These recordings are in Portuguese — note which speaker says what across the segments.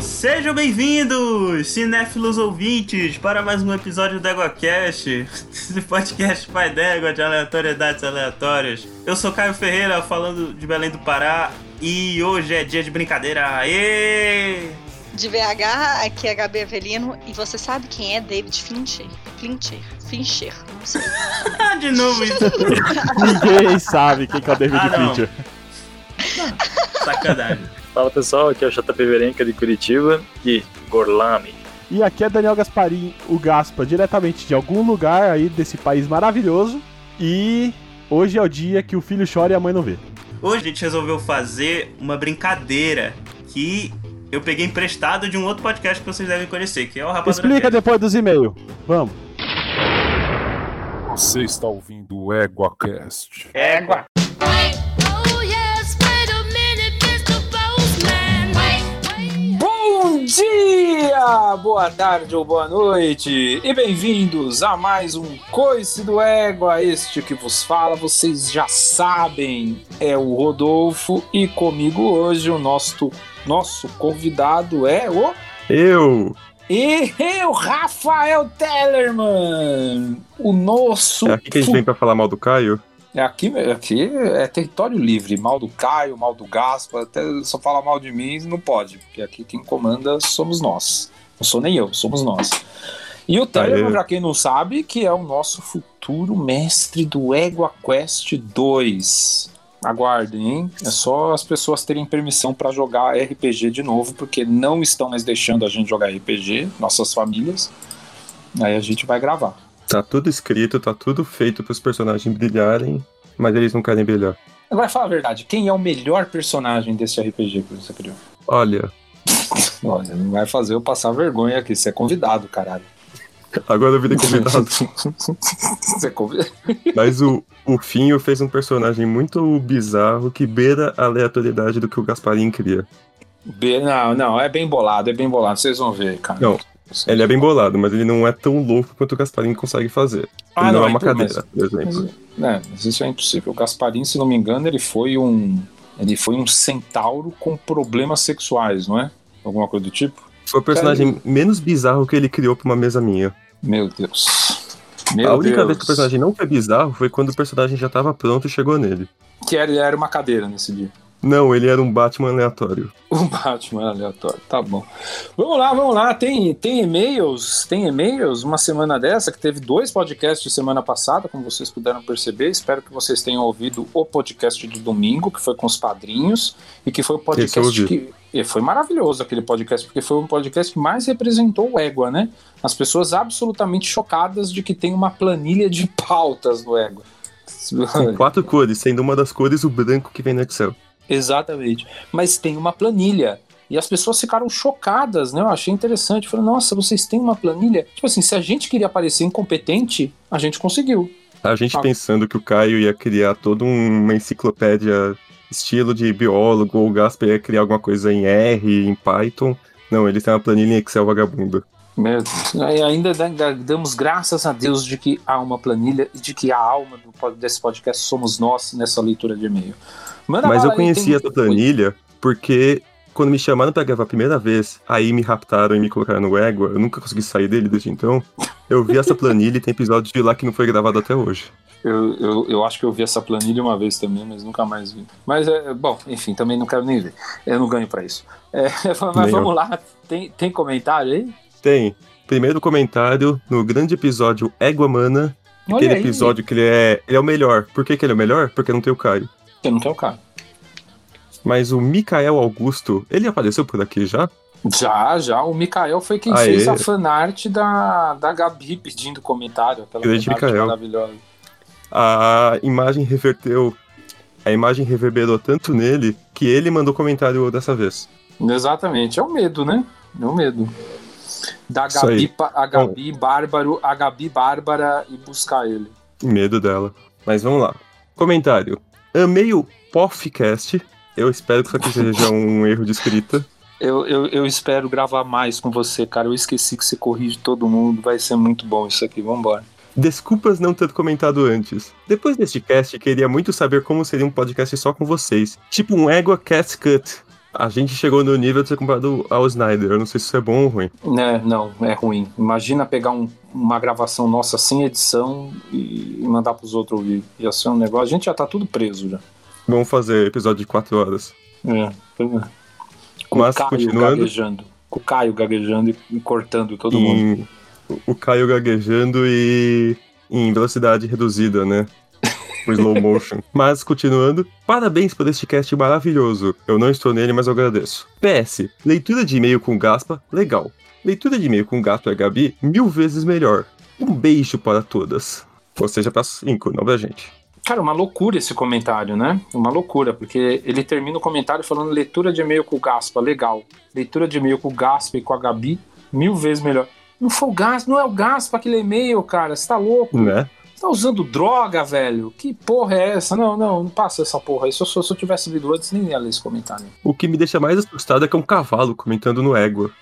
Speaker 1: Sejam bem-vindos, cinéfilos ouvintes, para mais um episódio do EgoCast, do podcast Pai d'Égua de aleatoriedades aleatórias. Eu sou Caio Ferreira, falando de Belém do Pará, e hoje é dia de brincadeira. Aê!
Speaker 2: De VH, aqui é Gabi Avelino, e você sabe quem é David Fincher? Fincher? Fincher, não sei.
Speaker 1: Tá de novo isso.
Speaker 3: Ninguém sabe quem que é o David
Speaker 1: Ah, não.
Speaker 3: Fincher.
Speaker 1: Sacanagem.
Speaker 4: Fala pessoal, aqui é o JP Verenca de Curitiba e Gorlami.
Speaker 3: E aqui é Daniel Gasparim, o Gaspa, diretamente de algum lugar aí desse país maravilhoso. E hoje é o dia que o filho chora e a mãe não vê.
Speaker 1: Tá Hoje a gente resolveu fazer uma brincadeira que eu peguei emprestado de um outro podcast que vocês devem conhecer, que é o Rapadura
Speaker 3: Explica
Speaker 1: Cast.
Speaker 3: depois dos e-mails. Vamos.
Speaker 5: Você está ouvindo o EguaCast.
Speaker 1: Égua.
Speaker 6: Wait, oh yes, wait a minute, Mr. Postman. Wait,
Speaker 7: Bom dia, boa tarde ou boa noite, e bem-vindos a mais um Coice do Égua. Este que vos fala, vocês já sabem, é o Rodolfo, e comigo hoje o nosso, nosso convidado é o.
Speaker 4: Eu!
Speaker 7: E eu, Rafael Tellerman! O nosso.
Speaker 4: É aqui que a gente vem pra falar mal do Caio?
Speaker 7: É Aqui, aqui é território livre. Mal do Caio, mal do Gaspa, até só fala mal de mim não pode, porque aqui quem comanda somos nós. Não sou nem eu, somos nós. E o Telegram,
Speaker 4: Aê.
Speaker 7: pra quem não sabe, que é o nosso futuro mestre do Egua Quest 2. Aguardem, hein? É só as pessoas terem permissão pra jogar RPG de novo, porque não estão mais deixando a gente jogar RPG, nossas famílias. Aí a gente vai gravar.
Speaker 4: Tá tudo escrito, tá tudo feito pros personagens brilharem, mas eles não querem brilhar.
Speaker 7: Agora fala a verdade, quem é o melhor personagem desse RPG que você criou?
Speaker 4: Olha,
Speaker 7: Olha, não vai fazer eu passar vergonha aqui. Você é convidado, caralho.
Speaker 4: agora eu virei convidado.
Speaker 7: Você é convidado.
Speaker 4: mas o, o Finho fez um personagem muito bizarro que beira a aleatoriedade do que o Gasparim cria.
Speaker 7: Be- Não, não, é bem bolado, é bem bolado. Vocês vão ver, cara.
Speaker 4: Não, Ele é bem bolado, mas ele não é tão louco quanto o Gasparim consegue fazer. Ele não, é uma
Speaker 7: então, mas-
Speaker 4: cadeira, por exemplo.
Speaker 7: É, mas isso é impossível. O Gasparim, se não me engano, ele foi um. Ele foi um centauro com problemas sexuais, não é? Alguma coisa do tipo?
Speaker 4: Foi o personagem menos bizarro que ele criou pra uma mesa minha.
Speaker 7: Meu Deus. Meu
Speaker 4: a única
Speaker 7: Deus.
Speaker 4: vez que o personagem não foi bizarro foi quando o personagem já tava pronto e chegou nele.
Speaker 7: Que era, era uma cadeira nesse dia.
Speaker 4: Não, ele era um Batman aleatório.
Speaker 7: O Batman é aleatório, tá bom. Vamos lá, vamos lá. Tem, tem e-mails, tem e-mails. Uma semana dessa que teve dois podcasts semana passada, como vocês puderam perceber. Espero que vocês tenham ouvido o podcast do domingo, que foi com os padrinhos e que foi o
Speaker 4: Esse eu
Speaker 7: podcast que e foi maravilhoso aquele podcast porque foi um podcast que mais representou o Égua, né? As pessoas absolutamente chocadas de que tem uma planilha de pautas do Égua.
Speaker 4: Com quatro cores, sendo uma das cores o branco que vem no Excel.
Speaker 7: Exatamente. Mas tem uma planilha. E as pessoas ficaram chocadas, né? Eu achei interessante. Falei, nossa, vocês têm uma planilha? Tipo assim, se a gente queria parecer incompetente, a gente conseguiu.
Speaker 4: A gente
Speaker 7: Ah.
Speaker 4: pensando que o Caio ia criar toda uma enciclopédia estilo de biólogo, ou o Gasper ia criar alguma coisa em R, em Python. Não, ele tem uma planilha em Excel vagabunda.
Speaker 7: Meu Deus. E ainda da- da- damos graças a Deus de que há uma planilha e de que a alma do pod- desse podcast somos nós nessa leitura de e-mail. Manda
Speaker 4: Mas eu
Speaker 7: bala aí,
Speaker 4: conheci
Speaker 7: tem-
Speaker 4: essa planilha porque quando me chamaram pra gravar a primeira vez, aí me raptaram e me colocaram no égua, eu nunca consegui sair dele desde então. Eu vi essa planilha e tem episódio de lá que não foi gravado até hoje.
Speaker 7: Eu, eu, eu acho que eu vi essa planilha uma vez também, mas nunca mais vi. Mas, é, bom, enfim, também não quero nem ver. Eu não ganho pra isso. É,
Speaker 4: Nem
Speaker 7: mas
Speaker 4: eu.
Speaker 7: vamos lá. Tem, tem comentário aí?
Speaker 4: Tem. Primeiro comentário no grande episódio Égua Mana. Aquele episódio que ele é, ele é o melhor. Por que, que ele é o melhor? Porque não tem o Caio.
Speaker 7: Eu não tenho cara.
Speaker 4: Mas o Mikael Augusto, ele apareceu por aqui já?
Speaker 7: Já, já. O Mikael foi quem
Speaker 4: Aê.
Speaker 7: fez a fanart da, da Gabi pedindo comentário. Aquela
Speaker 4: Grande
Speaker 7: fanart
Speaker 4: Mikael.
Speaker 7: maravilhosa.
Speaker 4: A imagem reverteu. A imagem reverberou tanto nele que ele mandou comentário dessa vez.
Speaker 7: Exatamente. É o medo, né? É o medo. Da
Speaker 4: Isso aí.
Speaker 7: Gabi, pa- a Gabi Bárbaro, a Gabi Bárbara e buscar ele.
Speaker 4: Medo dela. Mas vamos lá. Comentário. Amei o Pofcast. Eu espero que isso aqui seja um erro de escrita.
Speaker 7: Eu, eu, eu espero gravar mais com você, cara. Eu esqueci que você corrige todo mundo. Vai ser muito bom isso aqui. Vambora.
Speaker 4: Desculpas não ter comentado antes. Depois deste cast, queria muito saber como seria um podcast só com vocês. Tipo um Égua Cast Cut. A gente chegou no nível de ser comprado ao Snyder. Eu não sei se isso é bom ou ruim.
Speaker 7: É, não, é ruim. Imagina pegar um- uma gravação nossa sem edição e mandar pros outros ouvir. Ia ser um negócio. A gente já tá tudo preso já.
Speaker 4: Vamos fazer episódio de 4 horas.
Speaker 7: É. Com
Speaker 4: Mas,
Speaker 7: o Caio
Speaker 4: continuando.
Speaker 7: gaguejando. Com o Caio gaguejando e- e cortando todo mundo.
Speaker 4: Em- o Caio gaguejando e em velocidade reduzida, né? O slow motion. Mas, continuando, parabéns por este cast maravilhoso. Eu não estou nele, mas eu agradeço. PS, leitura de e-mail com Gaspa, legal. Leitura de e-mail com Gato e Gabi, mil vezes melhor. Um beijo para todas. Ou seja, para cinco, não pra gente.
Speaker 7: Cara, uma loucura esse comentário, né? Uma loucura, porque ele termina o comentário falando leitura de e-mail com o Gaspa, legal. Leitura de e-mail com o Gaspa e com a Gabi, mil vezes melhor. Não foi o Gaspa, não é o Gaspa aquele e-mail, cara. Você tá louco?
Speaker 4: Né?
Speaker 7: Você tá usando droga, velho? Que porra é essa? Não, não, não passa essa porra aí. Se eu, se eu tivesse lido antes, nem ia ler esse comentário.
Speaker 4: O que me deixa mais assustado é que é um cavalo comentando no égua.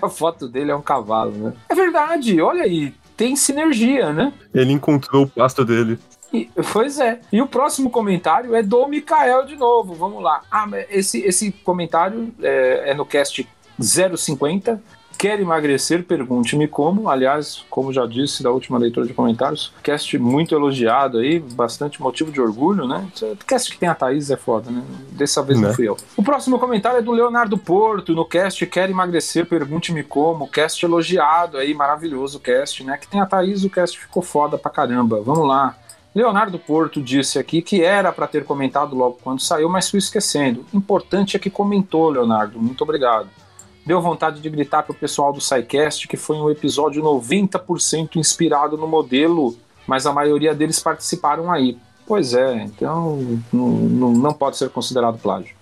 Speaker 7: A foto dele é um cavalo, né? É verdade, olha aí. Tem sinergia, né?
Speaker 4: Ele encontrou o pasto dele.
Speaker 7: E- pois é. E o próximo comentário é do Mikael de novo. Vamos lá. Ah, mas esse, esse comentário é, é no cast 050. Quer emagrecer? Pergunte-me como. Aliás, como já disse da última leitura de comentários, cast muito elogiado aí, bastante motivo de orgulho, né? Cast que tem a Thaís é foda, né? Dessa vez não
Speaker 4: Né?
Speaker 7: fui eu. O próximo comentário é do Leonardo Porto, no cast Quer Emagrecer? Pergunte-me como. Cast elogiado aí, maravilhoso cast, né? Que tem a Thaís, o cast ficou foda pra caramba. Vamos lá. Leonardo Porto disse aqui que era para ter comentado logo quando saiu, mas fui esquecendo. Importante é que comentou, Leonardo. Muito obrigado. Deu vontade de gritar pro pessoal do SciCast que foi um episódio 90% inspirado no modelo, mas a maioria deles participaram aí. Pois é, então não, não- não pode ser considerado plágio.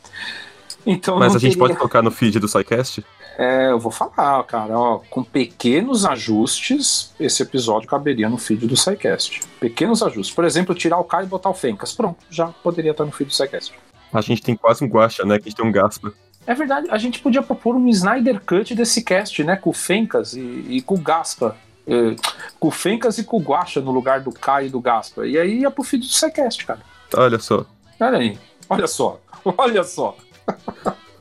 Speaker 7: Então
Speaker 4: Mas
Speaker 7: não
Speaker 4: a gente
Speaker 7: teria-
Speaker 4: pode tocar no feed do SciCast?
Speaker 7: é, eu vou falar, cara, ó, com pequenos ajustes, esse episódio caberia no feed do SciCast. Pequenos ajustes. Por exemplo, tirar o Caio e botar o Fencas. Pronto, já poderia estar no feed do SciCast.
Speaker 4: A gente tem quase um guacha, né? Que a gente tem um gaspa.
Speaker 7: É verdade, a gente podia propor um Snyder Cut desse cast, né? Com o Fencas e, e com o Gaspa. É, com o Fencas e com o Guacha no lugar do Caio e do Gaspa. E aí ia pro feed do SciCast, cara.
Speaker 4: Olha só.
Speaker 7: Olha aí. Olha só. Olha só.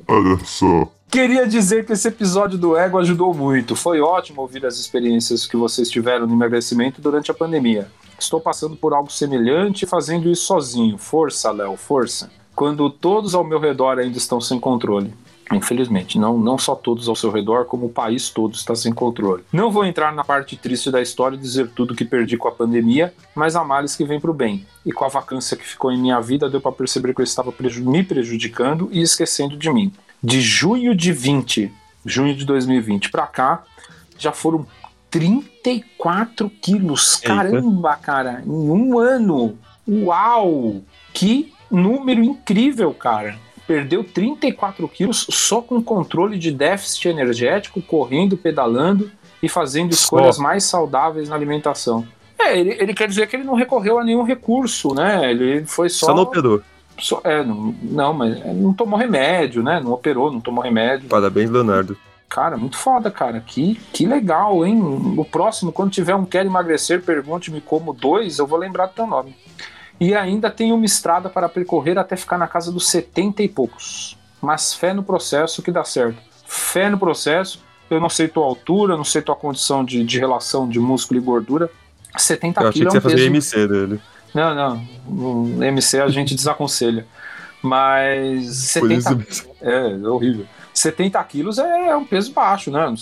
Speaker 5: Olha só.
Speaker 7: Queria dizer que esse episódio do Ego ajudou muito. Foi ótimo ouvir as experiências que vocês tiveram no emagrecimento durante a pandemia. Estou passando por algo semelhante e fazendo isso sozinho. Força, Léo, força. Quando todos ao meu redor ainda estão sem controle. Infelizmente, não, não só todos ao seu redor, como o país todo está sem controle. Não vou entrar na parte triste da história e dizer tudo que perdi com a pandemia, mas há males que vêm para o bem. E com a vacância que ficou em minha vida, deu para perceber que eu estava preju- me prejudicando e esquecendo de mim de junho de 20, junho de 2020 pra cá, já foram 34 quilos.
Speaker 4: Eita.
Speaker 7: Caramba, cara, em um ano. Uau! Que número incrível, cara. Perdeu 34 quilos só com controle de déficit energético, correndo, pedalando e fazendo
Speaker 4: Só.
Speaker 7: escolhas mais saudáveis na alimentação. É, ele, ele quer dizer que ele não recorreu a nenhum recurso, né? Ele foi
Speaker 4: Só não operou.
Speaker 7: só- é, não, não, mas é, não tomou remédio, né? Não operou, não tomou remédio.
Speaker 4: Parabéns, Leonardo.
Speaker 7: Cara, muito foda, cara. Que, que legal, hein? O próximo, quando tiver um Quer Emagrecer, pergunte-me como dois, eu vou lembrar do teu nome. E ainda tem uma estrada para percorrer até ficar na casa dos 70 e poucos. Mas fé no processo que dá certo. Fé no processo. Eu não sei tua altura, não sei tua condição de, de relação de músculo e gordura. 70
Speaker 4: eu achei que
Speaker 7: quilos
Speaker 4: você
Speaker 7: é
Speaker 4: ia
Speaker 7: um
Speaker 4: fazer
Speaker 7: peso
Speaker 4: MC dele.
Speaker 7: não, não. No MC a gente desaconselha. Mas
Speaker 4: Por isso
Speaker 7: 70 é, é horrível. 70 quilos é um peso baixo, né?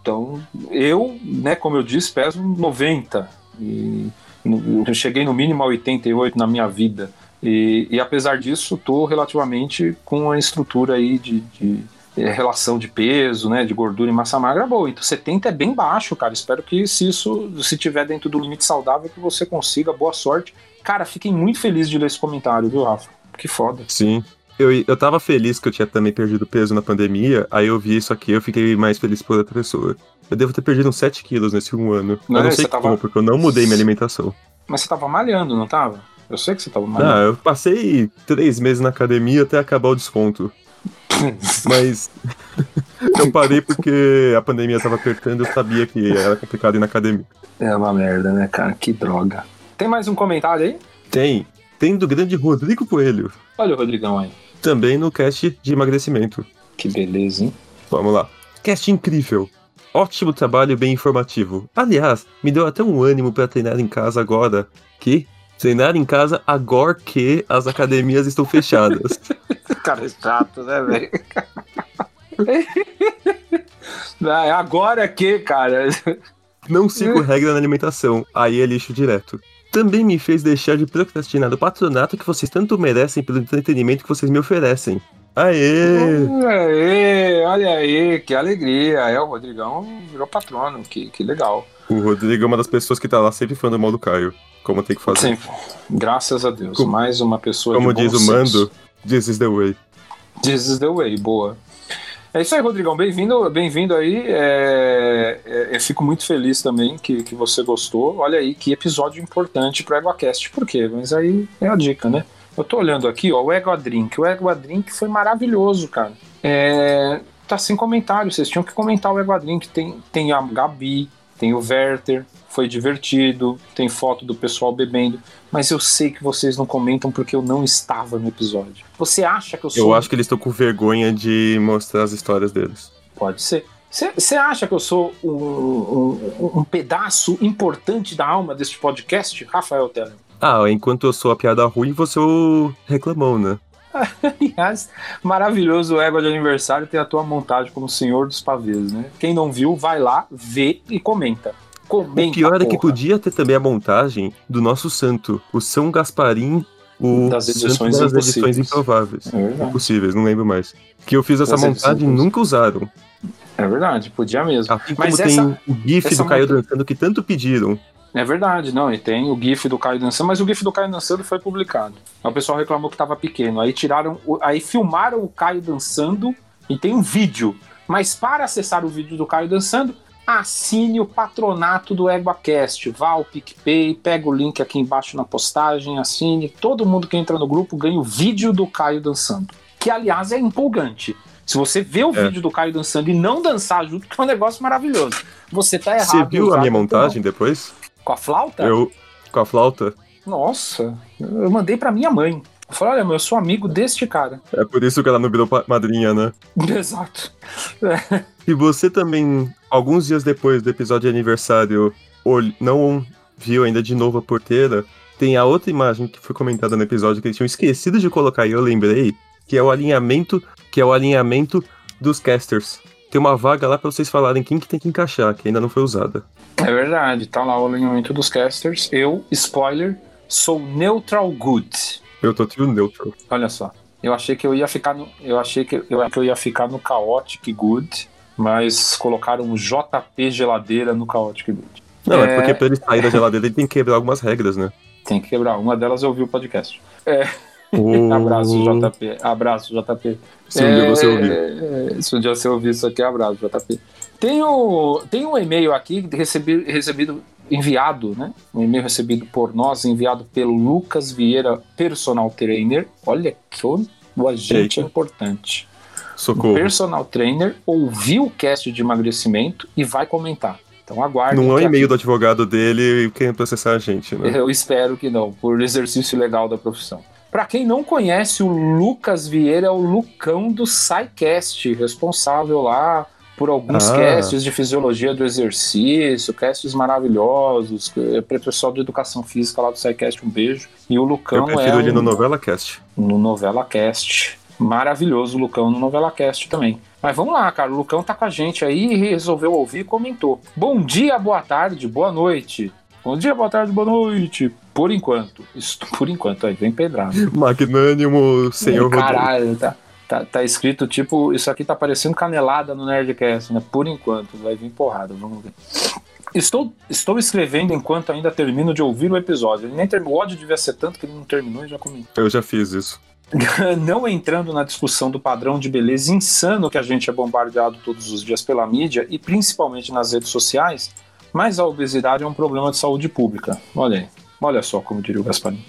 Speaker 7: Então, eu, né, como eu disse, peso 90. E no- eu cheguei no mínimo a 88 na minha vida. E, e apesar disso, estou relativamente com a estrutura aí de, de, eh, relação de peso, né, de gordura e massa magra boa. Então 70 é bem baixo, cara. Espero que se isso, se tiver dentro do limite saudável, que você consiga. Boa sorte. Cara, fiquei muito feliz de ler esse comentário, viu, Rafa? Que foda.
Speaker 4: Sim. Eu, eu tava feliz que eu tinha também perdido peso na pandemia, aí eu vi isso aqui eu fiquei mais feliz por outra pessoa. Eu devo ter perdido uns 7 quilos nesse um ano.
Speaker 7: Não,
Speaker 4: eu não
Speaker 7: você
Speaker 4: sei
Speaker 7: tava-
Speaker 4: como, porque eu não mudei minha alimentação.
Speaker 7: Mas você tava malhando, não tava? Eu sei que você tava malhando.
Speaker 4: Ah, eu passei três meses na academia até acabar o desconto. Mas eu parei porque a pandemia tava apertando, eu sabia que era complicado ir na academia.
Speaker 7: É uma merda, né, cara? Que droga. Tem mais um comentário aí?
Speaker 4: Tem. Tem do grande Rodrigo Coelho.
Speaker 7: Olha o Rodrigão aí.
Speaker 4: também no cast de emagrecimento.
Speaker 7: Que beleza, hein?
Speaker 4: Vamos lá. Cast incrível. Ótimo trabalho, bem informativo. Aliás, me deu até um ânimo pra treinar em casa agora. Que? Treinar em casa agora que as academias estão fechadas.
Speaker 7: Cara chato, né, velho? Vai, Agora é que, cara.
Speaker 4: Não sigo regra na alimentação, aí é lixo direto. Também me fez deixar de procrastinar o patronato que vocês tanto merecem pelo entretenimento que vocês me oferecem. Aê!
Speaker 7: Aê, olha aí, que alegria. É, o Rodrigão virou patrono, que, que legal.
Speaker 4: O Rodrigo é uma das pessoas que tá lá sempre falando mal do Caio. Como tem que fazer.
Speaker 7: Sim, graças a Deus.
Speaker 4: Como-
Speaker 7: Mais uma pessoa
Speaker 4: Como
Speaker 7: de bom
Speaker 4: diz o
Speaker 7: senso.
Speaker 4: Mando, this is the way.
Speaker 7: This is the way, boa. É isso aí, Rodrigão. Bem-vindo, bem-vindo aí. É, é, eu fico muito feliz também que, que você gostou. Olha aí, que episódio importante pro EgoCast. Por quê? Mas aí é a dica, né? Eu tô olhando aqui, ó, o Ego Drink. O Ego Drink foi maravilhoso, cara. É, tá sem comentário. Vocês tinham que comentar o Ego Drink. Tem, tem a Gabi, tem o Werther. Foi divertido. Tem foto do pessoal bebendo. Mas eu sei que vocês não comentam porque eu não estava no episódio. Você acha que eu sou um
Speaker 4: Eu acho que eles estão com vergonha de mostrar as histórias deles.
Speaker 7: Pode ser. Você acha que eu sou um, um- um pedaço importante da alma deste podcast, Rafael Teller?
Speaker 4: Ah, enquanto eu sou a piada ruim, você é o reclamão, né?
Speaker 7: Aliás, maravilhoso égua de aniversário tem a tua montagem como Senhor dos Pavês, né? Quem não viu, vai lá, vê e comenta. Comenta.
Speaker 4: O pior é que
Speaker 7: porra.
Speaker 4: podia ter também a montagem do nosso santo, o São Gasparim, o
Speaker 7: Das
Speaker 4: santo
Speaker 7: edições
Speaker 4: das
Speaker 7: impossíveis.
Speaker 4: edições improváveis.
Speaker 7: É verdade.
Speaker 4: Impossíveis, não lembro mais. Que eu fiz essa
Speaker 7: Das edições
Speaker 4: montagem e
Speaker 7: impossíveis.
Speaker 4: nunca usaram.
Speaker 7: É verdade, podia mesmo.
Speaker 4: Assim
Speaker 7: Mas
Speaker 4: como
Speaker 7: essa-
Speaker 4: tem o GIF
Speaker 7: essa
Speaker 4: do Caio dançando que tanto pediram.
Speaker 7: É verdade, não. E tem o GIF do Caio dançando, mas o GIF do Caio dançando foi publicado. Aí o pessoal reclamou que tava pequeno. Aí tiraram, o- aí filmaram o Caio dançando e tem um vídeo. Mas para acessar o vídeo do Caio dançando, assine o patronato do EguaCast. Vá ao PicPay, pega o link aqui embaixo na postagem, assine. Todo mundo que entra no grupo ganha o vídeo do Caio dançando. Que, aliás, é empolgante. Se você vê o
Speaker 4: É.
Speaker 7: vídeo do Caio dançando e não dançar junto, que é um negócio maravilhoso. Você tá errado.
Speaker 4: Você viu a
Speaker 7: exato, Tá.
Speaker 4: minha
Speaker 7: não.
Speaker 4: montagem depois?
Speaker 7: Com a flauta?
Speaker 4: Eu com a flauta.
Speaker 7: Nossa, eu mandei pra minha mãe. Eu falei, olha, meu, eu sou amigo deste cara.
Speaker 4: É por isso que ela não virou pa- madrinha, né?
Speaker 7: Exato.
Speaker 4: Se você também, alguns dias depois do episódio de aniversário, ol- não viu ainda de novo a porteira, tem a outra imagem que foi comentada no episódio que eles tinham esquecido de colocar e eu lembrei, que é o alinhamento, que é o alinhamento dos casters. Tem uma vaga lá pra vocês falarem quem que tem que encaixar, que ainda não foi usada.
Speaker 7: É verdade, tá lá o alinhamento dos casters. Eu, spoiler, sou neutral good.
Speaker 4: Eu tô trio neutral.
Speaker 7: Olha só. Eu achei que eu ia ficar no. Eu achei que eu, que eu ia ficar no Chaotic Good, mas colocaram o JP geladeira no Chaotic Good.
Speaker 4: Não, é,
Speaker 7: É.
Speaker 4: porque pra ele sair da geladeira ele tem que quebrar algumas regras, né?
Speaker 7: Tem que quebrar. Uma delas eu ouvi o podcast.
Speaker 4: Oh,
Speaker 7: Abraço, JP. Abraço, JP.
Speaker 4: Se um dia você
Speaker 7: É,
Speaker 4: ouvir.
Speaker 7: é, Se um dia você ouvir isso aqui, abraço, JP. Tem, o, tem um e-mail aqui que recebi, recebido, enviado, né? Um e-mail recebido por nós, enviado pelo Lucas Vieira, personal trainer. Olha que o, o agente é
Speaker 4: Eita.
Speaker 7: importante. Um
Speaker 4: Socorro.
Speaker 7: Personal trainer ouviu o cast de emagrecimento e vai comentar. Então aguarde.
Speaker 4: Não é o
Speaker 7: que é
Speaker 4: e-mail do advogado dele querendo processar a gente, né?
Speaker 7: eu espero que não, por exercício legal da profissão. Pra quem não conhece, o Lucas Vieira é o Lucão do SciCast, responsável lá por alguns
Speaker 4: Ah.
Speaker 7: casts de fisiologia do exercício, casts maravilhosos, é, pro pessoal de educação física lá do SciCast, um beijo. E o
Speaker 4: Eu
Speaker 7: Lucão é
Speaker 4: prefiro ele
Speaker 7: um-
Speaker 4: no Novela Cast.
Speaker 7: no Novela Cast. Maravilhoso o Lucão no Novela Cast também. Mas vamos lá, cara. O Lucão tá com a gente aí e resolveu ouvir e comentou. Bom dia, boa tarde, boa noite. Bom dia, boa tarde, boa noite. Por enquanto. Isso, por enquanto, aí vem pedrado.
Speaker 4: Magnânimo senhor Rodrigo.
Speaker 7: Caralho, tá, tá, tá escrito tipo, isso aqui tá parecendo canelada no Nerdcast, né? Por enquanto, vai vir porrada, vamos ver. Estou, estou escrevendo enquanto ainda termino de ouvir o episódio. Ele nem terminou, o ódio devia ser tanto que ele não terminou e já comentou.
Speaker 4: Eu já fiz isso.
Speaker 7: não entrando na discussão do padrão de beleza insano que a gente é bombardeado todos os dias pela mídia e principalmente nas redes sociais, mas a obesidade é um problema de saúde pública. Olha aí. Olha só como diria o Gasparini.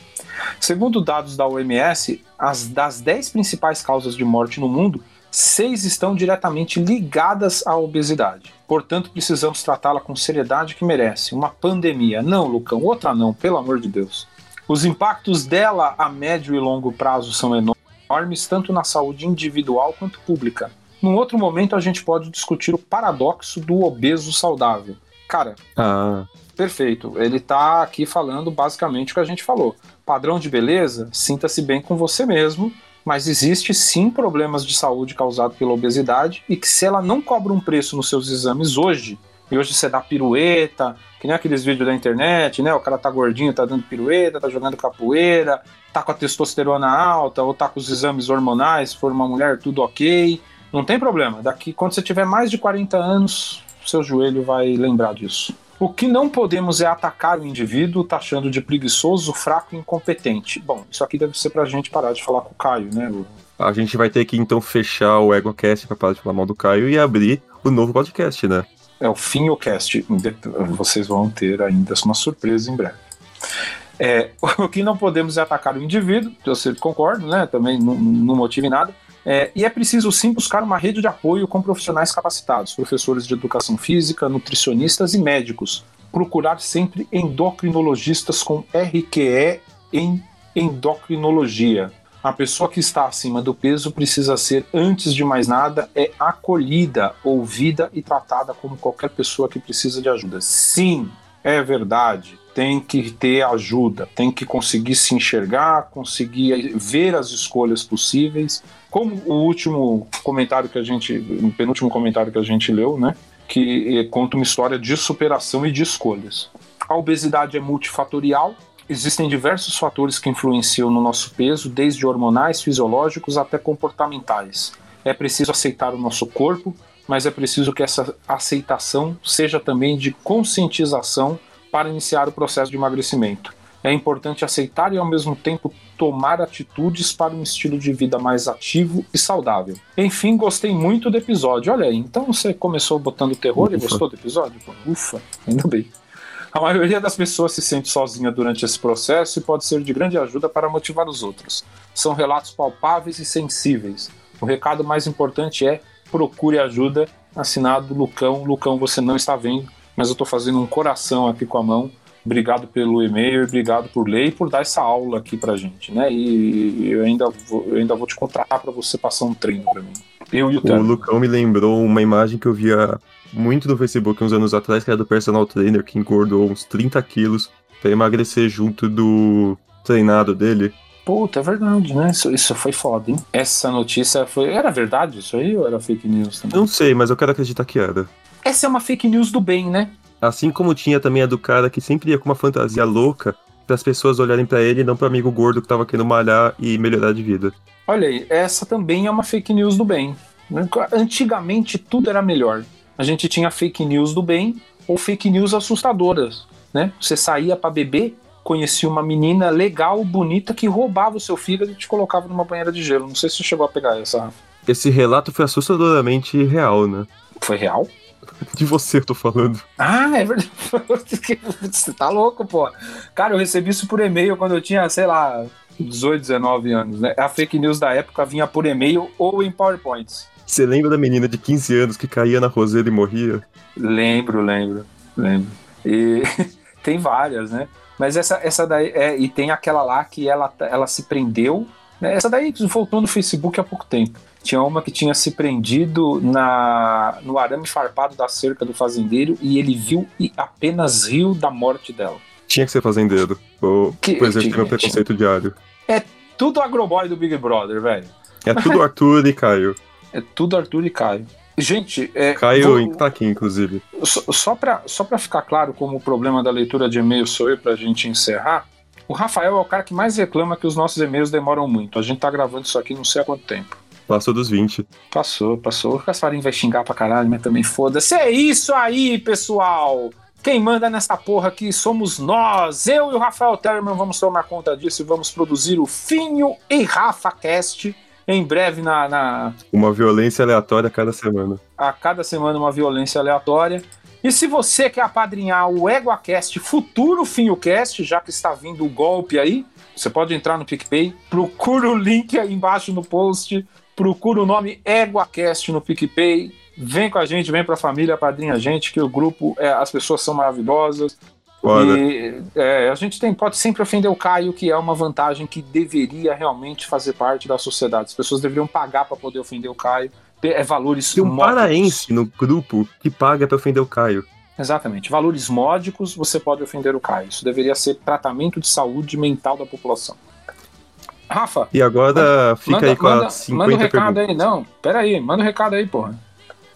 Speaker 7: Segundo dados da OMS, as das 10 principais causas de morte no mundo, seis estão diretamente ligadas à obesidade. Portanto, precisamos tratá-la com seriedade que merece. Uma pandemia. Não, Lucão, outra não, pelo amor de Deus. Os impactos dela a médio e longo prazo são enormes. enormes tanto na saúde individual quanto pública. Num outro momento, a gente pode discutir o paradoxo do obeso saudável. Cara,
Speaker 4: Ah,
Speaker 7: perfeito. Ele tá aqui falando basicamente o que a gente falou. Padrão de beleza, sinta-se bem com você mesmo, mas existe sim problemas de saúde causados pela obesidade e que se ela não cobra um preço nos seus exames hoje, e hoje você dá pirueta, que nem aqueles vídeos da internet, né? O cara tá gordinho, tá dando pirueta, tá jogando capoeira, tá com a testosterona alta ou tá com os exames hormonais, se for uma mulher, tudo ok. Não tem problema. Daqui, quando você tiver mais de 40 anos, seu joelho vai lembrar disso. O que não podemos é atacar o indivíduo taxando de preguiçoso, fraco e incompetente. Bom, isso aqui deve ser pra gente parar de falar com o Caio, né? Lu?
Speaker 4: a gente vai ter que então fechar o EgoCast pra parar de falar mal do Caio e abrir o novo podcast, né?
Speaker 7: É o fim o cast. Vocês vão ter ainda uma surpresa em breve. É, o que não podemos é atacar o indivíduo, eu sempre concordo, né? Também não, não motive nada. É, e é preciso sim buscar uma rede de apoio com profissionais capacitados, professores de educação física, nutricionistas e médicos. Procurar sempre endocrinologistas com RQE em endocrinologia. A pessoa que está acima do peso precisa ser, antes de mais nada, é acolhida, ouvida e tratada como qualquer pessoa que precisa de ajuda. Sim, é verdade. Tem que ter ajuda, tem que conseguir se enxergar, conseguir ver as escolhas possíveis. Como o último comentário que a gente, o penúltimo comentário que a gente leu, né? Que eh, conta uma história de superação e de escolhas. A obesidade é multifatorial, Existem diversos fatores que influenciam no nosso peso, desde hormonais, fisiológicos até comportamentais. É preciso aceitar o nosso corpo, mas é preciso que essa aceitação seja também de conscientização para iniciar o processo de emagrecimento. É importante aceitar e, ao mesmo tempo, tomar atitudes para um estilo de vida mais ativo e saudável. Enfim, gostei muito do episódio. Olha aí, então você começou botando terror e
Speaker 4: Ufa.
Speaker 7: gostou do episódio? Pô, Ufa, ainda bem. A maioria das pessoas se sente sozinha durante esse processo e pode ser de grande ajuda para motivar os outros. São relatos palpáveis e sensíveis. O recado mais importante é procure ajuda, assinado Lucão. Lucão, você não está vendo, mas eu estou fazendo um coração aqui com a mão. Obrigado pelo e-mail, obrigado por ler e por dar essa aula aqui pra gente, né? E eu ainda vou, eu ainda vou te contratar para você passar um treino para mim. Eu e o
Speaker 4: O
Speaker 7: Tano.
Speaker 4: Lucão me lembrou uma imagem que eu via muito no Facebook uns anos atrás, que era do personal trainer que engordou uns 30 quilos pra emagrecer junto do treinado dele.
Speaker 7: Puta, é verdade, né? Isso, isso foi foda, hein? Essa notícia foi. Era verdade isso aí ou era fake news também?
Speaker 4: Não sei, mas eu quero acreditar que era.
Speaker 7: Essa é uma fake news do bem, né?
Speaker 4: Assim como tinha também a do cara que sempre ia com uma fantasia louca para as pessoas olharem pra ele e não pro amigo gordo que tava querendo malhar e melhorar de vida.
Speaker 7: Olha aí, essa também é uma fake news do bem. né? Antigamente tudo era melhor. A gente tinha fake news do bem ou fake news assustadoras, né? Você saía pra beber, conhecia uma menina legal, bonita, que roubava o seu fígado e te colocava numa banheira de gelo. Não sei se você chegou a pegar essa. Rafa.
Speaker 4: Esse relato foi assustadoramente real, né?
Speaker 7: Foi real?
Speaker 4: De você eu tô falando.
Speaker 7: Ah, é verdade. Você tá louco, pô. Cara, eu recebi isso por e-mail quando eu tinha, sei lá, 18, 19 anos, né? A fake news da época vinha por e-mail ou em PowerPoints.
Speaker 4: Você lembra da menina de 15 anos que caía na roseira e morria?
Speaker 7: Lembro, lembro, lembro. E tem várias, né? Mas essa, essa daí é, e tem aquela lá que ela, tá- ela se prendeu. né? Essa daí voltou no Facebook há pouco tempo. Tinha uma que tinha se prendido na, no arame farpado da cerca do fazendeiro e ele viu e apenas riu da morte dela.
Speaker 4: Tinha que ser fazendeiro. Ou,
Speaker 7: Que-
Speaker 4: por exemplo,
Speaker 7: tinha,
Speaker 4: é meu preconceito diário.
Speaker 7: Tudo agroboy do Big Brother, velho.
Speaker 4: É tudo Arthur e Caio.
Speaker 7: É tudo Arthur e Caio. Gente, é, vou-
Speaker 4: Caio tá aqui, inclusive.
Speaker 7: Só, só para só pra ficar claro como o problema da leitura de e-mail sou eu, pra gente encerrar, o Rafael é o cara que mais reclama que os nossos e-mails demoram muito. A gente tá gravando isso aqui não sei há quanto tempo.
Speaker 4: Passou dos 20.
Speaker 7: Passou, passou. O Casparinho vai xingar pra caralho, mas também foda-se. É isso aí, pessoal! Quem manda nessa porra aqui somos nós. Eu e o Rafael Terman vamos tomar conta disso e vamos produzir o Finho e Rafa Cast em breve na- na,
Speaker 4: Uma violência aleatória a cada semana.
Speaker 7: a cada semana uma violência aleatória. E se você quer apadrinhar o EguaCast, futuro FinhoCast, já que está vindo o golpe aí, você pode entrar no PicPay, procura o link aí embaixo no post, procura o nome EguaCast no PicPay, vem com a gente, vem pra família, apadrinha a gente, que o grupo, é, as pessoas são maravilhosas.
Speaker 4: Foda.
Speaker 7: E é, a gente tem, pode sempre ofender o Caio, que é uma vantagem que deveria realmente fazer parte da sociedade. As pessoas deveriam pagar pra poder ofender o Caio. Pe- É valores
Speaker 4: Tem um
Speaker 7: módicos.
Speaker 4: paraense no grupo que paga pra ofender o Caio.
Speaker 7: Exatamente. Valores módicos, você pode ofender o Caio. Isso deveria ser tratamento de saúde mental da população. Rafa,
Speaker 4: E agora fica
Speaker 7: manda,
Speaker 4: aí com
Speaker 7: manda,
Speaker 4: as
Speaker 7: manda um
Speaker 4: 50
Speaker 7: recado
Speaker 4: perguntas.
Speaker 7: aí. Não, pera aí. Manda um recado aí, porra.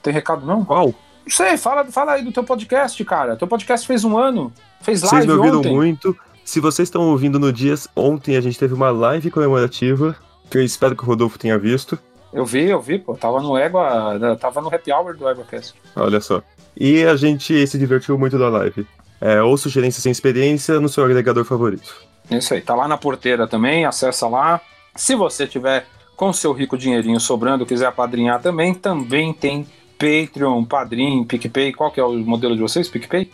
Speaker 7: Tem recado não?
Speaker 4: Qual?
Speaker 7: Não sei, fala, fala aí do teu podcast, cara. Teu podcast fez um ano. Fez live
Speaker 4: Vocês me ouviram
Speaker 7: ontem.
Speaker 4: muito. Se vocês estão ouvindo no dias, ontem a gente teve uma live comemorativa, que eu espero que o Rodolfo tenha visto.
Speaker 7: Eu vi, eu vi, pô. Tava no Égua, da- tava no happy hour do EguaCast.
Speaker 4: Olha só. E a gente se divertiu muito da live. É, ou sugerência sem experiência no seu agregador favorito.
Speaker 7: Isso aí, tá lá na porteira também, acessa lá. Se você tiver com seu rico dinheirinho sobrando, quiser apadrinhar também, também tem Patreon, Padrim, PicPay. Qual que é o modelo de vocês, PicPay?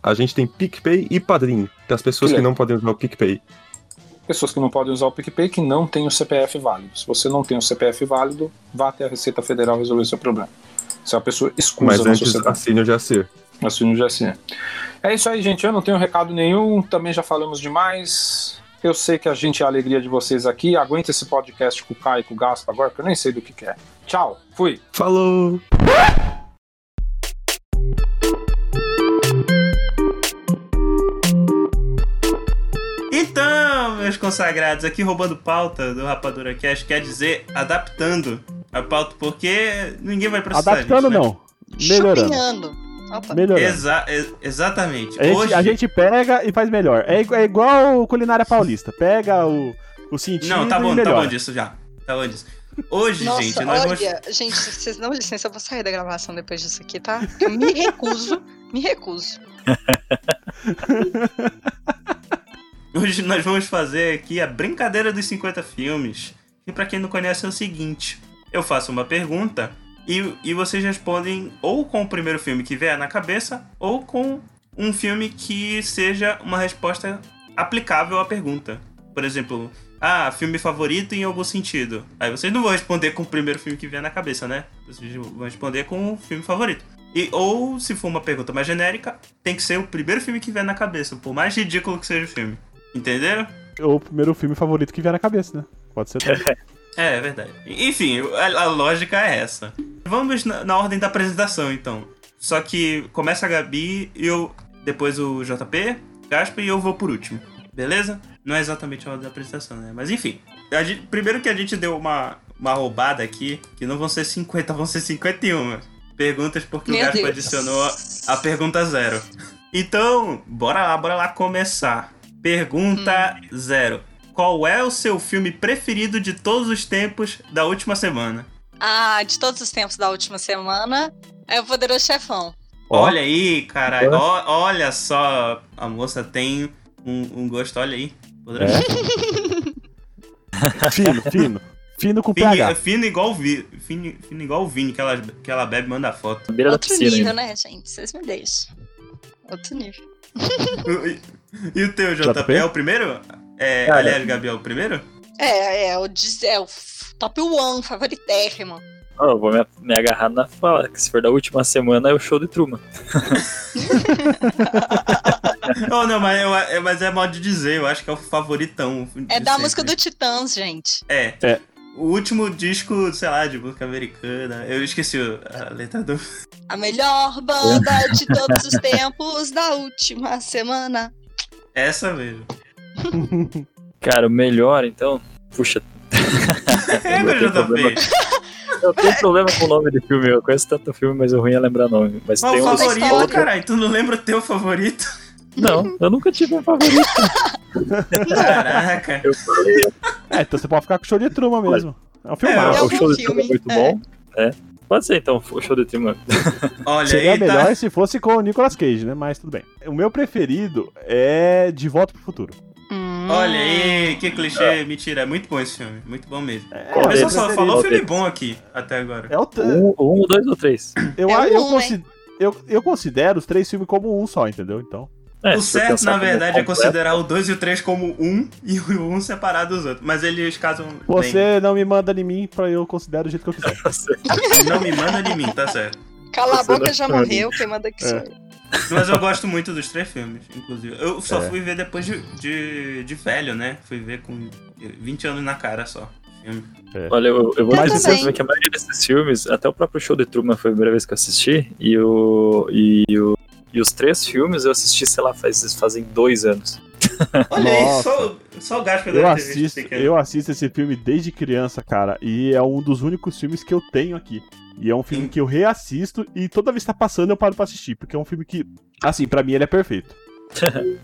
Speaker 4: A gente tem PicPay e Padrim, das pessoas
Speaker 7: Que
Speaker 4: que não podem usar o PicPay.
Speaker 7: Pessoas que não podem usar o PicPay que não tem o CPF válido. Se você não tem o CPF válido, vá até a Receita Federal resolver seu problema. Se é uma pessoa escusa
Speaker 4: Mas
Speaker 7: na
Speaker 4: antes,
Speaker 7: sociedade.
Speaker 4: assine o GAC.
Speaker 7: Assine o GSE. É isso aí, gente. Eu não tenho recado nenhum, também já falamos demais. Eu sei que a gente é a alegria de vocês aqui. Aguenta esse podcast com o Caio e com o Gaspa agora, que eu nem sei do que, que é. Tchau, fui.
Speaker 4: Falou!
Speaker 1: Então, meus consagrados, aqui roubando pauta do Rapadura Cash, quer dizer, adaptando a pauta, porque ninguém vai processar
Speaker 3: Adaptando
Speaker 1: a gente, né?
Speaker 3: não. Melhorando.
Speaker 2: Chapinhando. Opa.
Speaker 3: Melhorando.
Speaker 1: Exa ex- exatamente.
Speaker 3: A gente,
Speaker 1: Hoje,
Speaker 3: a gente pega e faz melhor. É, igu- é igual culinária paulista. Pega o, o sentido
Speaker 1: Não, tá
Speaker 3: e
Speaker 1: bom, tá
Speaker 3: melhora.
Speaker 1: bom disso já. Tá bom disso. Hoje,
Speaker 2: Nossa,
Speaker 1: gente, nós vamos...
Speaker 2: olha, gente, se vocês não licença, eu vou sair da gravação depois disso aqui, tá? Eu me recuso, me recuso.
Speaker 1: Hoje nós vamos fazer aqui a brincadeira dos 50 filmes. E pra quem não conhece é o seguinte: eu faço uma pergunta e, e vocês respondem ou com o primeiro filme que vier na cabeça ou com um filme que seja uma resposta aplicável à pergunta. Por exemplo, ah, filme favorito em algum sentido. Aí vocês não vão responder com o primeiro filme que vier na cabeça, né? Vocês vão responder com o filme favorito. E, ou, se for uma pergunta mais genérica, tem que ser o primeiro filme que vier na cabeça, por mais ridículo que seja o filme. Entenderam?
Speaker 3: Ou É o primeiro filme favorito que vier na cabeça, né? Pode ser. também.
Speaker 1: É, é verdade. Enfim, a, a lógica é essa. Vamos na, na ordem da apresentação, então. Só que começa a Gabi, eu, depois o JP, Gaspa e eu vou por último. Beleza? Não é exatamente a ordem da apresentação, né? Mas enfim. A gente- primeiro que a gente deu uma, uma roubada aqui, que não vão ser 50, vão ser 51. Perguntas porque o
Speaker 2: Meu
Speaker 1: Gaspa
Speaker 2: Deus.
Speaker 1: adicionou a pergunta zero. Então, bora lá, bora lá começar. Pergunta
Speaker 2: Hum.
Speaker 1: zero. Qual é o seu filme preferido de todos os tempos da última semana?
Speaker 2: Ah, de todos os tempos da última semana, é o Poderoso Chefão.
Speaker 4: Ó.
Speaker 1: Olha aí, caralho.
Speaker 4: Ó.
Speaker 1: Ó, olha só, a moça tem um, um gosto, olha aí. Poderoso.
Speaker 3: fino, fino. Fino com
Speaker 1: Fino,
Speaker 3: PH.
Speaker 1: fino igual o Vi- fino, fino igual o Vini, que ela, que ela bebe e manda foto.
Speaker 8: Na beira da
Speaker 2: Outro
Speaker 8: piscina.
Speaker 2: nível,
Speaker 8: ainda.
Speaker 2: né, gente? Vocês me deixam. Outro nível.
Speaker 1: e o teu, JP,
Speaker 3: JP?
Speaker 1: é o primeiro? É,
Speaker 4: Cara.
Speaker 1: aliás, Gabriel, o primeiro?
Speaker 2: É, é o, diz- é o f- top one, favoritérrimo.
Speaker 1: né?
Speaker 8: Ó, eu vou me, me agarrar na fala, que se for da última semana é o show de Truman.
Speaker 1: oh, não, mas, eu- é, mas é modo de dizer, eu acho que é o favoritão. de
Speaker 2: É da
Speaker 1: sempre.
Speaker 2: música do Titãs, gente.
Speaker 1: É.
Speaker 3: É.
Speaker 1: O último disco, sei lá, de música americana. Eu esqueci o- a letra do.
Speaker 2: A melhor banda de todos os tempos da última semana.
Speaker 1: Essa mesmo.
Speaker 8: Cara, o melhor, então. Puxa,
Speaker 1: É, meu
Speaker 8: tem problema.
Speaker 1: JP.
Speaker 8: eu tenho problema com o nome de filme. Eu conheço tanto filme, mas é ruim é lembrar nome. Mas
Speaker 1: Mas
Speaker 8: tem
Speaker 1: o
Speaker 8: um dos-
Speaker 2: fala-
Speaker 1: favorito, é
Speaker 2: outro.
Speaker 1: caralho. Tu não lembra o teu favorito?
Speaker 8: Não, eu nunca tive um favorito.
Speaker 1: Caraca.
Speaker 8: Eu falei,
Speaker 3: É, então você pode ficar com o show de truma mesmo. É um filme.
Speaker 1: É,
Speaker 8: ah,
Speaker 2: algum
Speaker 8: o show de Truman é
Speaker 2: filme,
Speaker 8: muito
Speaker 2: é.
Speaker 8: bom. É. Pode ser então, o show de Truman.
Speaker 1: Olha
Speaker 3: Seria
Speaker 1: aí,
Speaker 3: melhor
Speaker 1: tá.
Speaker 3: se fosse com o Nicolas Cage, né? Mas tudo bem. O meu preferido é De Volta pro Futuro.
Speaker 2: Hum.
Speaker 1: Olha aí, que
Speaker 3: Ah.
Speaker 1: clichê. Mentira, é muito bom esse filme. Muito bom mesmo.
Speaker 3: É,
Speaker 8: Qual
Speaker 3: meu
Speaker 1: Mas
Speaker 8: deles?
Speaker 1: eu só
Speaker 3: preferido.
Speaker 1: falou
Speaker 8: Qual
Speaker 1: filme
Speaker 8: deles?
Speaker 1: bom aqui até agora.
Speaker 3: É o t-
Speaker 8: Um, um, dois ou três.
Speaker 3: eu,
Speaker 2: É o
Speaker 3: eu,
Speaker 2: um, né?
Speaker 3: consi- eu- eu considero os três filmes como um só, entendeu? Então.
Speaker 8: É,
Speaker 1: O
Speaker 8: se for
Speaker 1: certo,
Speaker 8: pensar
Speaker 1: na
Speaker 8: como
Speaker 1: verdade, é
Speaker 8: completo,
Speaker 1: considerar o 2 e o 3 como um e o 1 um separado dos outros. Mas eles casam bem.
Speaker 3: Você não me manda em mim pra eu considerar do jeito que eu quiser.
Speaker 8: você-
Speaker 1: Não me manda de mim, tá certo.
Speaker 2: Cala a
Speaker 8: Você
Speaker 2: boca,
Speaker 8: não
Speaker 2: já
Speaker 8: sabe.
Speaker 2: morreu. Quem manda que
Speaker 3: É.
Speaker 2: sou eu.
Speaker 1: Mas eu gosto muito dos três filmes, inclusive. Eu só
Speaker 3: É.
Speaker 1: fui ver depois de, de, de velho, né? Fui ver com 20 anos na cara só. Filme.
Speaker 8: Olha, eu, eu vou
Speaker 2: Eu
Speaker 8: mais dizer
Speaker 2: também.
Speaker 8: pra você que a maioria desses filmes, até o próprio show de Truman foi a primeira vez que eu assisti, e, o, e, o, e os três filmes eu assisti, sei lá, faz, fazem dois anos.
Speaker 1: Olha aí,
Speaker 3: Nossa.
Speaker 1: só, só o Gaspar
Speaker 3: Eu
Speaker 1: deve ter visto
Speaker 3: assisto,
Speaker 1: pequeno.
Speaker 3: eu assisto esse filme desde criança, cara, e é um dos únicos filmes que eu tenho aqui. E é um filme
Speaker 1: Sim.
Speaker 3: que eu reassisto e toda vez que tá passando eu paro pra assistir, porque é um filme que, assim, pra mim ele é perfeito.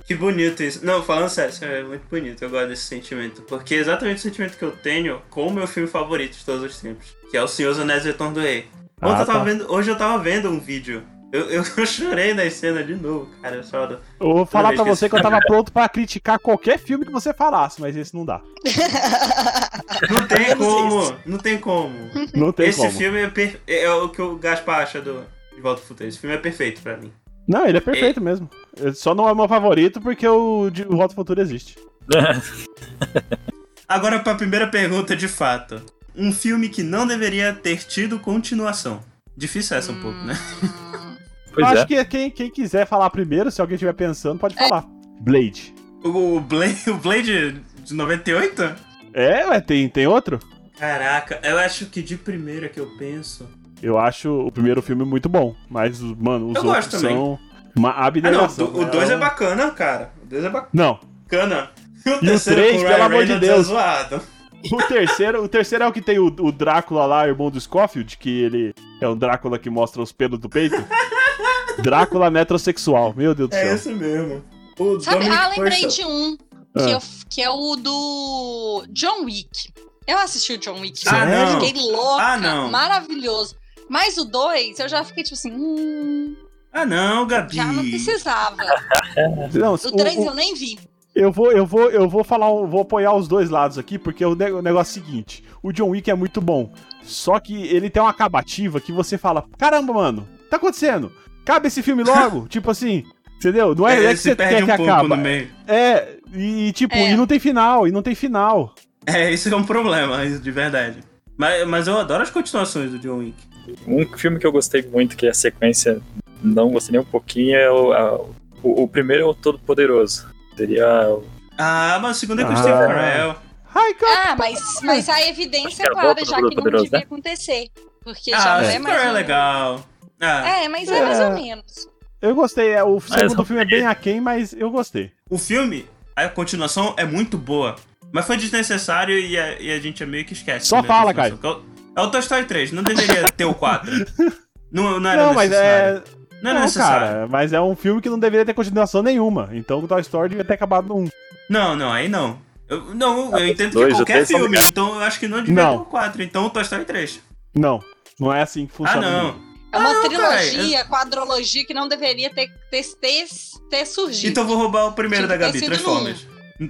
Speaker 1: Que bonito isso. Não, falando sério, sério, é muito bonito. Eu gosto desse sentimento. Porque é exatamente o sentimento que eu tenho com o meu filme favorito de todos os tempos. Que é o Senhor dos Anéis e o Retorno do Rei. Ontem
Speaker 3: Ah,
Speaker 1: eu tava
Speaker 3: tá.
Speaker 1: vendo, hoje eu tava vendo um vídeo. Eu, eu, chorei nas cenas de novo, cara. Eu choro.
Speaker 3: Eu vou falar
Speaker 1: vez
Speaker 3: pra
Speaker 1: que
Speaker 3: você
Speaker 1: esse
Speaker 3: que eu tava pronto pra criticar qualquer filme que você falasse, mas esse não dá.
Speaker 1: Não tem como. Não tem como.
Speaker 3: Não tem
Speaker 1: Esse
Speaker 3: como.
Speaker 1: filme é, per- é o que o Gaspar acha do De Volta ao Futuro. Esse filme é perfeito pra mim.
Speaker 3: Não, ele é perfeito mesmo. Ele Só não é o meu favorito porque o de o Roto Futuro existe.
Speaker 1: Agora pra primeira pergunta de fato. Um filme que não deveria ter tido continuação. Difícil essa um pouco, né?
Speaker 3: eu
Speaker 8: Pois é.
Speaker 3: acho que quem, quem quiser falar primeiro, se alguém estiver pensando, pode falar. Blade.
Speaker 1: O Blade, o Blade de 98?
Speaker 3: É, ué, tem, tem outro?
Speaker 1: Caraca, eu acho que de primeira que eu penso.
Speaker 3: Eu acho o primeiro filme muito bom, mas, os- mano, os
Speaker 1: Eu
Speaker 3: outros
Speaker 1: gosto também.
Speaker 3: são uma
Speaker 1: Ah, não,
Speaker 3: abnegação.
Speaker 1: o 2 é
Speaker 3: bacana.
Speaker 1: bacana, cara. O 2 é
Speaker 3: Não,
Speaker 1: bacana. E o
Speaker 3: três,
Speaker 1: com o
Speaker 3: pelo
Speaker 1: Ryan
Speaker 3: amor de
Speaker 1: Reynolds
Speaker 3: Deus.
Speaker 1: É zoado.
Speaker 3: o terceiro, o terceiro é o que tem o, o Drácula lá, irmão do Scofield, que ele é um Drácula que mostra os pelos do peito. Drácula metrosexual, meu Deus do
Speaker 1: É
Speaker 3: céu.
Speaker 1: isso mesmo. O
Speaker 2: Sabe,
Speaker 1: Dominic
Speaker 2: ah, lembrei
Speaker 1: Purcell.
Speaker 2: de um,
Speaker 3: Ah.
Speaker 2: que, eu f- que é o do John Wick. Eu assisti o John Wick,
Speaker 1: Ah,
Speaker 2: eu
Speaker 1: não.
Speaker 2: fiquei louca,
Speaker 1: Ah, não.
Speaker 2: maravilhoso. Mas o dois eu já fiquei tipo assim, hum,
Speaker 1: Ah, não, Gabi. É,
Speaker 2: já não precisava.
Speaker 3: Não,
Speaker 2: O
Speaker 3: o-
Speaker 2: três
Speaker 3: o-
Speaker 2: eu nem vi.
Speaker 3: Eu vou, eu vou, eu vou falar, um- vou apoiar os dois lados aqui, porque o, ne- o negócio é o seguinte: o John Wick é muito bom, só que ele tem uma acabativa que você fala, caramba, mano, tá acontecendo? Cabe esse filme logo, tipo assim, entendeu? Não é, não é
Speaker 1: Ele
Speaker 3: que
Speaker 1: se
Speaker 3: você
Speaker 1: perde
Speaker 3: quer
Speaker 1: um
Speaker 3: que
Speaker 1: pouco
Speaker 3: acaba.
Speaker 1: no meio.
Speaker 3: É e, e, tipo,
Speaker 2: É.
Speaker 3: e não tem final, e não tem final.
Speaker 1: É, isso é um problema, isso de verdade. Mas, mas eu adoro as continuações do John Wick.
Speaker 8: Um filme que eu gostei muito, que é a sequência, não gostei nem um pouquinho, é o, a- o, o primeiro é o Todo Poderoso. Seria o
Speaker 1: Ah, mas o segundo é com o
Speaker 3: Ah.
Speaker 1: Steve Carell.
Speaker 3: Ai, cara,
Speaker 2: Ah, mas, mas a evidência é
Speaker 8: Acho que é a
Speaker 2: clara
Speaker 8: volta do
Speaker 2: já que não
Speaker 8: Poderoso,
Speaker 2: devia
Speaker 8: né?
Speaker 2: acontecer. Porque já
Speaker 1: Ah,
Speaker 2: não
Speaker 1: o
Speaker 2: é
Speaker 1: Steve Carell é
Speaker 2: mais. um-
Speaker 1: legal. Ah,
Speaker 2: É, mas é mais
Speaker 3: É.
Speaker 2: ou menos.
Speaker 3: eu gostei. é, o segundo
Speaker 8: só-
Speaker 3: filme é bem aquém, mas eu gostei.
Speaker 1: O filme, a continuação é muito boa. Mas foi desnecessário e a, e a gente é meio que esquece.
Speaker 3: Só
Speaker 1: né,
Speaker 3: fala,
Speaker 1: da continuação. É o Toy Story 3, não deveria ter o 4. Não, não era
Speaker 3: não, mas
Speaker 1: necessário.
Speaker 3: é,
Speaker 1: não era
Speaker 3: não,
Speaker 1: necessário.
Speaker 3: cara, mas é um filme que não deveria ter continuação nenhuma. Então, o Toy Story devia ter acabado um. num.
Speaker 1: Não, não, aí não. Eu, não, eu entendo
Speaker 8: dois,
Speaker 1: que
Speaker 8: eu
Speaker 1: qualquer
Speaker 8: tenho só
Speaker 1: filme,
Speaker 8: ligado.
Speaker 1: então eu acho que não devia
Speaker 3: Não.
Speaker 1: ter o 4, então o Toy Story 3.
Speaker 3: Não, não é assim que
Speaker 1: Ah,
Speaker 3: funciona.
Speaker 1: não.
Speaker 2: É uma
Speaker 1: Ah, não,
Speaker 2: trilogia, quadrologia que não deveria ter, ter, ter, ter surgido.
Speaker 1: Então eu vou roubar o primeiro
Speaker 2: Tinha
Speaker 1: da
Speaker 2: que ter
Speaker 1: Gabi,
Speaker 2: sido
Speaker 1: Transformers.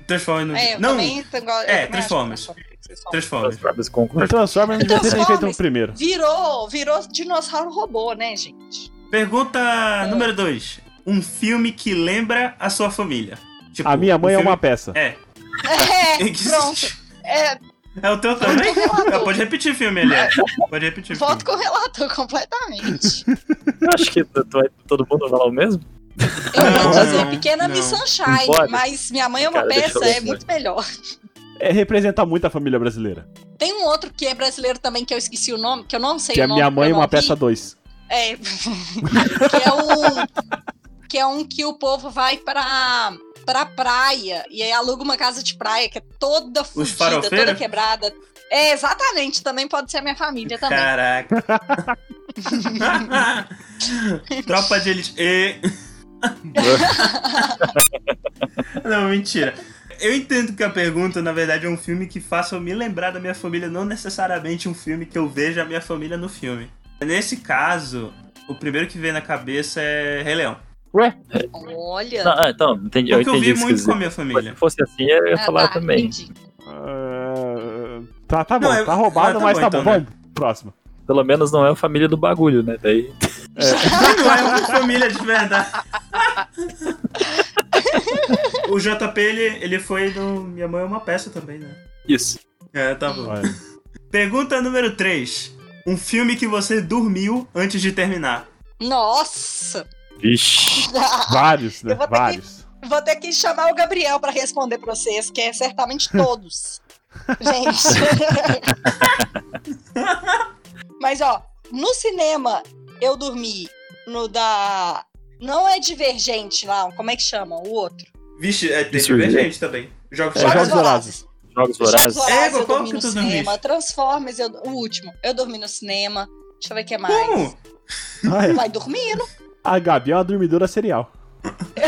Speaker 1: Transformers no...
Speaker 2: É, eu
Speaker 1: não,
Speaker 2: também tenho- eu também acho que
Speaker 1: Transformers.
Speaker 2: Transformers.
Speaker 8: As
Speaker 1: Transformers.
Speaker 8: Próprias
Speaker 3: O
Speaker 8: Concordes.
Speaker 3: Transformers não devia ter nem feito no
Speaker 2: Transformers.
Speaker 3: primeiro.
Speaker 2: Virou, virou dinossauro robô, né, gente?
Speaker 1: Pergunta
Speaker 2: É.
Speaker 1: número 2. Um filme que lembra a sua família. Tipo,
Speaker 3: A minha mãe
Speaker 1: um
Speaker 3: é
Speaker 1: filme-
Speaker 3: uma peça.
Speaker 1: É.
Speaker 2: É, pronto. É,
Speaker 1: É o teu também?
Speaker 2: Voto com o relator.
Speaker 1: Ah, pode repetir filme, aliás. Pode repetir filme.
Speaker 2: voto com o relator completamente.
Speaker 8: Eu acho que t- t- todo mundo fala o mesmo.
Speaker 2: Eu
Speaker 1: Não,
Speaker 2: vou dizer
Speaker 1: não,
Speaker 2: Pequena
Speaker 1: não.
Speaker 2: Miss Sunshine,
Speaker 8: Não pode.
Speaker 2: mas Minha Mãe é uma
Speaker 8: Cara, deixa eu
Speaker 2: peça,
Speaker 8: ver
Speaker 2: é
Speaker 8: se
Speaker 2: muito melhor.
Speaker 3: É representa muito a família brasileira.
Speaker 2: Tem um outro que é brasileiro também, que eu esqueci o nome, que eu não sei
Speaker 3: Que
Speaker 2: o
Speaker 3: é
Speaker 2: um nome.
Speaker 3: Minha
Speaker 2: eu
Speaker 3: Mãe é
Speaker 2: não
Speaker 3: uma
Speaker 2: vi.
Speaker 3: peça 2.
Speaker 2: É. que é um. Que é um que o povo vai pra, pra praia e aí aluga uma casa de praia que é toda fudida,
Speaker 1: farofeiros?
Speaker 2: toda quebrada. É, exatamente, também pode ser a minha família também.
Speaker 1: Caraca. Tropa de elite. E... não, mentira. Eu entendo que a pergunta, na verdade, é um filme que faça eu me lembrar da minha família, não necessariamente um filme que eu veja a minha família no filme. Nesse caso, o primeiro que vem na cabeça é Rei Leão.
Speaker 2: Olha.
Speaker 8: Não, ah, então, entendi, eu
Speaker 1: Porque eu vi
Speaker 8: entendi o que você
Speaker 1: muito
Speaker 8: quis
Speaker 1: com a
Speaker 8: dizer.
Speaker 1: minha
Speaker 8: Mas se
Speaker 1: família.
Speaker 8: fosse assim, eu ia
Speaker 2: Ah,
Speaker 8: falar
Speaker 2: tá,
Speaker 8: também.
Speaker 2: entendi.
Speaker 3: tá, tá bom,
Speaker 1: Ah, Não, é-
Speaker 3: tá roubado,
Speaker 1: ah, tá
Speaker 3: mas
Speaker 1: bom,
Speaker 3: tá bom.
Speaker 1: então,
Speaker 3: Vamos, próximo.
Speaker 8: Pelo menos não é a família do bagulho, né? Daí
Speaker 1: Não é uma família de verdade. o JP, ele, ele foi do Minha Mãe é uma Peça também, né?
Speaker 8: Isso.
Speaker 1: É, tá bom.
Speaker 3: Olha.
Speaker 1: Pergunta número 3. Um filme que você dormiu antes de terminar.
Speaker 2: Nossa!
Speaker 8: Vixe.
Speaker 3: Vários, né?
Speaker 2: Eu vou ter que-
Speaker 3: Vários.
Speaker 2: Vou ter que chamar o Gabriel pra responder pra vocês, que é certamente todos. Gente. Mas, ó, no cinema eu dormi no da. Não é divergente lá, como é que chama? O outro.
Speaker 1: Vixe, é, tem
Speaker 8: Isso,
Speaker 1: divergente também. Jogos
Speaker 8: É,
Speaker 1: Vorazes.
Speaker 3: Jogos Vorazes.
Speaker 8: Jogos
Speaker 2: Jogos
Speaker 8: Vorazes.
Speaker 1: É,
Speaker 2: Vorazes eu
Speaker 1: qual
Speaker 2: dormi
Speaker 1: que
Speaker 2: no
Speaker 1: tu dormiste?
Speaker 2: cinema. Transformers, eu- o último. Eu dormi no cinema. Deixa eu ver o que mais.
Speaker 1: Como?
Speaker 3: Ah, é.
Speaker 2: Vai dormindo.
Speaker 3: A Gabi é uma dormidora serial.
Speaker 2: né?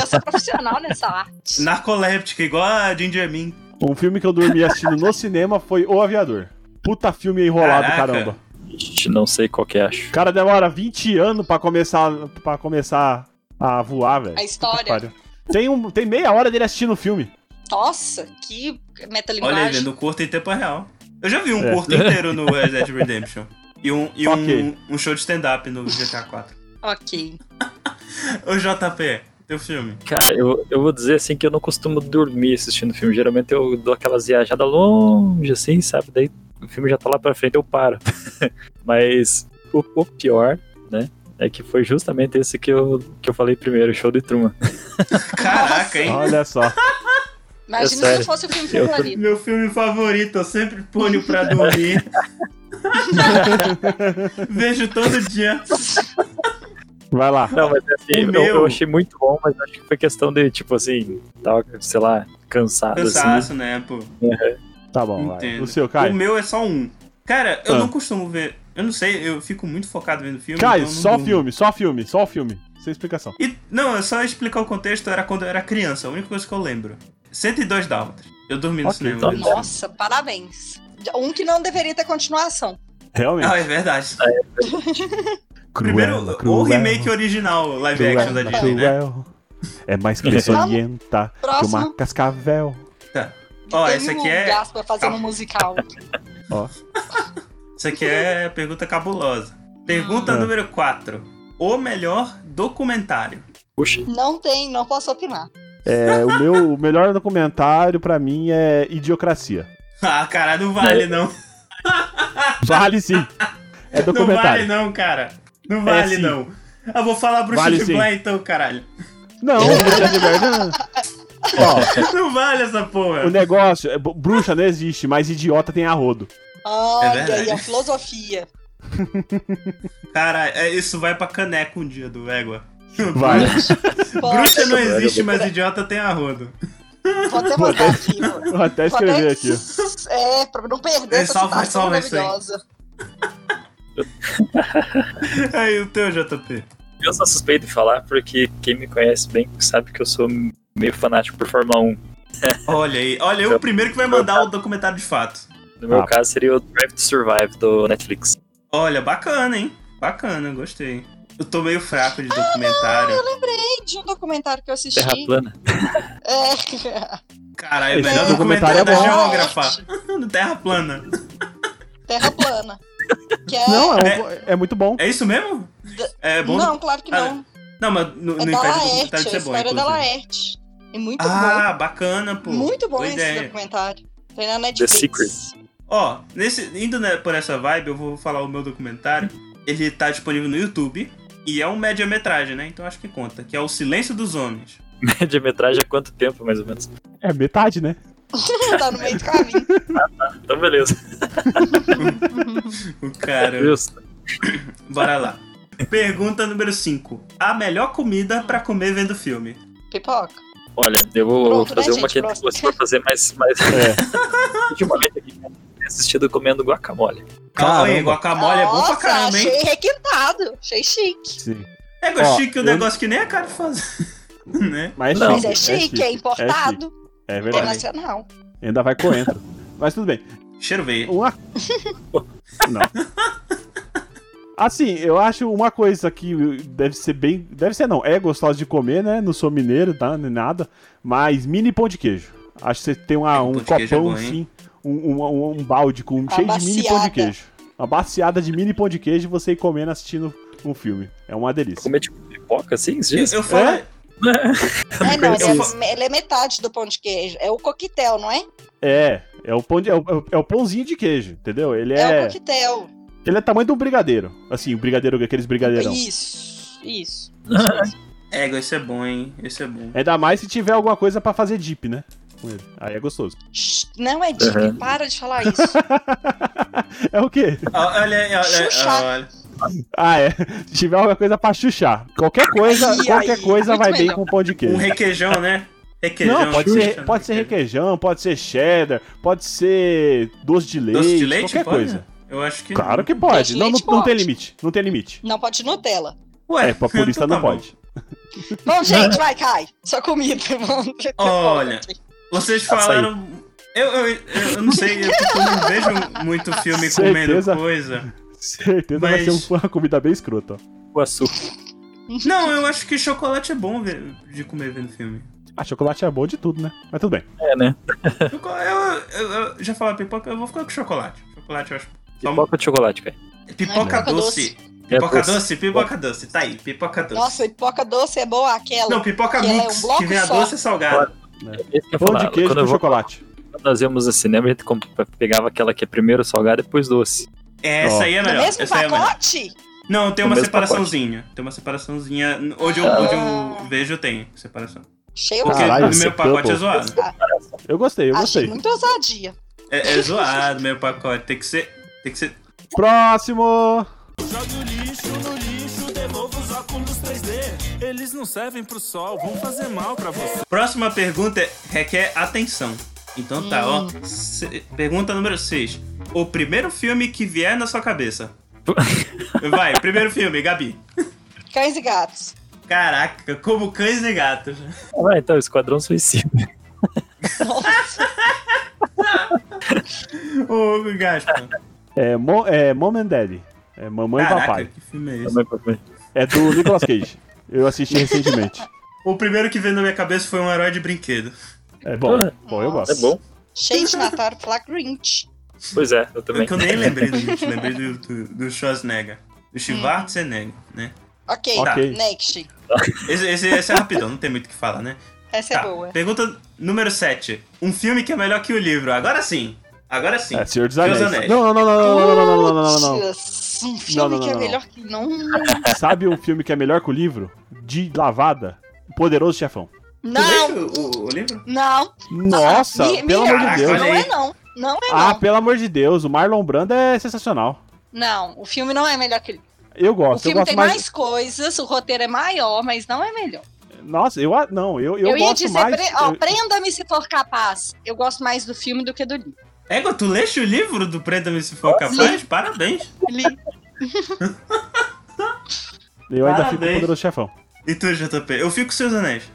Speaker 2: Eu sou profissional nessa arte.
Speaker 1: Narcoléptica, igual a Ginger Min.
Speaker 3: Um filme que eu dormi assistindo no cinema foi O Aviador. Puta filme enrolado,
Speaker 1: Caraca.
Speaker 3: caramba.
Speaker 8: Gente, Não sei qual que é, acho.
Speaker 3: O cara demora 20 anos pra começar, pra começar a voar, velho.
Speaker 2: A
Speaker 3: Que
Speaker 2: história.
Speaker 3: pariu. Tem, um, tem meia hora dele assistindo o filme.
Speaker 2: Nossa, que
Speaker 1: Olha aí,
Speaker 2: metalinguagem.
Speaker 1: no curto em tempo é real. Eu já vi um
Speaker 3: É.
Speaker 1: curto inteiro no Red Dead Redemption. E um, e um,
Speaker 3: Ok.
Speaker 1: um show de stand-up no GTA 4.
Speaker 2: Ok.
Speaker 1: Ô JP, teu filme.
Speaker 8: Cara, eu, eu vou dizer assim que eu não costumo dormir assistindo filme. Geralmente eu dou aquelas viajadas longe, assim, sabe? Daí o filme já tá lá pra frente, eu paro. Mas o, o pior, né? É que foi justamente esse que eu, que eu falei primeiro, o show de Truman.
Speaker 1: Caraca, hein?
Speaker 3: Olha só.
Speaker 2: Imagina se
Speaker 8: sério.
Speaker 2: não fosse o filme
Speaker 8: Eu tô-
Speaker 2: favorito.
Speaker 1: Meu filme favorito, eu sempre ponho pra dormir. Vejo todo dia.
Speaker 3: Vai lá.
Speaker 8: Não, mas assim,
Speaker 1: Ah, O
Speaker 8: eu,
Speaker 1: meu.
Speaker 8: eu achei muito bom, mas acho que foi questão de, tipo assim, tava, sei lá, cansado, assim.
Speaker 1: Cansaço, né, pô?
Speaker 3: Tá bom, vai.
Speaker 1: Entendo.
Speaker 3: O seu, Caio.
Speaker 1: O meu é só um. Cara, eu
Speaker 3: Ah.
Speaker 1: não costumo ver. Eu não sei, eu fico muito focado vendo filme.
Speaker 3: Caio,
Speaker 1: então eu não
Speaker 3: só
Speaker 1: durmo.
Speaker 3: filme, só filme, só filme. Sem explicação.
Speaker 1: E, não, é só explicar o contexto, era quando eu era criança, a única coisa que eu lembro. 102 dálmatas. Eu dormi no
Speaker 3: Ok, então.
Speaker 1: cinema.
Speaker 8: tá.
Speaker 1: vendo.
Speaker 2: Nossa, parabéns. Um que não deveria ter continuação.
Speaker 3: Realmente.
Speaker 1: Ah, é verdade.
Speaker 3: Cruel,
Speaker 1: Primeiro, o
Speaker 3: cruel,
Speaker 1: remake original, live action da Disney, né?
Speaker 3: cruel. É mais peçonhenta que uma
Speaker 2: Próximo.
Speaker 3: cascavel.
Speaker 1: Ó,
Speaker 2: Teve
Speaker 1: esse
Speaker 2: um
Speaker 1: aqui é,
Speaker 2: Gaspa fazendo um musical.
Speaker 1: esse aqui é pergunta cabulosa. Pergunta
Speaker 3: Ah.
Speaker 1: número 4. O melhor documentário.
Speaker 8: Puxa,
Speaker 2: Não tem, não posso opinar.
Speaker 3: É, o meu o melhor documentário pra mim é Idiocracia.
Speaker 1: Ah, cara, não
Speaker 3: É
Speaker 1: vale não.
Speaker 3: Vale sim. É
Speaker 1: Não vale
Speaker 3: documentário.
Speaker 1: não, cara. Não vale
Speaker 3: sim.
Speaker 1: não. Eu vou falar Bruxa
Speaker 3: É assim. Vale
Speaker 1: de
Speaker 3: sim.
Speaker 1: Blair então, caralho.
Speaker 3: Não, bruxa de Blair, não. Ó,
Speaker 1: Não vale essa porra.
Speaker 3: o negócio, é, bu- bruxa não existe, mas idiota tem arrodo.
Speaker 2: Olha
Speaker 1: verdade.
Speaker 2: aí, a filosofia.
Speaker 1: Cara, é, isso vai pra caneca um dia do Égua.
Speaker 3: Vai.
Speaker 1: Bruxa não
Speaker 8: Égua,
Speaker 1: existe,
Speaker 8: vou
Speaker 1: mas idiota tem arrodo.
Speaker 2: Vou até mandar aqui. mano.
Speaker 3: Vou até
Speaker 2: Vou até-
Speaker 3: escrever aqui.
Speaker 2: É, pra não perder
Speaker 1: É,
Speaker 2: essa
Speaker 1: salva-
Speaker 2: salva,
Speaker 1: salva isso aí.
Speaker 2: maravilhosa.
Speaker 1: Aí o teu, JP.
Speaker 8: eu sou suspeito de falar, porque quem me conhece bem sabe que eu sou meio fanático por Fórmula 1.
Speaker 1: Olha aí, olha aí o primeiro que vai mandar o documentário de fato.
Speaker 8: No meu
Speaker 3: Ah.
Speaker 8: caso, seria o Drive to Survive do Netflix.
Speaker 1: Olha, bacana, hein? Bacana, gostei. Eu tô meio fraco de documentário.
Speaker 2: Tem de um documentário que eu assisti.
Speaker 8: Terra plana.
Speaker 2: É.
Speaker 1: Caralho, o
Speaker 3: Esse
Speaker 1: melhor
Speaker 3: documentário
Speaker 1: documentário
Speaker 3: é
Speaker 1: da
Speaker 3: bom.
Speaker 1: geógrafa. Do Terra Plana.
Speaker 2: Terra plana. Que é...
Speaker 3: Não, é, um- é muito bom.
Speaker 1: É isso mesmo? É bom?
Speaker 2: Não, claro que
Speaker 1: Ah,
Speaker 2: não.
Speaker 1: Não, mas no,
Speaker 2: É
Speaker 1: no
Speaker 2: da
Speaker 1: impede o
Speaker 2: Laerte,
Speaker 1: documentário tá de
Speaker 2: a
Speaker 1: ser bom,
Speaker 2: história da
Speaker 1: inclusive.
Speaker 2: Laerte. É muito
Speaker 1: Ah, bacana, pô. é.
Speaker 2: bom. Muito bom
Speaker 1: Boa
Speaker 2: esse
Speaker 1: ideia.
Speaker 2: documentário. Tem na Netflix.
Speaker 8: Secret.
Speaker 1: Ó, nesse, indo né, por essa vibe, eu vou falar o meu documentário. Ele tá disponível no YouTube e é um média-metragem, né? Então acho que conta. Que é O Silêncio dos Homens.
Speaker 8: Média né? metragem há quanto tempo, mais ou menos?
Speaker 3: É metade, né?
Speaker 2: tá no meio do caminho.
Speaker 8: Então, beleza.
Speaker 1: O cara.
Speaker 8: Justo.
Speaker 1: Bora lá. Pergunta número 5. A melhor comida pra comer vendo filme?
Speaker 2: Pipoca.
Speaker 8: Olha, eu vou
Speaker 2: Pronto,
Speaker 8: fazer
Speaker 2: né,
Speaker 8: uma
Speaker 2: gente?
Speaker 8: que
Speaker 2: Pronto.
Speaker 8: você vai fazer mais. mais...
Speaker 3: É.
Speaker 8: Ultimamente aqui, eu tenho assistido comendo guacamole.
Speaker 1: Calma aí,
Speaker 3: Caramba.
Speaker 1: guacamole é bom pra
Speaker 2: Nossa,
Speaker 1: caramba, hein?
Speaker 2: achei requintado. Achei chique.
Speaker 3: Sim.
Speaker 1: É
Speaker 3: Ó,
Speaker 1: chique o
Speaker 3: eu-
Speaker 1: negócio que nem é a cara faz. né?
Speaker 3: Mas é
Speaker 8: Não.
Speaker 2: Mas é chique, é, importado,
Speaker 3: É verdade.
Speaker 2: internacional.
Speaker 3: Ainda vai coentro. Mas tudo bem.
Speaker 1: Cheiro veio.
Speaker 3: Uma... Não. Assim, eu acho uma coisa que deve ser bem. Deve ser não, é gostosa de comer, né? Não sou mineiro, tá? Nem nada. Mas mini pão de queijo. Acho que você tem uma-
Speaker 1: Mini
Speaker 3: um
Speaker 1: pão de queijo é
Speaker 3: copão
Speaker 1: bom, hein?
Speaker 3: assim, um, um, um- um balde com
Speaker 2: Uma
Speaker 3: cheio de mini pão de
Speaker 2: baciada.
Speaker 3: queijo. Uma baciada de mini pão de queijo e você ir comendo assistindo um filme. É uma delícia.
Speaker 8: Comer tipo pipoca, assim, esses
Speaker 1: Eu,
Speaker 8: dias?
Speaker 1: eu falo,
Speaker 3: É?
Speaker 2: É, não, ele
Speaker 1: conheço
Speaker 2: é, ele é metade do pão de queijo. É o coquetel, não é?
Speaker 3: É, é o, pão de- é o- é o- é o pãozinho de queijo, entendeu? Ele
Speaker 2: É, o
Speaker 3: é.
Speaker 2: coquetel.
Speaker 3: Ele é tamanho de um brigadeiro. Assim, o brigadeiro, aqueles brigadeirão.
Speaker 2: Isso, isso.
Speaker 1: É, esse é bom, hein? Esse é bom.
Speaker 3: Ainda mais se tiver alguma coisa pra fazer dip, né? Com ele. Aí é gostoso.
Speaker 2: Shh, Não é dica,
Speaker 8: Uhum.
Speaker 2: para de falar isso.
Speaker 3: é o quê?
Speaker 1: Ó, Ah, Olha aí, olha,
Speaker 2: Xuxa.
Speaker 1: olha.
Speaker 3: Ah, é. Se tiver alguma coisa pra chuchar. Qualquer coisa,
Speaker 2: Ai,
Speaker 3: qualquer
Speaker 2: ai,
Speaker 3: coisa
Speaker 2: muito
Speaker 3: vai bem
Speaker 2: melhor.
Speaker 3: com pão de
Speaker 1: Um
Speaker 3: queijo.
Speaker 1: requeijão, um né? Requeijão.
Speaker 3: Não, pode
Speaker 1: Xuxa,
Speaker 3: ser, pode ser requeijão, pode ser cheddar, pode ser doce de leite,
Speaker 1: Doce de leite?
Speaker 3: qualquer
Speaker 1: pode?
Speaker 3: coisa.
Speaker 1: Eu acho que.
Speaker 3: Claro que
Speaker 2: Doce
Speaker 3: pode.
Speaker 2: de
Speaker 3: Não, não,
Speaker 2: leite
Speaker 3: não tem
Speaker 2: pode.
Speaker 3: limite. Não tem limite.
Speaker 2: Não pode Nutella.
Speaker 1: Ué,
Speaker 3: É, pra purista
Speaker 1: então tá
Speaker 3: não
Speaker 1: bom.
Speaker 3: pode.
Speaker 2: Bom, gente, vai, cai. Sua comida. Vamos ter
Speaker 1: Olha.
Speaker 2: fome aqui.
Speaker 1: Vocês
Speaker 8: Açaí.
Speaker 1: falaram. Eu, eu, eu- eu não sei, eu, tipo, não vejo muito filme
Speaker 3: Certeza.
Speaker 1: comendo coisa.
Speaker 3: Certeza
Speaker 1: Mas-
Speaker 3: vai ser uma comida bem escrota.
Speaker 8: O açúcar.
Speaker 1: Não, eu acho que chocolate é bom ver- de comer vendo filme.
Speaker 3: Ah, chocolate é bom de tudo, né? Mas tudo bem.
Speaker 8: É, né?
Speaker 1: Eu, eu- eu- eu já falei pipoca, eu vou ficar com chocolate. Chocolate eu acho. Toma-
Speaker 8: Pipoca de chocolate, cara.
Speaker 1: Pipoca
Speaker 2: pipoca
Speaker 1: doce.
Speaker 8: É
Speaker 1: Pipoca
Speaker 8: doce.
Speaker 1: doce. pipoca doce. Tá aí, pipoca doce.
Speaker 2: Nossa, pipoca doce é boa aquela.
Speaker 1: não, pipoca
Speaker 2: que ela é
Speaker 1: mix,
Speaker 2: um bloco
Speaker 1: que vem a
Speaker 2: só.
Speaker 1: doce e salgada.
Speaker 8: Esse que eu ia
Speaker 3: Pão
Speaker 8: falar,
Speaker 3: de queijo
Speaker 8: quando
Speaker 3: com
Speaker 8: eu vou-
Speaker 3: chocolate.
Speaker 8: quando nós íamos no cinema, a gente comp- pegava aquela que é primeiro salgada e depois doce.
Speaker 1: É,
Speaker 3: Ó.
Speaker 1: Essa aí é
Speaker 2: no
Speaker 1: melhor.
Speaker 2: mesmo
Speaker 1: Essa aí é melhor.
Speaker 2: pacote?
Speaker 1: Não, tem
Speaker 8: No
Speaker 1: uma
Speaker 8: mesmo
Speaker 1: separaçãozinha. Tem uma separaçãozinha. Onde eu, onde eu vejo, tem separação.
Speaker 2: Cheio
Speaker 1: Porque
Speaker 3: Ah. Caralho,
Speaker 1: no
Speaker 3: isso é
Speaker 1: meu pacote
Speaker 3: double.
Speaker 1: é zoado.
Speaker 3: Eu gostei, eu
Speaker 2: Achei
Speaker 3: gostei.
Speaker 2: muito ousadia.
Speaker 1: É, é zoado meu pacote. Tem que ser. Tem que ser.
Speaker 3: Próximo!
Speaker 1: Próxima pergunta é- requer atenção. Então tá,
Speaker 3: Hum.
Speaker 1: ó. Se- pergunta número 6. O primeiro filme que vier na sua cabeça. Vai, primeiro filme, Gabi.
Speaker 2: Cães e gatos.
Speaker 1: Caraca, como cães e gatos.
Speaker 8: Ah, então, Esquadrão Suicida.
Speaker 1: Ô, Hugo Gaspa.
Speaker 3: É, Mo, é Mom and Daddy. É Mamãe e
Speaker 1: Caraca,
Speaker 3: Papai.
Speaker 1: que filme é esse?
Speaker 8: Também pra mim.
Speaker 3: É do Nicolas Cage. Eu assisti recentemente.
Speaker 1: O primeiro que veio na minha cabeça foi um herói de brinquedo.
Speaker 3: É bom.
Speaker 8: Ah,
Speaker 3: Bom, eu gosto.
Speaker 8: É bom?
Speaker 2: Cheio de Natal pra Grinch.
Speaker 8: Pois é, eu também.
Speaker 1: Que eu nem lembrei do gente, lembrei do, do, do Schwarzenegger. Do Schwarzenegger, né?
Speaker 2: Ok,
Speaker 3: Ok.
Speaker 2: next.
Speaker 1: Esse, esse, esse é rapidão, não tem muito o que falar, né?
Speaker 2: Essa
Speaker 1: Tá,
Speaker 2: é boa.
Speaker 1: Pergunta número 7. Um filme que é melhor que o livro. Agora sim. Agora sim.
Speaker 3: É Senhor dos Anéis.
Speaker 1: Anéis.
Speaker 3: Não, não, não, não, não, não, não, não, não, não, não, não.
Speaker 2: Putz, Um filme
Speaker 3: Não, não, não,
Speaker 2: que é
Speaker 3: não.
Speaker 2: melhor que não.
Speaker 3: Sabe um filme que é melhor que o livro? De lavada? Poderoso Chefão.
Speaker 1: Tu
Speaker 2: Não,
Speaker 1: leu o, o livro?
Speaker 2: não.
Speaker 3: Nossa,
Speaker 2: Mi-
Speaker 3: pelo
Speaker 2: Mira,
Speaker 3: amor de Deus.
Speaker 1: Caraca,
Speaker 2: Não
Speaker 1: olha
Speaker 2: é
Speaker 1: aí.
Speaker 2: não. Não é
Speaker 3: Ah,
Speaker 2: não.
Speaker 3: pelo amor de Deus, o Marlon Brando é sensacional.
Speaker 2: Não, o filme não é melhor que ele.
Speaker 3: Eu
Speaker 2: O
Speaker 3: gosto, eu
Speaker 2: filme
Speaker 3: gosto
Speaker 2: tem
Speaker 3: mais.
Speaker 2: mais coisas, o roteiro é maior, mas não é melhor.
Speaker 3: Nossa, eu a- não, eu, eu,
Speaker 2: ia
Speaker 3: gosto
Speaker 2: dizer,
Speaker 3: mais.
Speaker 2: pre- ó,
Speaker 3: eu-
Speaker 2: prenda-me se for capaz. Eu gosto mais do filme do que do livro.
Speaker 1: Égua, tu leste o livro do Prenda-me se for capaz? Parabéns.
Speaker 2: Li.
Speaker 3: Eu ainda fico com o
Speaker 1: Parabéns.
Speaker 3: Poderoso Chefão.
Speaker 1: E tu, JP? Eu fico com seus anéis.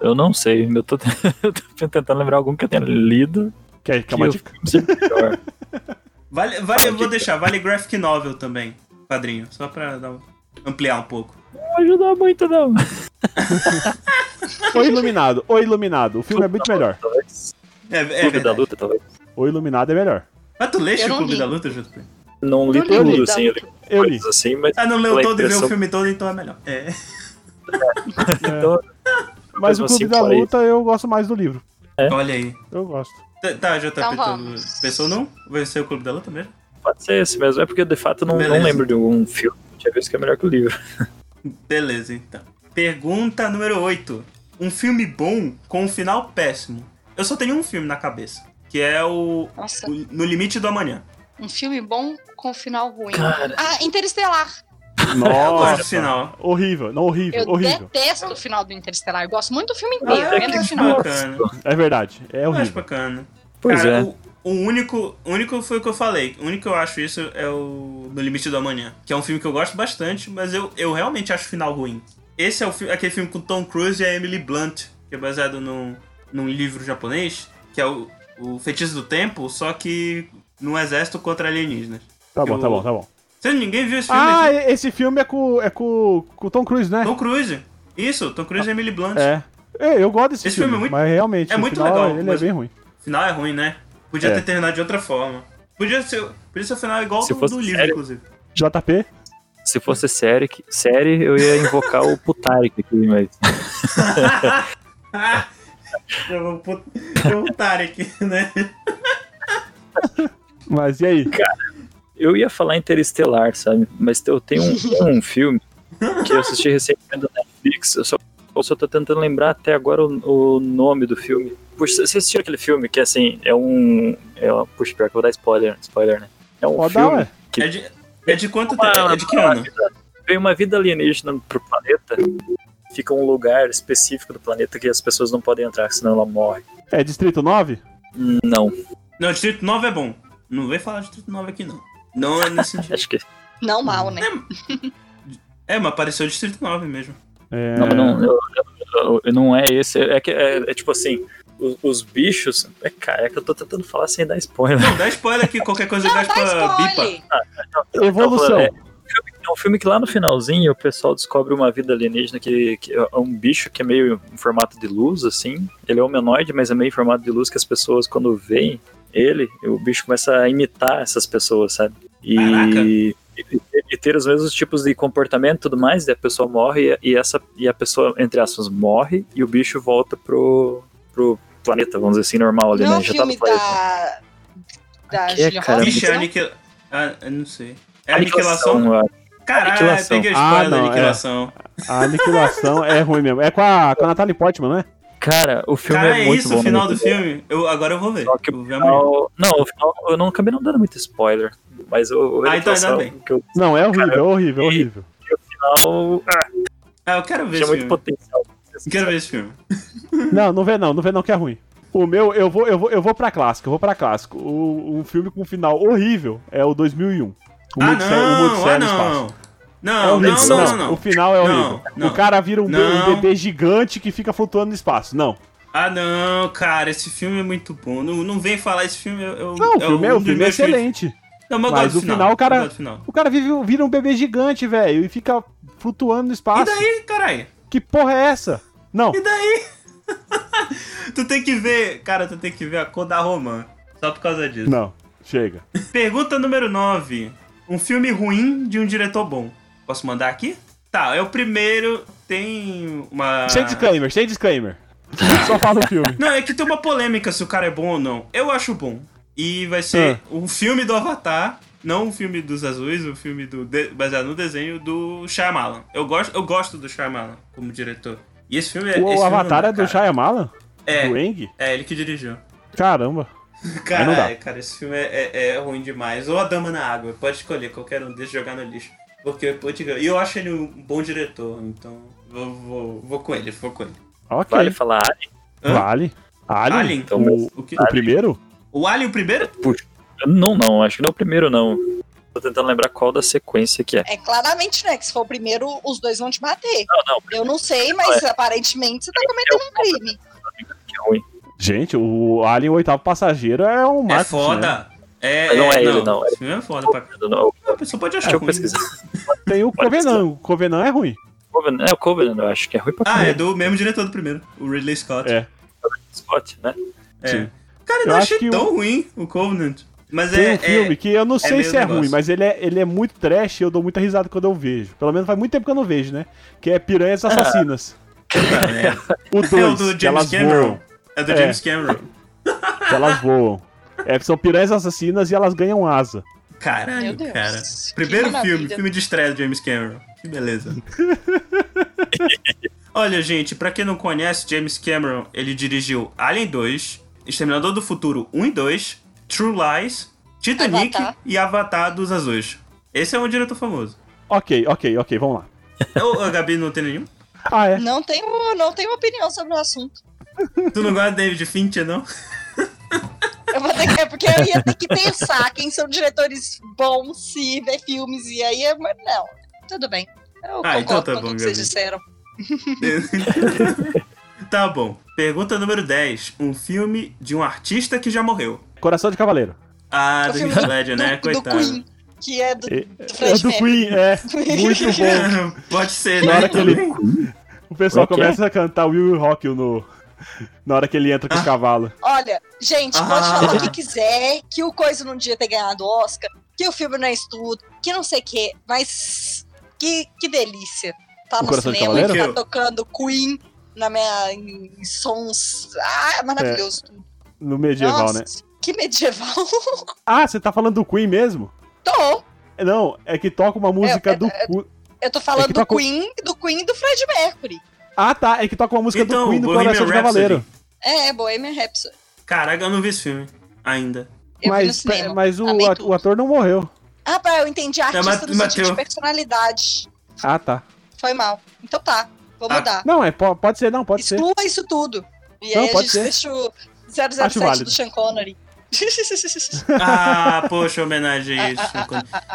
Speaker 8: Eu não sei. Eu tô, eu tô tentando lembrar algum que eu tenha lido.
Speaker 3: Quer, quer uma
Speaker 8: eu-
Speaker 3: dica?
Speaker 8: é Pior.
Speaker 1: Vale, vale, eu vou deixar. Vale graphic novel também. Quadrinho. Só pra dar um- ampliar um pouco.
Speaker 8: Não ajuda muito, não.
Speaker 3: O Iluminado, O Iluminado. O filme é muito melhor.
Speaker 8: Talvez.
Speaker 1: É, é
Speaker 8: Clube da
Speaker 1: verdade.
Speaker 8: Luta, talvez.
Speaker 3: O Iluminado é melhor.
Speaker 1: Mas tu leste
Speaker 2: Eu
Speaker 1: o
Speaker 2: não
Speaker 1: Clube
Speaker 2: li.
Speaker 1: da Luta, JP?
Speaker 8: Não li
Speaker 2: Não li
Speaker 8: tudo,
Speaker 2: Clube da
Speaker 8: assim. Eu li
Speaker 3: Eu li.
Speaker 8: coisas assim, mas
Speaker 1: Ah, não leu
Speaker 8: Pela
Speaker 1: todo e viu o
Speaker 8: impressão-
Speaker 1: filme todo, então é melhor. É.
Speaker 8: então,
Speaker 3: É. Mas o
Speaker 8: mesmo
Speaker 3: Clube
Speaker 8: assim,
Speaker 3: da
Speaker 8: fora isso.
Speaker 3: Luta eu gosto mais do livro.
Speaker 8: É?
Speaker 1: Olha aí.
Speaker 3: Eu gosto.
Speaker 1: Tá, tá, JP,
Speaker 2: Então vamos.
Speaker 1: tu pensou não? Vai ser o Clube da Luta mesmo?
Speaker 8: Pode ser esse mesmo. É porque eu, de fato, não, não
Speaker 1: Beleza.
Speaker 8: lembro de algum filme. Tinha visto que é melhor que o livro.
Speaker 1: Beleza, então. Pergunta número 8. Um filme bom com um final péssimo. Eu só tenho um filme na cabeça, que é o,
Speaker 2: Nossa,
Speaker 1: o No Limite do Amanhã.
Speaker 2: um filme bom com um final ruim.
Speaker 8: Cara.
Speaker 2: Ah, Interestelar.
Speaker 1: Eu gosto do
Speaker 3: Nossa.
Speaker 1: final.
Speaker 3: Horrível, não horrível,
Speaker 2: Eu
Speaker 3: horrível.
Speaker 2: detesto o final do Interestelar. Eu gosto muito do filme
Speaker 1: Eu
Speaker 8: é
Speaker 2: inteiro, menos o
Speaker 1: acho
Speaker 2: final.
Speaker 1: bacana.
Speaker 3: É verdade, é
Speaker 1: Eu acho
Speaker 3: horrível.
Speaker 1: bacana.
Speaker 8: Pois
Speaker 1: Cara,
Speaker 8: é.
Speaker 1: o, o único, o único foi o que eu falei. O único que eu acho isso é o No Limite do Amanhã, que é um filme que eu gosto bastante, mas eu, eu realmente acho o final ruim. Esse é o fi- aquele filme com Tom Cruise e a Emily Blunt, que é baseado num, num livro japonês, que é o, o Feitiço do Tempo, só que num exército contra alienígenas.
Speaker 3: Tá bom,
Speaker 1: eu-
Speaker 3: tá bom, tá bom.
Speaker 1: Você ninguém viu esse filme?
Speaker 3: Ah,
Speaker 1: esse?
Speaker 3: esse filme é com, é com, com o Tom Cruise, né?
Speaker 1: Tom Cruise. Isso, Tom Cruise e Emily Blunt.
Speaker 3: É. É, Eu gosto desse
Speaker 1: Esse
Speaker 3: filme,
Speaker 1: filme é muito-
Speaker 3: mas realmente,
Speaker 1: é
Speaker 3: no
Speaker 1: muito
Speaker 3: final,
Speaker 1: legal,
Speaker 3: ele
Speaker 1: mas-
Speaker 3: é bem ruim.
Speaker 1: O final é ruim, né? Podia
Speaker 3: É.
Speaker 1: ter terminado de outra forma. Podia ser, podia ser o final igual
Speaker 8: Se
Speaker 1: do,
Speaker 8: fosse
Speaker 1: do livro,
Speaker 8: sério-
Speaker 1: inclusive.
Speaker 3: JP?
Speaker 8: Se fosse série, que- série eu ia invocar o Putarik aqui, mas.
Speaker 1: Ah! Eu vou put- eu vou botar aqui, né?
Speaker 3: Mas e aí?
Speaker 8: Eu ia falar Interestelar, sabe? Mas eu tenho um, um filme que eu assisti recentemente na Netflix. Eu só, eu só tô tentando lembrar até agora o, o nome do filme. Puxa, você assistiu aquele filme que, assim, é um... É, um- puxa, pior que eu vou dar spoiler, spoiler, né? É um
Speaker 3: Pode dar,
Speaker 8: filme...
Speaker 3: ué.
Speaker 1: É de, é de quanto
Speaker 8: Uma-
Speaker 1: tempo? É de que ano?
Speaker 8: Vem uma vida alienígena pro planeta, fica um lugar específico do planeta que as pessoas não podem entrar, senão ela morre.
Speaker 3: É Distrito 9?
Speaker 8: Não,
Speaker 1: Não, Distrito 9 é bom. Não vem falar de Distrito 9 aqui, não. Não é nesse sentido.
Speaker 8: acho que...
Speaker 2: Não mal, né?
Speaker 1: É, mas apareceu Distrito 9 mesmo.
Speaker 3: É...
Speaker 8: Não, mas não, eu- eu- eu- não é esse. É que é, é tipo assim, os, os bichos. É, cara, é que eu tô tentando falar sem dar spoiler.
Speaker 1: Não, dá spoiler aqui, qualquer coisa
Speaker 2: Não,
Speaker 1: gasta
Speaker 2: dá
Speaker 1: é bipa.
Speaker 8: Tá,
Speaker 2: spoiler.
Speaker 3: Evolução.
Speaker 8: É, é um filme que lá no finalzinho o pessoal descobre uma vida alienígena que, que é um bicho que é meio em formato de luz, assim. Ele é humanoide, mas é meio em formato de luz que as pessoas, quando veem ele, o bicho começa a imitar essas pessoas, sabe? E.
Speaker 1: Caraca.
Speaker 8: e- e ter os mesmos tipos de comportamento e tudo mais, daí a pessoa morre e, e essa, e a pessoa, entre aspas, morre e o bicho volta pro, pro planeta, vamos dizer assim, normal ali,
Speaker 2: Não é
Speaker 8: né?
Speaker 2: um
Speaker 8: Já tá no
Speaker 2: filme
Speaker 8: planeta.
Speaker 2: da. Da
Speaker 8: Que é,
Speaker 2: Julia Roberts,
Speaker 8: cara?
Speaker 2: né?
Speaker 1: Vixe, é
Speaker 2: não?
Speaker 1: aniquil... Ah, eu não sei. É aniquilação?
Speaker 8: eu acho.
Speaker 1: Caralho,
Speaker 8: né? Aniquilação.
Speaker 1: peguei a spoiler
Speaker 3: Ah,
Speaker 1: da
Speaker 3: não, é.
Speaker 1: aniquilação.
Speaker 3: A aniquilação é ruim mesmo. É com a, com a Natalie Portman, não é?
Speaker 8: Cara, o filme
Speaker 1: Cara,
Speaker 8: é
Speaker 1: é,
Speaker 8: muito
Speaker 1: isso
Speaker 8: bom.
Speaker 1: o final
Speaker 8: muito
Speaker 1: do filme? Eu, agora eu vou ver.
Speaker 8: Só que
Speaker 1: Eu vou ver
Speaker 8: bom.
Speaker 1: amanhã.
Speaker 8: Não, o final, eu não acabei não dando muito spoiler, mas o,
Speaker 1: Ah, então ainda
Speaker 8: orientação
Speaker 1: bem.
Speaker 8: assim, que eu
Speaker 3: Não, é horrível,
Speaker 8: Cara,
Speaker 3: é horrível, é horrível.
Speaker 8: final ah,
Speaker 1: Ah, eu quero ver
Speaker 8: tinha
Speaker 1: esse
Speaker 8: muito
Speaker 1: filme.
Speaker 8: potencial.
Speaker 1: Quero ver esse filme.
Speaker 3: Não, não vê não, não vê não que é ruim. O meu, eu vou, eu vou, eu vou pra clássico, eu vou pra clássico. O, um filme com final horrível é o 2001. O
Speaker 1: Ah,
Speaker 3: Odisseia- o
Speaker 1: não,
Speaker 3: Odisseia
Speaker 1: ah,
Speaker 3: no Espaço.
Speaker 1: não.
Speaker 3: É
Speaker 1: Não, não,
Speaker 3: horrível.
Speaker 1: não, não,
Speaker 3: O
Speaker 1: não.
Speaker 3: final é
Speaker 1: Não,
Speaker 3: horrível.
Speaker 1: não.
Speaker 3: O cara vira um, be- um
Speaker 1: Não.
Speaker 3: bebê gigante que fica flutuando no espaço. Não.
Speaker 1: Ah, não, cara, esse filme é muito bom. Não, não vem falar esse filme. Eu, eu-
Speaker 3: Não, o filme, é,
Speaker 1: um
Speaker 3: o
Speaker 1: dos
Speaker 3: filme é
Speaker 1: meus filmes-
Speaker 3: excelente.
Speaker 1: Não, mas eu
Speaker 3: Mas
Speaker 1: gosto do
Speaker 3: o final, o cara-
Speaker 1: eu gosto do final.
Speaker 3: O cara vive, vira um bebê gigante, velho, e fica flutuando no
Speaker 1: E
Speaker 3: espaço.
Speaker 1: daí, caralho?
Speaker 3: Que porra é essa? Não.
Speaker 1: E daí? tu tem que ver, cara, tu tem que ver a cor da Roman. Só por causa disso.
Speaker 3: Não. Chega.
Speaker 1: Pergunta número 9. Um filme ruim de um diretor bom. Posso mandar aqui? Tá, é o primeiro. Tem uma.
Speaker 3: Sem disclaimer, sem disclaimer. Só fala o filme.
Speaker 1: Não, é que tem uma polêmica se o cara é bom ou não. Eu acho bom. E vai
Speaker 3: Ah.
Speaker 1: ser um filme do Avatar, não um filme dos azuis, um filme do de- baseado no desenho do Shyamalan. Eu gosto, eu gosto do Shyamalan como diretor. E esse filme é
Speaker 3: O
Speaker 1: esse filme
Speaker 3: Avatar
Speaker 1: não,
Speaker 3: é do
Speaker 1: cara.
Speaker 3: Shyamalan?
Speaker 1: É,
Speaker 3: Do Eng?
Speaker 1: é ele que dirigiu.
Speaker 3: Caramba. não
Speaker 1: Caralho,
Speaker 3: dá.
Speaker 1: cara, esse filme é, é- é ruim demais. Ou A Dama na Água, pode escolher qualquer um deixa jogar no lixo. Porque, pô, eu digo, e eu acho ele um bom diretor, então vou, vou, vou com ele, vou com ele.
Speaker 3: Ok.
Speaker 8: Vale
Speaker 3: Vale.
Speaker 8: falar, ah,
Speaker 1: Hã?
Speaker 3: Vale. Alien?
Speaker 1: Alien, então,
Speaker 3: o,
Speaker 1: o, que,
Speaker 3: o primeiro?
Speaker 1: o Alien, o primeiro?
Speaker 8: não, não, acho que não é o primeiro, não. Tô tentando lembrar qual da sequência que é.
Speaker 2: É claramente, né? Que se for o primeiro, os dois vão te bater.
Speaker 8: Não, não, é.
Speaker 2: Eu não sei, mas aparentemente você tá cometendo um crime.
Speaker 8: que é ruim.
Speaker 3: Gente, o Alien, o oitavo passageiro, é um
Speaker 1: É
Speaker 3: marketing, né?
Speaker 1: foda. É,
Speaker 8: Mas não é ele, não.
Speaker 1: Esse filme é foda pra caralho.
Speaker 8: Eu não- eu-
Speaker 1: A pessoa pode achar
Speaker 8: Deixa eu
Speaker 1: ruim.
Speaker 8: pesquisar.
Speaker 3: Tem o
Speaker 8: Pode
Speaker 3: Covenant. O Covenant é ruim.
Speaker 8: Covenant- É o Covenant, eu acho que é ruim pra
Speaker 1: Ah, é
Speaker 8: caralho.
Speaker 1: do mesmo diretor do primeiro, o Ridley Scott.
Speaker 3: É.
Speaker 8: Scott, né?
Speaker 1: É.
Speaker 3: Sim.
Speaker 1: Cara, eu
Speaker 3: Eu
Speaker 1: não
Speaker 3: acho
Speaker 1: achei
Speaker 3: que o-
Speaker 1: tão ruim o Covenant. Mas
Speaker 3: Tem
Speaker 1: é,
Speaker 3: um filme
Speaker 1: é.
Speaker 3: que eu não sei
Speaker 1: meio
Speaker 3: se é
Speaker 1: negócio.
Speaker 3: ruim, mas ele é, ele é muito trash e eu dou muita risada quando eu vejo. Pelo menos faz muito tempo que eu não vejo, né? Que é Piranhas Assassinas.
Speaker 1: Puta merda.
Speaker 3: O
Speaker 1: É o
Speaker 3: 2,
Speaker 1: do
Speaker 3: que elas
Speaker 1: James
Speaker 3: voam.
Speaker 1: Cameron. É do
Speaker 3: É.
Speaker 1: James Cameron.
Speaker 3: Que elas voam. É, são piranhas assassinas e elas ganham asa.
Speaker 2: Meu
Speaker 1: Caralho,
Speaker 2: Deus.
Speaker 1: cara.
Speaker 2: que
Speaker 1: Primeiro
Speaker 2: maravilha.
Speaker 1: filme, filme de estreia do James Cameron. Que beleza. Olha, gente, pra quem não conhece, James Cameron, ele dirigiu Alien 2, Exterminador do Futuro 1 e 2, True Lies, Titanic
Speaker 2: Avatar.
Speaker 1: e Avatar dos Azuis. Esse é um diretor famoso.
Speaker 3: Ok, ok, ok, vamos lá.
Speaker 1: Ô, ô, Gabi não tem nenhum?
Speaker 3: Ah, é.
Speaker 2: Não tenho, não tenho opinião sobre o assunto.
Speaker 1: Tu não gosta de David Fincher, não?
Speaker 2: Eu vou ter que, é porque eu ia ter que pensar quem são diretores bons se ver filmes e aí é, mas não. Tudo bem. Eu
Speaker 1: Ah,
Speaker 2: concordo
Speaker 1: então tá
Speaker 2: com
Speaker 1: bom,
Speaker 2: tudo que vocês
Speaker 1: Gabi.
Speaker 2: disseram.
Speaker 1: tá bom. Pergunta número 10. Um filme de um artista que já morreu.
Speaker 3: Coração de Cavaleiro.
Speaker 1: Ah,
Speaker 2: O
Speaker 1: do
Speaker 2: filme
Speaker 1: Heath Ledger, né?
Speaker 2: do, do
Speaker 1: Coitado.
Speaker 2: Queen, que é do,
Speaker 3: É,
Speaker 2: do
Speaker 3: é
Speaker 2: Fred
Speaker 3: do Queen, é. Muito bom.
Speaker 1: Pode ser,
Speaker 3: Na
Speaker 1: né?
Speaker 3: hora que ele- O pessoal
Speaker 8: Como é que
Speaker 3: começa a cantar Will Will Rock You no... na hora que ele entra com
Speaker 2: Ah.
Speaker 3: o cavalo.
Speaker 2: Olha, gente,
Speaker 1: Ah.
Speaker 2: pode falar o que quiser, que o Coisa não devia ter ganhado o Oscar, que o filme não é estudo, que não sei o quê, mas que, que delícia. Tá
Speaker 3: O
Speaker 2: no
Speaker 3: Coração de
Speaker 2: cinema,
Speaker 1: Cavaleiro?
Speaker 2: tá tocando Queen na minha, em, em sons. Ah, é maravilhoso.
Speaker 3: No medieval,
Speaker 2: Nossa,
Speaker 3: né?
Speaker 2: que medieval.
Speaker 3: Ah, você tá falando do Queen mesmo?
Speaker 2: Tô.
Speaker 3: Não, é que toca uma música
Speaker 2: é,
Speaker 3: do.
Speaker 2: é,
Speaker 3: Cu-
Speaker 2: Eu tô falando
Speaker 3: É que
Speaker 2: do
Speaker 3: tocou-
Speaker 2: Queen, do Queen e do Fred Mercury.
Speaker 3: Ah, tá. É que toca uma música
Speaker 1: Então,
Speaker 3: do Queen do
Speaker 1: Bohemian
Speaker 3: Coração de
Speaker 1: Rhapsody.
Speaker 3: Cavaleiro.
Speaker 2: É, é Bohemian Rhapsody.
Speaker 1: Caraca, eu não vi esse filme ainda.
Speaker 2: Eu vi no
Speaker 3: Mas, é,
Speaker 2: cinema.
Speaker 3: mas o,
Speaker 2: Amei
Speaker 3: a-
Speaker 2: tudo.
Speaker 3: o ator não morreu.
Speaker 2: Ah, pá, eu entendi artista
Speaker 1: mas-
Speaker 2: no sentido
Speaker 1: É,
Speaker 2: de
Speaker 1: Mateu.
Speaker 2: personalidade.
Speaker 3: Ah, tá.
Speaker 2: Foi mal. Então tá, vou
Speaker 1: Ah,
Speaker 2: mudar.
Speaker 3: Não, é, po- pode ser, não, pode ser.
Speaker 2: Exclua isso tudo. E
Speaker 3: Não,
Speaker 2: aí a
Speaker 3: pode
Speaker 2: gente
Speaker 3: ser.
Speaker 2: deixa o
Speaker 3: Acho
Speaker 2: 007
Speaker 3: válido.
Speaker 2: do Sean Connery.
Speaker 1: Ah, poxa, homenagem a isso.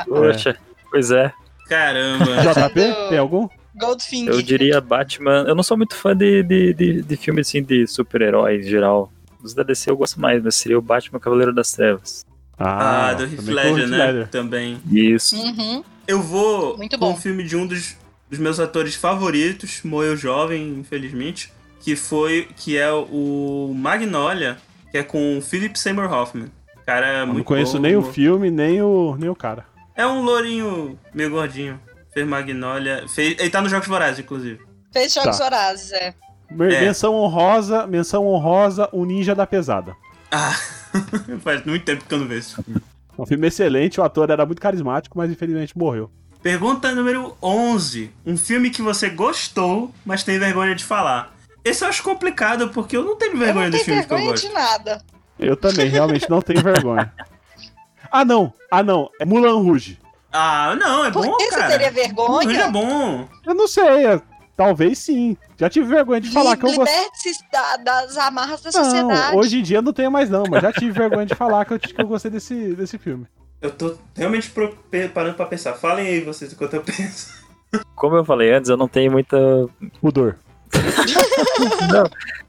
Speaker 8: Poxa, pois é.
Speaker 1: Caramba.
Speaker 3: JP,
Speaker 2: do-
Speaker 3: tem algum?
Speaker 2: Goldfinger.
Speaker 8: Eu diria Batman. Eu não sou muito fã de, de, de, de filme assim, de super-herói em geral. Os da DC eu gosto mais, mas seria o Batman Cavaleiro das Trevas.
Speaker 1: Ah, do Heath
Speaker 3: também com o
Speaker 1: Ledger,
Speaker 3: Heath
Speaker 1: né? Também.
Speaker 8: Isso.
Speaker 2: Uhum.
Speaker 1: Eu vou
Speaker 2: Muito
Speaker 1: com
Speaker 2: bom.
Speaker 1: um filme de um dos, dos meus atores favoritos, morreu jovem, infelizmente, que foi que é o Magnolia, que é com o Philip Seymour Hoffman. Cara, é
Speaker 3: Eu
Speaker 1: muito
Speaker 3: não conheço
Speaker 1: bom,
Speaker 3: nem o
Speaker 1: bom.
Speaker 3: filme, nem o, nem o cara.
Speaker 1: É um lourinho meio gordinho. Fez Magnolia. Fez... Ele tá nos Jogos Vorazes, inclusive.
Speaker 2: Fez Jogos
Speaker 3: Tá.
Speaker 2: Horazes, é.
Speaker 3: Men-
Speaker 1: É.
Speaker 3: Menção honrosa, menção honrosa, o Ninja da Pesada.
Speaker 1: Ah, faz muito tempo que eu não vejo esse filme.
Speaker 3: Um filme excelente, o ator era muito carismático, mas infelizmente morreu.
Speaker 1: Pergunta número 11. Um filme que você gostou, mas tem vergonha de falar. Esse eu acho complicado, porque eu não tenho
Speaker 2: Eu
Speaker 1: vergonha
Speaker 2: não
Speaker 1: dos
Speaker 2: tenho
Speaker 1: filmes que eu
Speaker 2: vergonha
Speaker 1: gosto.
Speaker 2: de nada.
Speaker 1: Tá
Speaker 3: Eu também, realmente não tenho vergonha. Ah não, ah não, é Mulan Rouge.
Speaker 1: Ah, não, é
Speaker 2: Por
Speaker 1: bom,
Speaker 2: que
Speaker 1: cara.
Speaker 2: você teria
Speaker 1: Mas é
Speaker 2: vergonha?
Speaker 1: bom.
Speaker 3: Eu não sei, é- talvez sim. Já tive vergonha de falar que eu gostei.
Speaker 2: Liberte-se da- das amarras da sociedade.
Speaker 3: Não, hoje em dia eu não tenho mais não, mas já tive vergonha de falar que eu, que eu gostei desse, desse filme.
Speaker 1: Eu tô realmente pro- pe- parando pra pensar. Falem aí vocês enquanto eu penso.
Speaker 8: Como eu falei antes, eu não tenho muita.
Speaker 3: Pudor.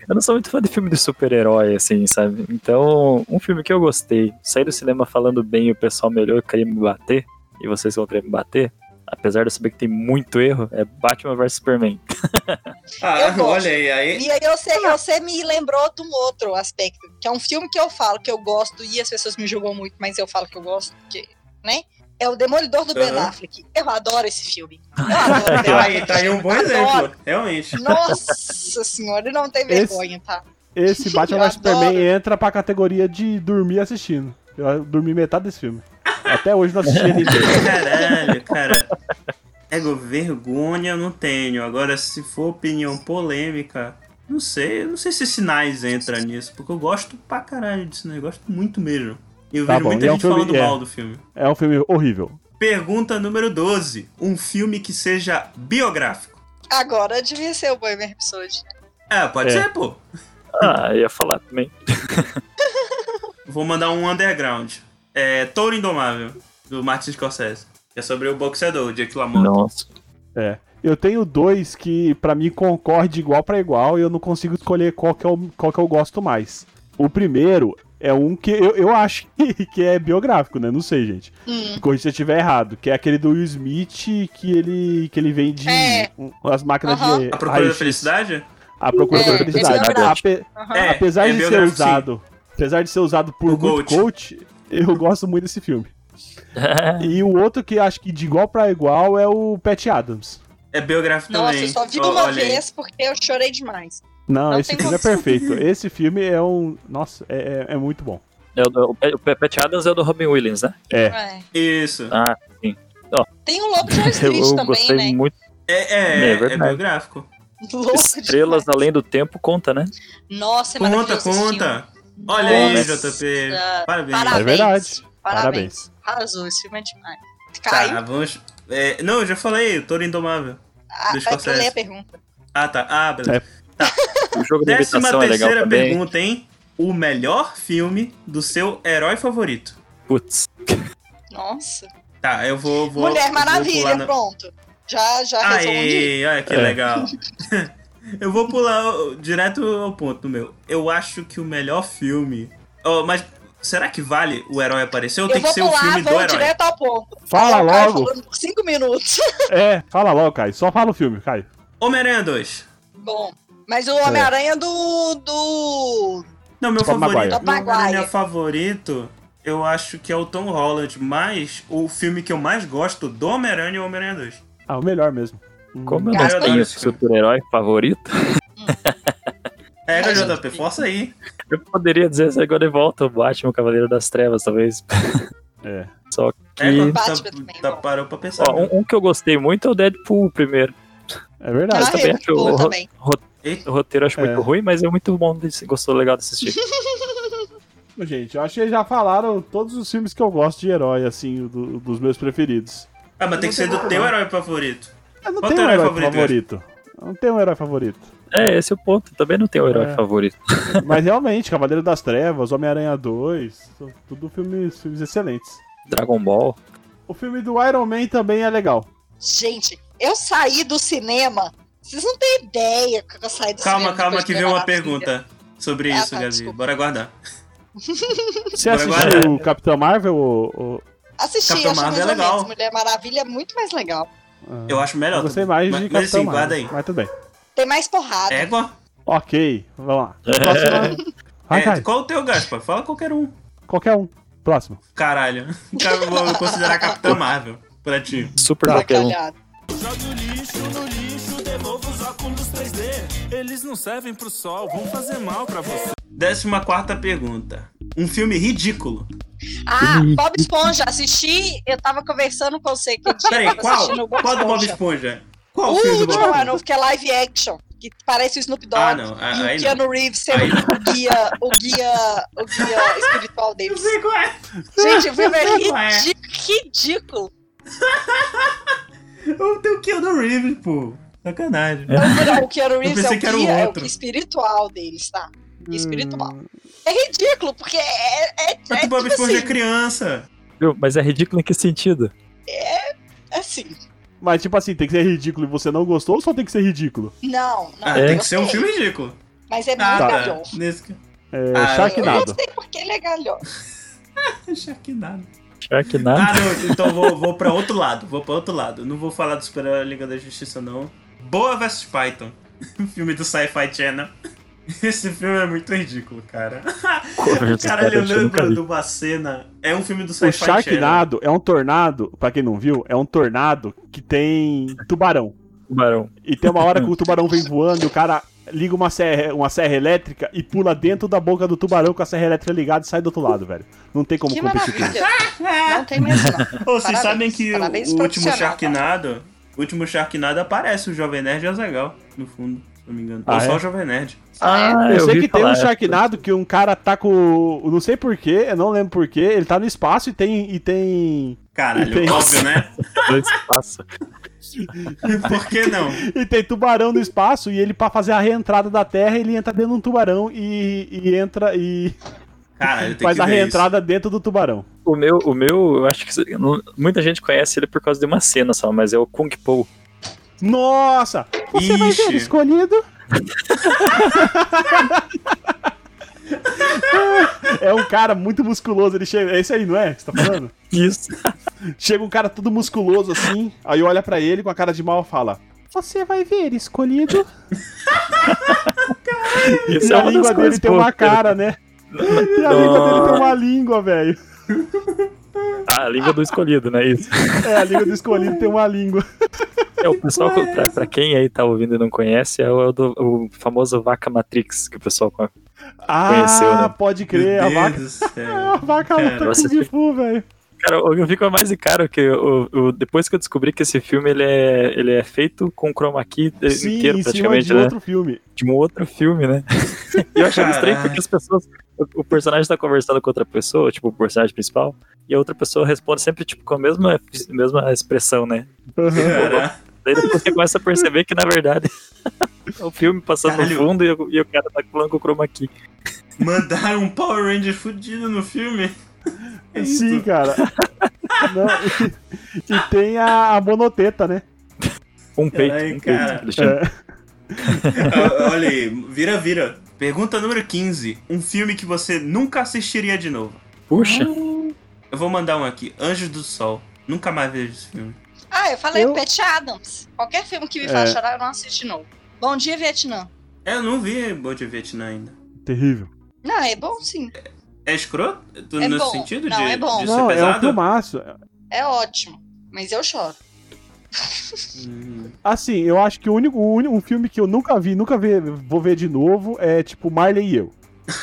Speaker 8: Eu não sou muito fã de filme de super-herói, assim, sabe? Então, um filme que eu gostei, saí do cinema falando bem e o pessoal melhor queria me bater, e vocês vão querer me bater, apesar de eu saber que tem muito erro, é Batman vs Superman.
Speaker 1: Ah,
Speaker 2: gosto.
Speaker 1: olha aí, aí.
Speaker 2: E aí você,
Speaker 3: Tá.
Speaker 2: você me lembrou de um outro aspecto, que é um filme que eu falo que eu gosto e as pessoas me julgam muito, mas eu falo que eu gosto, porque, né? É o Demolidor do Ben
Speaker 1: Aham.
Speaker 2: Affleck. Eu adoro esse filme. Eu adoro o Ben
Speaker 1: Tá
Speaker 2: Affleck.
Speaker 1: aí, tá aí um bom exemplo, realmente.
Speaker 2: Nossa senhora, ele não tem
Speaker 3: Esse-
Speaker 2: vergonha, tá?
Speaker 3: Esse
Speaker 2: Eu
Speaker 3: Batman vs
Speaker 2: adoro.
Speaker 3: Superman entra pra categoria de dormir assistindo. Eu dormi metade desse filme. Até hoje não assisti ele inteiro.
Speaker 1: Caralho, cara. Ego, vergonha eu não tenho. Agora, se for opinião polêmica, não sei, eu não sei se sinais entra nisso, porque eu gosto pra caralho de sinais, eu gosto muito mesmo. E eu
Speaker 3: Tá
Speaker 1: vejo
Speaker 3: bom,
Speaker 1: muita
Speaker 3: e é um
Speaker 1: gente
Speaker 3: filme-
Speaker 1: falando
Speaker 3: é.
Speaker 1: mal do filme.
Speaker 3: É um filme horrível.
Speaker 1: Pergunta número 12. Um filme que seja biográfico.
Speaker 2: Agora devia ser o Bohemian Rhapsody.
Speaker 1: É, pode
Speaker 3: É.
Speaker 1: ser, pô.
Speaker 8: Ah, eu ia falar também.
Speaker 1: Vou mandar um underground. É Touro Indomável, do Martin Scorsese. Que é sobre o boxeador, o Jake LaMotta.
Speaker 8: Nossa.
Speaker 3: Eu tenho dois que pra mim concorre de igual pra igual e eu não consigo escolher qual que eu, qual que eu gosto mais. O primeiro é um que eu, eu acho que- que é biográfico, né? Não sei, gente.
Speaker 2: Hum.
Speaker 3: Me Corrija se eu estiver errado. Que é aquele do Will Smith que ele, que ele vende
Speaker 2: É.
Speaker 3: um- as máquinas
Speaker 2: Aham.
Speaker 3: de.
Speaker 1: A Procura da
Speaker 3: raio-x.
Speaker 1: Felicidade?
Speaker 3: A Procura
Speaker 2: É,
Speaker 3: da
Speaker 2: é
Speaker 3: Felicidade.
Speaker 2: biográfico.
Speaker 3: Ape-
Speaker 2: aham.
Speaker 1: É.
Speaker 3: apesar de ser
Speaker 1: biográfico, sim.
Speaker 3: usado. Apesar de ser usado por
Speaker 1: O
Speaker 3: muito coach. eu gosto muito desse filme.
Speaker 8: É
Speaker 3: E o outro que acho que de igual pra igual é o Pat Adams.
Speaker 1: É biográfico
Speaker 2: Nossa,
Speaker 1: também.
Speaker 2: eu só vi
Speaker 1: Ó,
Speaker 2: uma
Speaker 1: olha aí.
Speaker 2: vez porque eu chorei demais.
Speaker 3: Não,
Speaker 2: Não
Speaker 3: esse
Speaker 2: tem
Speaker 3: filme é
Speaker 2: como.
Speaker 3: perfeito. Esse filme é um. Nossa, é, é- é muito bom.
Speaker 8: É o, do- o Pat- o Pat Adams é o do Robin Williams, né?
Speaker 3: É.
Speaker 2: É.
Speaker 1: Isso.
Speaker 8: Ah,
Speaker 2: Tem o Lobo de Wall
Speaker 8: eu,
Speaker 2: Street também,
Speaker 8: gostei
Speaker 2: né?
Speaker 8: muito.
Speaker 1: É, é,
Speaker 8: É
Speaker 1: é,
Speaker 8: verdade.
Speaker 1: biográfico.
Speaker 2: Louco
Speaker 8: Estrelas
Speaker 2: demais.
Speaker 8: Além do Tempo conta, né?
Speaker 2: Nossa, é
Speaker 1: Conta,
Speaker 2: maravilhoso esse filme.
Speaker 1: conta. Olha aí,
Speaker 2: um. Nossa.
Speaker 1: JP. Parabéns.
Speaker 2: Parabéns.
Speaker 3: É verdade.
Speaker 2: Parabéns. Arrasou, esse filme é demais. Caiu.
Speaker 1: Tá, vamos. é, não, eu já falei, o Touro Indomável.
Speaker 2: Ah,
Speaker 1: do
Speaker 2: vai pra
Speaker 1: Scorsese.
Speaker 2: ler a pergunta.
Speaker 1: Ah, tá. Ah, beleza.
Speaker 3: É.
Speaker 8: O jogo da
Speaker 1: Décima
Speaker 8: imitação é legal
Speaker 1: terceira
Speaker 8: também.
Speaker 1: pergunta, hein? O melhor filme do seu herói favorito?
Speaker 8: Putz,
Speaker 2: Nossa.
Speaker 1: Tá, eu vou. vou
Speaker 2: Mulher
Speaker 1: eu vou pular na-
Speaker 2: Maravilha,
Speaker 1: então
Speaker 2: pronto. Já, já respondi.
Speaker 1: Aí, olha que
Speaker 3: É.
Speaker 1: legal. Eu vou pular ó, direto ao ponto do meu. Eu acho que o melhor filme. Ó, mas será que vale o herói aparecer ou
Speaker 2: Eu
Speaker 1: tem que
Speaker 2: vou
Speaker 1: ser o filme
Speaker 2: pular,
Speaker 1: do
Speaker 2: vou
Speaker 1: herói?
Speaker 2: direto ao ponto.
Speaker 3: Fala
Speaker 2: Aí o Caio
Speaker 3: logo!
Speaker 2: falando por cinco minutos.
Speaker 3: É, fala logo, Caio. Só fala o filme, Caio.
Speaker 1: Homem-Aranha 2.
Speaker 2: Bom, mas o Homem-Aranha do, do...
Speaker 1: Não, meu favorito.
Speaker 3: Tobey
Speaker 2: Maguire.
Speaker 1: Meu
Speaker 2: Tobey Maguire.
Speaker 1: Homem-Aranha favorito, eu acho que é o Tom Holland, mas o filme que eu mais gosto do Homem-Aranha é o Homem-Aranha 2.
Speaker 3: Ah, o melhor mesmo.
Speaker 8: como eu
Speaker 2: Cara, eu
Speaker 8: não
Speaker 1: adoro
Speaker 8: tenho
Speaker 1: esse filme.
Speaker 8: super-herói favorito,
Speaker 1: É,
Speaker 2: Ai,
Speaker 1: JP, força aí.
Speaker 8: eu poderia dizer agora de volta o Batman, o Cavaleiro das Trevas, talvez.
Speaker 3: É.
Speaker 8: Só que.
Speaker 1: É,
Speaker 2: Batman
Speaker 1: tá-
Speaker 2: também,
Speaker 1: tá-
Speaker 2: bom.
Speaker 1: parou pra pensar.
Speaker 8: Ó, um, um que eu gostei muito é o Deadpool o primeiro.
Speaker 3: É
Speaker 2: Ah,
Speaker 3: verdade.
Speaker 8: também
Speaker 2: eu
Speaker 8: acho
Speaker 2: boa
Speaker 8: o-
Speaker 2: também.
Speaker 1: Eita,
Speaker 8: O roteiro eu acho
Speaker 3: É.
Speaker 8: muito ruim, mas é muito bom, de, gostou legal de assistir.
Speaker 3: Gente, eu acho que já falaram todos os filmes que eu gosto de herói, assim, do- dos meus preferidos.
Speaker 1: Ah, mas tem que ser do teu herói favorito.
Speaker 3: Eu não
Speaker 1: Qual
Speaker 3: tenho um
Speaker 1: teu herói
Speaker 3: herói
Speaker 1: favorito,
Speaker 3: favorito. Eu Não tenho um herói favorito.
Speaker 8: é, esse é o ponto. Também não tem o herói
Speaker 3: É.
Speaker 8: favorito.
Speaker 3: Mas realmente, Cavaleiro das Trevas, Homem-Aranha 2, são tudo filmes, filmes excelentes.
Speaker 8: Dragon Ball.
Speaker 3: O filme do Iron Man também é legal.
Speaker 2: Gente, eu saí do cinema. Vocês não têm ideia que eu saí do
Speaker 1: Calma,
Speaker 2: cinema.
Speaker 1: calma,
Speaker 2: depois
Speaker 1: que
Speaker 2: de
Speaker 1: vem uma
Speaker 2: Maravilha.
Speaker 1: pergunta sobre
Speaker 2: Ah,
Speaker 1: isso,
Speaker 2: tá,
Speaker 1: Gabi.
Speaker 2: desculpa.
Speaker 1: Bora aguardar.
Speaker 3: Você
Speaker 1: Agora- é-
Speaker 3: assistiu o Capitão Marvel? ou- ou-
Speaker 2: Assisti,
Speaker 1: Capitão
Speaker 2: acho mais
Speaker 1: Marvel é
Speaker 2: ou
Speaker 1: legal.
Speaker 2: menos. Mulher Maravilha é muito mais legal.
Speaker 3: ah,
Speaker 1: Eu acho melhor.
Speaker 3: eu gostei
Speaker 1: também.
Speaker 3: mais de
Speaker 1: mas,
Speaker 3: Capitão
Speaker 1: mas assim,
Speaker 3: Marvel.
Speaker 1: guarda aí.
Speaker 3: Mas tudo bem.
Speaker 2: Tem mais porrada.
Speaker 1: Égua?
Speaker 3: Ok, vamos lá. Próximo. Vai,
Speaker 1: É,
Speaker 3: vai.
Speaker 1: qual o teu, Gaspar? Fala qualquer um.
Speaker 3: Qualquer um. Próximo.
Speaker 1: Caralho. Cara, eu Vou considerar Capitão Marvel pra ti.
Speaker 8: Super
Speaker 2: Tá
Speaker 8: qualquer um.
Speaker 2: calhado.
Speaker 9: Jogue o lixo no lixo, de novo os óculos 3D. Eles não servem pro sol, vão fazer mal pra você.
Speaker 1: Décima quarta pergunta. Um filme ridículo.
Speaker 2: Ah, Bob Esponja, assisti. Eu tava conversando com você que dia.
Speaker 1: Peraí,
Speaker 2: tava
Speaker 1: qual?
Speaker 2: assistindo o
Speaker 1: Qual do Bob Esponja? Qual
Speaker 2: O
Speaker 1: o filme do
Speaker 2: último,
Speaker 1: Bob
Speaker 2: é
Speaker 1: Esponja?
Speaker 2: novo, que é live action. Que parece o Snoop Dogg.
Speaker 1: Ah, não. Ah,
Speaker 2: e
Speaker 1: aí
Speaker 2: o
Speaker 1: não.
Speaker 2: Keanu Reeves sendo
Speaker 1: Aí
Speaker 2: o guia, o guia, o guia espiritual
Speaker 1: Eu
Speaker 2: deles.
Speaker 1: sei qual é.
Speaker 2: Gente, o filme é
Speaker 1: Não é.
Speaker 2: ridículo. ridículo.
Speaker 1: Eu tenho o Keanu Reeves, pô. Sacanagem.
Speaker 3: É.
Speaker 2: Não, o Keanu Reeves é
Speaker 1: pensei
Speaker 2: o
Speaker 1: que era o
Speaker 2: guia, é o
Speaker 1: outro. Hum.
Speaker 2: guia espiritual deles, tá? Guia Espiritual. É ridículo, porque é, é, é,
Speaker 1: Mas o Bob
Speaker 2: tipo
Speaker 1: Esponja é
Speaker 2: assim,
Speaker 1: criança.
Speaker 8: Viu? Mas é ridículo em que sentido?
Speaker 2: assim,
Speaker 3: Mas, tipo assim, tem que ser ridículo e você não gostou ou só tem que ser ridículo?
Speaker 2: não, não.
Speaker 1: Ah,
Speaker 8: É.
Speaker 1: tem que ser um
Speaker 2: gostei,
Speaker 1: filme ridículo.
Speaker 2: Mas é muito
Speaker 1: Ah, tá.
Speaker 2: galhofa.
Speaker 1: Nesse... ca-
Speaker 3: É,
Speaker 1: Ah,
Speaker 2: Eu
Speaker 3: Sharknado.
Speaker 2: não sei porque ele é galhofa.
Speaker 1: Sharknado.
Speaker 8: Sharknado.
Speaker 1: Ah, não, então vou, vou pra outro lado. Vou pra outro lado. Não vou falar do Super Liga da Justiça, não. Boa vs Python. filme do Sci-Fi Channel. Esse filme é muito ridículo, cara. Caralho, eu lembro de uma cena. É um filme do
Speaker 3: O
Speaker 1: Sci-Fi Channel.
Speaker 3: Sharknado é um tornado, pra quem não viu, é um tornado que tem tubarão.
Speaker 8: Tubarão.
Speaker 3: E tem uma hora que o tubarão vem voando e o cara liga uma serra, uma serra elétrica e pula dentro da boca do tubarão com a serra elétrica ligada e sai do outro lado, velho. Não tem como
Speaker 2: que
Speaker 3: competir.
Speaker 2: maravilha. Não tem mais não.
Speaker 1: Ô, Ah. vocês
Speaker 2: Parabéns.
Speaker 1: sabem que o-
Speaker 2: Parabéns
Speaker 1: o último
Speaker 2: profissional, tá?
Speaker 1: Sharknado. O último Sharknado aparece o Jovem Nerd e o Azagal, no fundo, se não me engano.
Speaker 3: Ah,
Speaker 1: Ou só
Speaker 3: é?
Speaker 1: o Jovem Nerd.
Speaker 8: Ah,
Speaker 3: Eu, sei
Speaker 8: ouvi
Speaker 3: que tem um
Speaker 8: falar.
Speaker 3: Sharknado que um cara tá com. eu Não sei porquê, eu não lembro porquê, ele tá no espaço e tem. E tem.
Speaker 1: Caralho,
Speaker 3: Tem-
Speaker 1: óbvio, né?
Speaker 8: Do espaço.
Speaker 1: Por que não?
Speaker 3: E tem tubarão no espaço e ele, pra fazer a reentrada da Terra, ele entra dentro de um tubarão e, e entra e
Speaker 1: Caralho, tem
Speaker 3: faz
Speaker 1: que
Speaker 3: a
Speaker 1: ver
Speaker 3: reentrada dentro do tubarão.
Speaker 8: O meu, o meu, eu acho que se- não- muita gente conhece ele por causa de uma cena só, mas é o Kung Po.
Speaker 3: Nossa! Você vai ser
Speaker 1: Ixi.
Speaker 3: escolhido. é um cara muito musculoso, ele chega. É esse aí, não é? Que você tá falando?
Speaker 8: Isso.
Speaker 3: Chega um cara todo musculoso assim, aí olha pra ele com a cara de mal e fala. Você vai ver, escolhido.
Speaker 8: Isso
Speaker 3: E
Speaker 8: é
Speaker 3: a
Speaker 8: uma das
Speaker 3: língua dele
Speaker 8: coisas
Speaker 3: tem
Speaker 8: boas,
Speaker 3: uma cara, né? E a
Speaker 8: Nossa.
Speaker 3: língua dele tem uma língua, velho.
Speaker 8: Ah, a língua do escolhido, né? Isso.
Speaker 3: É, a língua do escolhido tem uma língua.
Speaker 8: É, o pessoal, que- pra, pra quem aí tá ouvindo e não conhece, é o, do- o famoso Vaca Matrix, que o pessoal co-
Speaker 3: Ah,
Speaker 8: Conheceu, né?
Speaker 3: pode
Speaker 1: Meu
Speaker 3: crer, a
Speaker 1: Deus
Speaker 3: vaca.
Speaker 1: do
Speaker 3: A
Speaker 1: céu.
Speaker 3: vaca luta com o
Speaker 8: Nossa,
Speaker 3: Kung Fu, velho.
Speaker 8: Cara, eu eu fico mais de cara que o, o- depois que eu descobri que esse filme ele é, ele é feito com chroma key eh,
Speaker 3: Sim,
Speaker 8: inteiro
Speaker 3: em cima
Speaker 8: praticamente,
Speaker 3: de
Speaker 8: né?
Speaker 3: outro filme.
Speaker 8: De um outro filme, né? e eu achava estranho
Speaker 1: Caralho.
Speaker 8: porque as pessoas. O, o personagem tá conversando com outra pessoa, tipo, o personagem principal, e a outra pessoa responde sempre, tipo, com a mesma, mesma expressão, né?
Speaker 1: Cara,
Speaker 8: Daí depois você começa a perceber que, na verdade, é o filme passando
Speaker 1: Caralho.
Speaker 8: no fundo e, o- e o cara tá falando com o chroma key.
Speaker 1: mandaram um Power Ranger fudido no filme. É isso.
Speaker 3: Sim, cara. Não, e, e tem a, a monoteta, né?
Speaker 8: Um peito,
Speaker 1: Caralho,
Speaker 8: um peito.
Speaker 1: cara.
Speaker 8: Alexandre.
Speaker 3: É.
Speaker 1: Ah, Olha aí, vira, vira. Pergunta número 15. Um filme que você nunca assistiria de novo.
Speaker 8: Puxa,
Speaker 1: Eu vou mandar um aqui. Anjos do Sol. Nunca mais vejo esse filme.
Speaker 2: Ah, eu falei
Speaker 3: Eu-
Speaker 2: Pat Adams. Qualquer filme que me
Speaker 3: É.
Speaker 2: faz chorar, eu não assisto de novo. Bom dia, Vietnã.
Speaker 1: É, Eu não vi Boa de Vietnã ainda.
Speaker 3: Terrível.
Speaker 2: Não, é bom sim.
Speaker 1: É escroto? Tu-
Speaker 2: É
Speaker 1: nesse
Speaker 2: bom.
Speaker 1: sentido
Speaker 2: Não,
Speaker 1: de,
Speaker 2: é bom.
Speaker 1: de ser
Speaker 3: Não, é um
Speaker 1: pesado?
Speaker 3: filmaço.
Speaker 2: É ótimo. Mas eu choro.
Speaker 1: Hum.
Speaker 3: Assim, eu acho que o único, o único- um filme que eu nunca vi, nunca vi, vou ver de novo é tipo Marley e eu.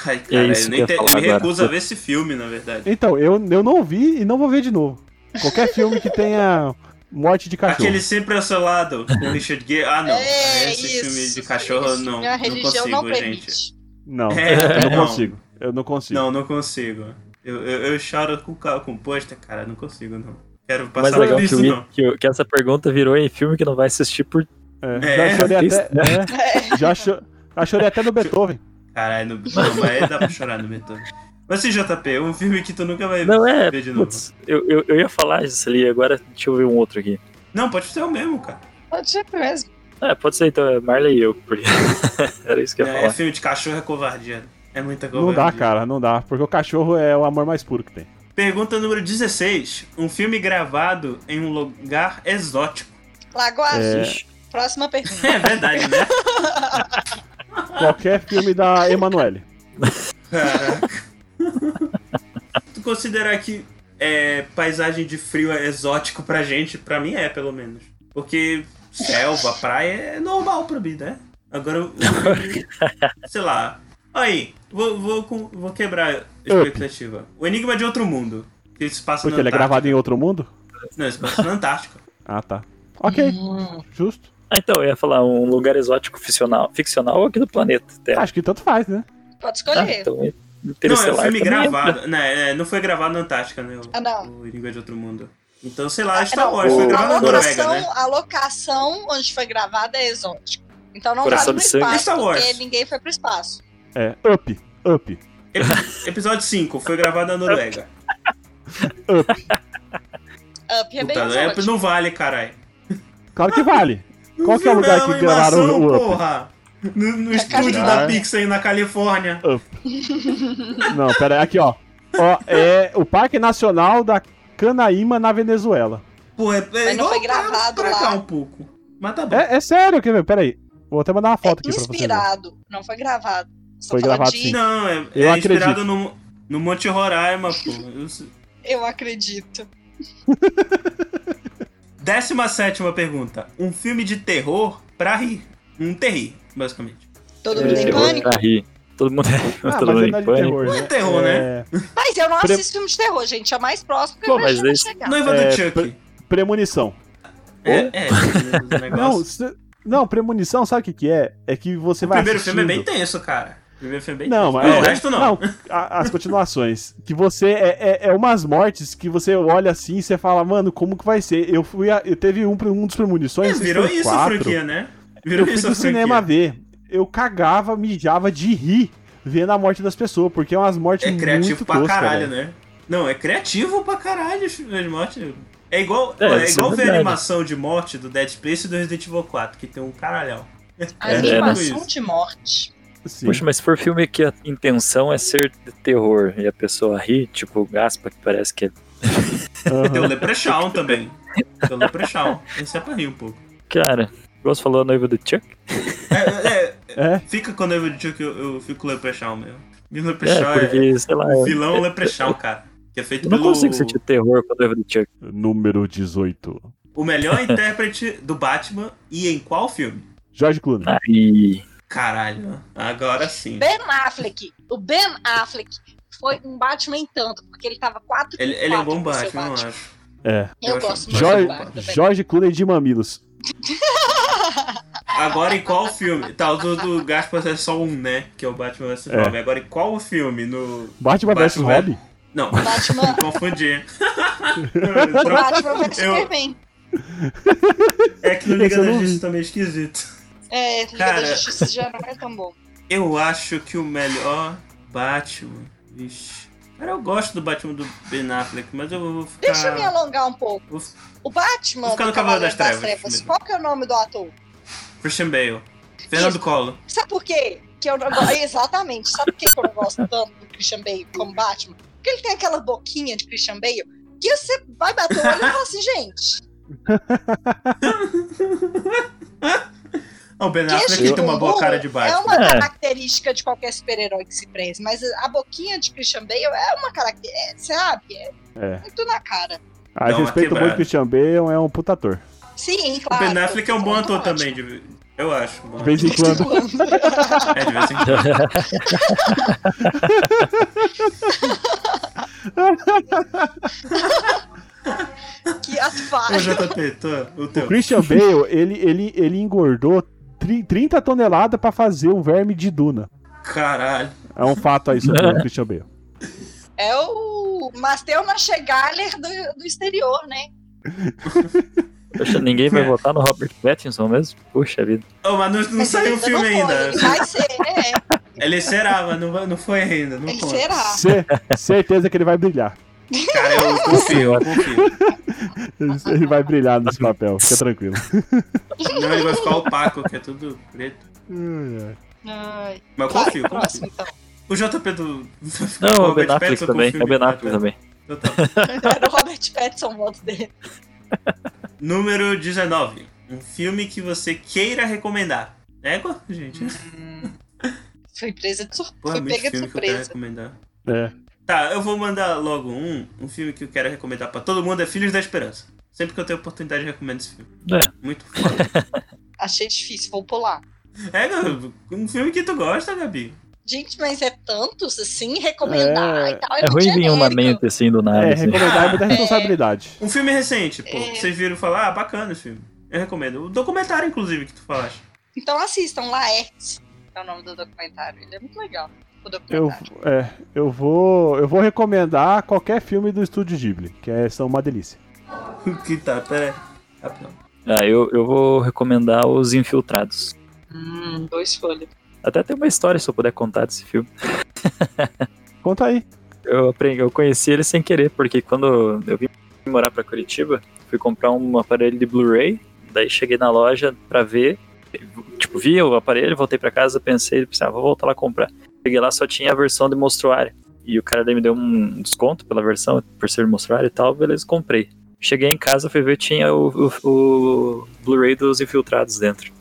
Speaker 1: Ai, cara,
Speaker 8: isso
Speaker 1: eu,
Speaker 8: que
Speaker 1: nem
Speaker 8: eu
Speaker 1: te- eu
Speaker 8: ia falar
Speaker 1: me
Speaker 8: agora.
Speaker 1: recuso a ver esse filme, na verdade.
Speaker 3: Então, eu, eu não vi e não vou ver de novo. Qualquer filme que tenha morte de cachorro.
Speaker 1: Aquele sempre ao seu lado, com Richard Gere. Ah, não.
Speaker 2: É
Speaker 1: esse
Speaker 2: isso,
Speaker 1: filme de cachorro eu
Speaker 2: isso.
Speaker 1: não,
Speaker 2: Minha
Speaker 1: não
Speaker 2: religião
Speaker 1: consigo,
Speaker 2: não
Speaker 1: gente.
Speaker 2: permite.
Speaker 3: Não,
Speaker 1: É,
Speaker 3: eu não
Speaker 1: não.
Speaker 3: consigo. Eu não consigo.
Speaker 1: Não, não consigo. Eu, eu, eu choro com, ca- com pôster, cara, não consigo, não. Quero
Speaker 3: é
Speaker 8: Mais
Speaker 1: passar
Speaker 8: legal
Speaker 1: por
Speaker 8: que,
Speaker 1: isso,
Speaker 8: o I-
Speaker 1: não.
Speaker 8: é um que, o- que essa pergunta virou em filme que não vai assistir por.
Speaker 3: É.
Speaker 1: É.
Speaker 3: Já chorei até.
Speaker 8: Triste,
Speaker 3: é, já, cho- já chorei até no Beethoven.
Speaker 1: Caralho, não, não, mas dá pra chorar no Beethoven. Mas sim, JP, um filme que tu nunca vai
Speaker 8: Não é.
Speaker 1: ver de novo.
Speaker 8: Putz, eu, eu, eu ia falar isso ali, agora deixa eu ver um outro aqui.
Speaker 1: Não, pode ser o mesmo, cara.
Speaker 2: Pode ser mesmo.
Speaker 8: É, pode ser então, é Marley e eu, porque era isso que eu ia
Speaker 1: É,
Speaker 8: falar.
Speaker 1: filme de cachorro é covardia. É muita
Speaker 3: Não
Speaker 1: covardia.
Speaker 3: dá, cara, não dá. Porque o cachorro é o amor mais puro que tem.
Speaker 1: Pergunta número 16. Um filme gravado em um lugar exótico.
Speaker 2: Lagoa
Speaker 3: É.
Speaker 2: Azul. Próxima pergunta.
Speaker 1: É verdade, né?
Speaker 3: Qualquer filme da Emanuele.
Speaker 1: Caraca. tu considerar que é, paisagem de frio é exótico pra gente? Pra mim é, pelo menos. Porque selva, praia é normal pra mim, né? Agora, eu- sei lá. Aí, vou, vou, com- vou quebrar a expectativa. O Enigma de Outro Mundo. Que se passa
Speaker 3: Porque
Speaker 1: na
Speaker 3: ele é
Speaker 1: Antártica.
Speaker 3: gravado em outro mundo?
Speaker 1: Não, se passa na Antártica.
Speaker 3: Ah, tá. Ok, justo.
Speaker 8: Ah, então, eu ia falar um lugar exótico ficcional, ficcional ou aqui do planeta Terra.
Speaker 3: Acho que tanto faz, né?
Speaker 2: Pode
Speaker 8: Ah,
Speaker 2: escolher.
Speaker 8: então,
Speaker 1: Não, é um
Speaker 8: Interestelar
Speaker 1: filme
Speaker 8: também entra.
Speaker 1: gravado. Não, é, não foi gravado na Antártica, né? O,
Speaker 2: Ah, não.
Speaker 1: o Enigma de Outro Mundo. Então, sei lá,
Speaker 2: Ah,
Speaker 1: Star
Speaker 2: não.
Speaker 1: Wars foi
Speaker 8: O-
Speaker 1: gravado
Speaker 2: A
Speaker 1: na Noruega,
Speaker 2: locação,
Speaker 1: né?
Speaker 2: a locação onde foi gravada é exótica. Então não
Speaker 8: Coração
Speaker 2: vale
Speaker 8: de
Speaker 2: no
Speaker 8: sangue.
Speaker 2: espaço,
Speaker 1: Star Wars.
Speaker 2: porque ninguém foi pro espaço.
Speaker 3: É, up, up,
Speaker 1: Epi- Episódio 5 foi gravado na Noruega.
Speaker 3: up.
Speaker 2: Up é bem
Speaker 1: Puta, é,
Speaker 2: exótico.
Speaker 1: não vale, caralho.
Speaker 3: Claro que vale. Qual que é o lugar que gravaram
Speaker 1: animação,
Speaker 3: o Up?
Speaker 1: porra? No, no estúdio
Speaker 2: Califórnia.
Speaker 1: da Pixar na Califórnia.
Speaker 3: Não, pera aí, aqui ó. Ó, é o Parque Nacional da Canaíma na Venezuela.
Speaker 1: Pô, é, é
Speaker 2: não
Speaker 1: igual
Speaker 2: foi
Speaker 1: pra-
Speaker 2: gravado
Speaker 1: pra cá
Speaker 2: lá.
Speaker 1: um pouco. Mas tá bom.
Speaker 3: É, é sério, quer ver? Pera aí. Vou até mandar uma
Speaker 2: É
Speaker 3: foto aqui pra vocês. verem.
Speaker 2: inspirado, não foi gravado. Você
Speaker 3: Foi
Speaker 2: tá falando
Speaker 3: gravado,
Speaker 2: de-
Speaker 3: sim.
Speaker 1: Não, é,
Speaker 3: Eu
Speaker 1: é inspirado
Speaker 3: acredito.
Speaker 1: no, no Monte Roraima, pô. Eu sei.
Speaker 2: Eu acredito.
Speaker 1: 17 pergunta. Um filme de terror pra rir. Um terri, basicamente.
Speaker 2: Todo
Speaker 8: Filme
Speaker 2: mundo
Speaker 8: de
Speaker 2: em
Speaker 8: terror
Speaker 2: pânico.
Speaker 8: pra rir. Todo mundo,
Speaker 3: Ah, mas
Speaker 8: todo mundo
Speaker 3: é
Speaker 8: em
Speaker 3: nada de
Speaker 8: pânico.
Speaker 3: terror,
Speaker 1: Não é terror,
Speaker 3: né? É,
Speaker 2: Mas eu não
Speaker 3: Pre-
Speaker 2: assisto filme de terror, gente. É mais próximo que eu
Speaker 8: Pô, mas
Speaker 2: imagino
Speaker 8: esse-
Speaker 2: chegar.
Speaker 1: Noiva
Speaker 3: É,
Speaker 1: do Chuck.
Speaker 3: Premonição.
Speaker 1: É, é. esse
Speaker 3: Não,
Speaker 1: negócio.
Speaker 3: se- não, premonição, sabe o que que é? É que você
Speaker 1: o
Speaker 3: vai
Speaker 1: primeiro filme é bem
Speaker 3: assistindo-
Speaker 1: tenso, cara. O primeiro filme é bem
Speaker 3: Não,
Speaker 1: tenso.
Speaker 3: mas
Speaker 1: o resto não.
Speaker 3: a- as continuações. Que você é, é, é umas mortes que você olha assim e você fala, mano, como que vai ser? Eu fui, a, eu teve um, pre- um dos premonições.
Speaker 1: É,
Speaker 3: vocês
Speaker 1: virou
Speaker 3: foram
Speaker 1: isso a
Speaker 3: quatro.
Speaker 1: franquia, né?
Speaker 3: Eu
Speaker 1: Virou
Speaker 3: fui
Speaker 1: isso
Speaker 3: no
Speaker 1: a franquia.
Speaker 3: cinema ver. Eu cagava, mijava de rir vendo a morte das pessoas, porque é umas mortes
Speaker 1: É
Speaker 3: muito
Speaker 1: criativo pra
Speaker 3: toscas,
Speaker 1: caralho,
Speaker 3: velho.
Speaker 1: né? Não, é criativo pra caralho as mortes. É igual,
Speaker 8: É,
Speaker 1: é,
Speaker 8: isso é
Speaker 1: igual ver a
Speaker 8: verdade.
Speaker 1: animação de morte do Dead Space e do Resident Evil 4, que tem um caralhão. tipo
Speaker 8: é, né?
Speaker 2: Animação de morte.
Speaker 3: Sim.
Speaker 8: Poxa, mas se for filme que a intenção é ser de terror e a pessoa ri, tipo o Gaspa, que parece que é.
Speaker 1: Tem o
Speaker 3: Aham.
Speaker 1: Leprechaun também. Tem o Leprechaun. Esse é pra rir um pouco.
Speaker 8: Cara, igual você falou a noiva do Chuck? né?
Speaker 1: É, é,
Speaker 3: É.
Speaker 1: fica quando eu digo que eu, eu fico com o Leprechaun mesmo. E o
Speaker 8: É,
Speaker 1: Leprechaun é,
Speaker 8: porque, sei lá.
Speaker 1: vilão Leprechaun, cara. Que é feito
Speaker 8: Eu não
Speaker 1: pelo...
Speaker 8: consigo sentir terror com a noiva do Chuck.
Speaker 3: Número 18.
Speaker 1: O melhor intérprete do Batman e em qual filme?
Speaker 3: Jorge Clooney.
Speaker 8: né? Aí.
Speaker 1: Caralho, agora sim.
Speaker 2: Ben Affleck. O Ben Affleck foi um Batman em tanto, porque ele tava 4
Speaker 1: Ele, ele é um bom Batman, eu acho.
Speaker 3: É.
Speaker 2: Eu,
Speaker 1: Eu acho
Speaker 2: gosto
Speaker 1: um
Speaker 2: muito
Speaker 1: Jorge-
Speaker 2: do
Speaker 3: Jor-
Speaker 2: Batman. também.
Speaker 3: Jorge Clooney de mamilos.
Speaker 1: Agora em qual filme? Tá, o do, do Gaspar é só um, né? Que é o Batman vs.
Speaker 3: É.
Speaker 1: Robin. Agora em qual filme? No.
Speaker 3: Batman, vs
Speaker 1: Batman.
Speaker 3: Robin?
Speaker 1: Não,
Speaker 2: Batman,
Speaker 1: confundi.
Speaker 2: o Batman foi Superman.
Speaker 1: É que no Liga
Speaker 3: Esse eu
Speaker 1: da
Speaker 3: não vi.
Speaker 1: Justiça também é esquisito.
Speaker 2: É, Liga
Speaker 1: Cara.
Speaker 2: da Justiça já não é tão bom.
Speaker 1: Eu acho que o melhor Batman. Vixe. Cara, eu gosto do Batman do Ben Affleck, mas eu vou ficar.
Speaker 2: Deixa eu me alongar um pouco.
Speaker 1: Vou-
Speaker 2: O Batman
Speaker 1: Vou ficar no Cavaleiro
Speaker 2: do Cavaleiro
Speaker 1: das
Speaker 2: das,
Speaker 1: Trevas
Speaker 2: Trevas,
Speaker 1: mesmo.
Speaker 2: qual que é o nome do ator?
Speaker 1: Christian Bale. Fernando
Speaker 2: Isso.
Speaker 1: Collor.
Speaker 2: Sabe por quê? Que eu não
Speaker 1: Ah.
Speaker 2: go- Exatamente. Sabe por quê que eu não gosto tanto do Christian Bale como Batman? Porque ele tem aquela boquinha de Christian Bale que você vai bater o olho e fala assim, gente,
Speaker 1: Ah, o Ben
Speaker 2: que
Speaker 1: Affleck
Speaker 2: esse
Speaker 1: tem uma boa
Speaker 2: humor
Speaker 1: cara de
Speaker 2: É
Speaker 1: Batman. um
Speaker 2: uma
Speaker 8: É.
Speaker 2: característica de qualquer super-herói que se preze, mas a boquinha de Christian Bale é uma característica, sabe? É
Speaker 3: É.
Speaker 2: muito na cara.
Speaker 1: Dá uma
Speaker 3: A Ah, respeito muito
Speaker 1: quebrada.
Speaker 3: do Christian Bale, é um puta ator.
Speaker 2: Sim,
Speaker 1: O
Speaker 2: claro.
Speaker 1: Ben Affleck é um bom ator
Speaker 2: Ótimo.
Speaker 1: também de, Eu acho. bom.
Speaker 3: De vez em quando.
Speaker 1: É, de vez em quando.
Speaker 2: Que as
Speaker 1: Ô,
Speaker 2: falhas.
Speaker 1: JP, tô, o
Speaker 3: O
Speaker 1: teu.
Speaker 3: Christian Bale, ele, ele, ele engordou tri- 30 toneladas pra fazer o verme de Duna.
Speaker 1: Caralho.
Speaker 3: É um fato aí sobre o Christian Bale.
Speaker 2: É o Matheus Nachegaler do, do exterior, né?
Speaker 8: Poxa, ninguém
Speaker 1: É.
Speaker 8: vai votar no Robert Pattinson mesmo? Puxa vida.
Speaker 1: Ô, mas não, não
Speaker 2: Mas
Speaker 1: saiu o
Speaker 2: ele
Speaker 1: filme
Speaker 2: não foi,
Speaker 1: ainda.
Speaker 2: ele Vai ser, é.
Speaker 1: Ele será, mas não, vai- não foi ainda. Não
Speaker 2: Ele
Speaker 1: foi.
Speaker 2: será.
Speaker 3: Cer- certeza que ele vai brilhar.
Speaker 1: Cara, eu confio, eu confio.
Speaker 3: Ele- Ele vai brilhar nesse papel, fica tranquilo.
Speaker 1: Não, ele vai ficar opaco, que é tudo preto.
Speaker 3: É,
Speaker 2: Ai,
Speaker 1: Mas eu
Speaker 2: vai,
Speaker 1: confio,
Speaker 2: próximo,
Speaker 1: confio.
Speaker 2: então.
Speaker 1: O JP do. do
Speaker 8: Não, é o
Speaker 1: Robert
Speaker 8: Ben Affleck
Speaker 1: Pattinson
Speaker 8: também.
Speaker 1: confia
Speaker 8: É o Ben
Speaker 1: muito,
Speaker 8: Affleck
Speaker 1: né?
Speaker 8: também.
Speaker 1: Total.
Speaker 2: Era o Robert Pattinson o voto dele.
Speaker 1: Número 19. Um filme que você queira recomendar. Égua, gente?
Speaker 2: Foi presa de sur...
Speaker 1: Pô, é
Speaker 2: Foi
Speaker 1: muito
Speaker 2: pega de
Speaker 1: filme que eu quero
Speaker 2: surpresa.
Speaker 1: recomendar.
Speaker 3: É.
Speaker 1: Tá, eu vou mandar logo um. Um filme que eu quero recomendar pra todo mundo é Filhos da Esperança. Sempre que eu tenho oportunidade, eu recomendo esse filme.
Speaker 8: É.
Speaker 1: Muito foda.
Speaker 2: Achei difícil, vou pular.
Speaker 1: é, Gabi, um filme que tu gosta, Gabi.
Speaker 2: Gente, mas é tantos assim, recomendar
Speaker 3: É-
Speaker 2: e tal.
Speaker 8: É ruim vir uma
Speaker 2: mente.
Speaker 8: mente assim do nada.
Speaker 3: É,
Speaker 8: assim.
Speaker 3: recomendar é muita responsabilidade.
Speaker 1: Um filme recente, pô.
Speaker 2: É.
Speaker 1: que Vocês viram falar, ah, bacana esse filme. Eu recomendo. O documentário, inclusive, que tu falaste.
Speaker 2: Então assistam, Laertes é o nome do documentário. Ele é muito legal. O
Speaker 3: Eu,
Speaker 2: documentário.
Speaker 3: é, eu, vou, eu vou recomendar qualquer filme do estúdio Ghibli, que é, são uma delícia.
Speaker 1: que tá, pera aí. Rapidão.
Speaker 8: Ah, eu, eu vou recomendar Os Infiltrados.
Speaker 2: Hum, dois folhas.
Speaker 8: Até tem uma história, se eu puder contar desse filme.
Speaker 3: Conta aí.
Speaker 8: Eu, aprendi, eu conheci ele sem querer, porque quando eu vim morar pra Curitiba, fui comprar um aparelho de Blu-ray, daí cheguei na loja pra ver, tipo, vi o aparelho, voltei pra casa, pensei, pensei, ah, vou voltar lá comprar. Cheguei lá, só tinha a versão de mostruário. E o cara daí me deu um desconto pela versão, por ser mostruário e tal, beleza, comprei. Cheguei em casa, fui ver, tinha o, o- o Blu-ray dos infiltrados dentro.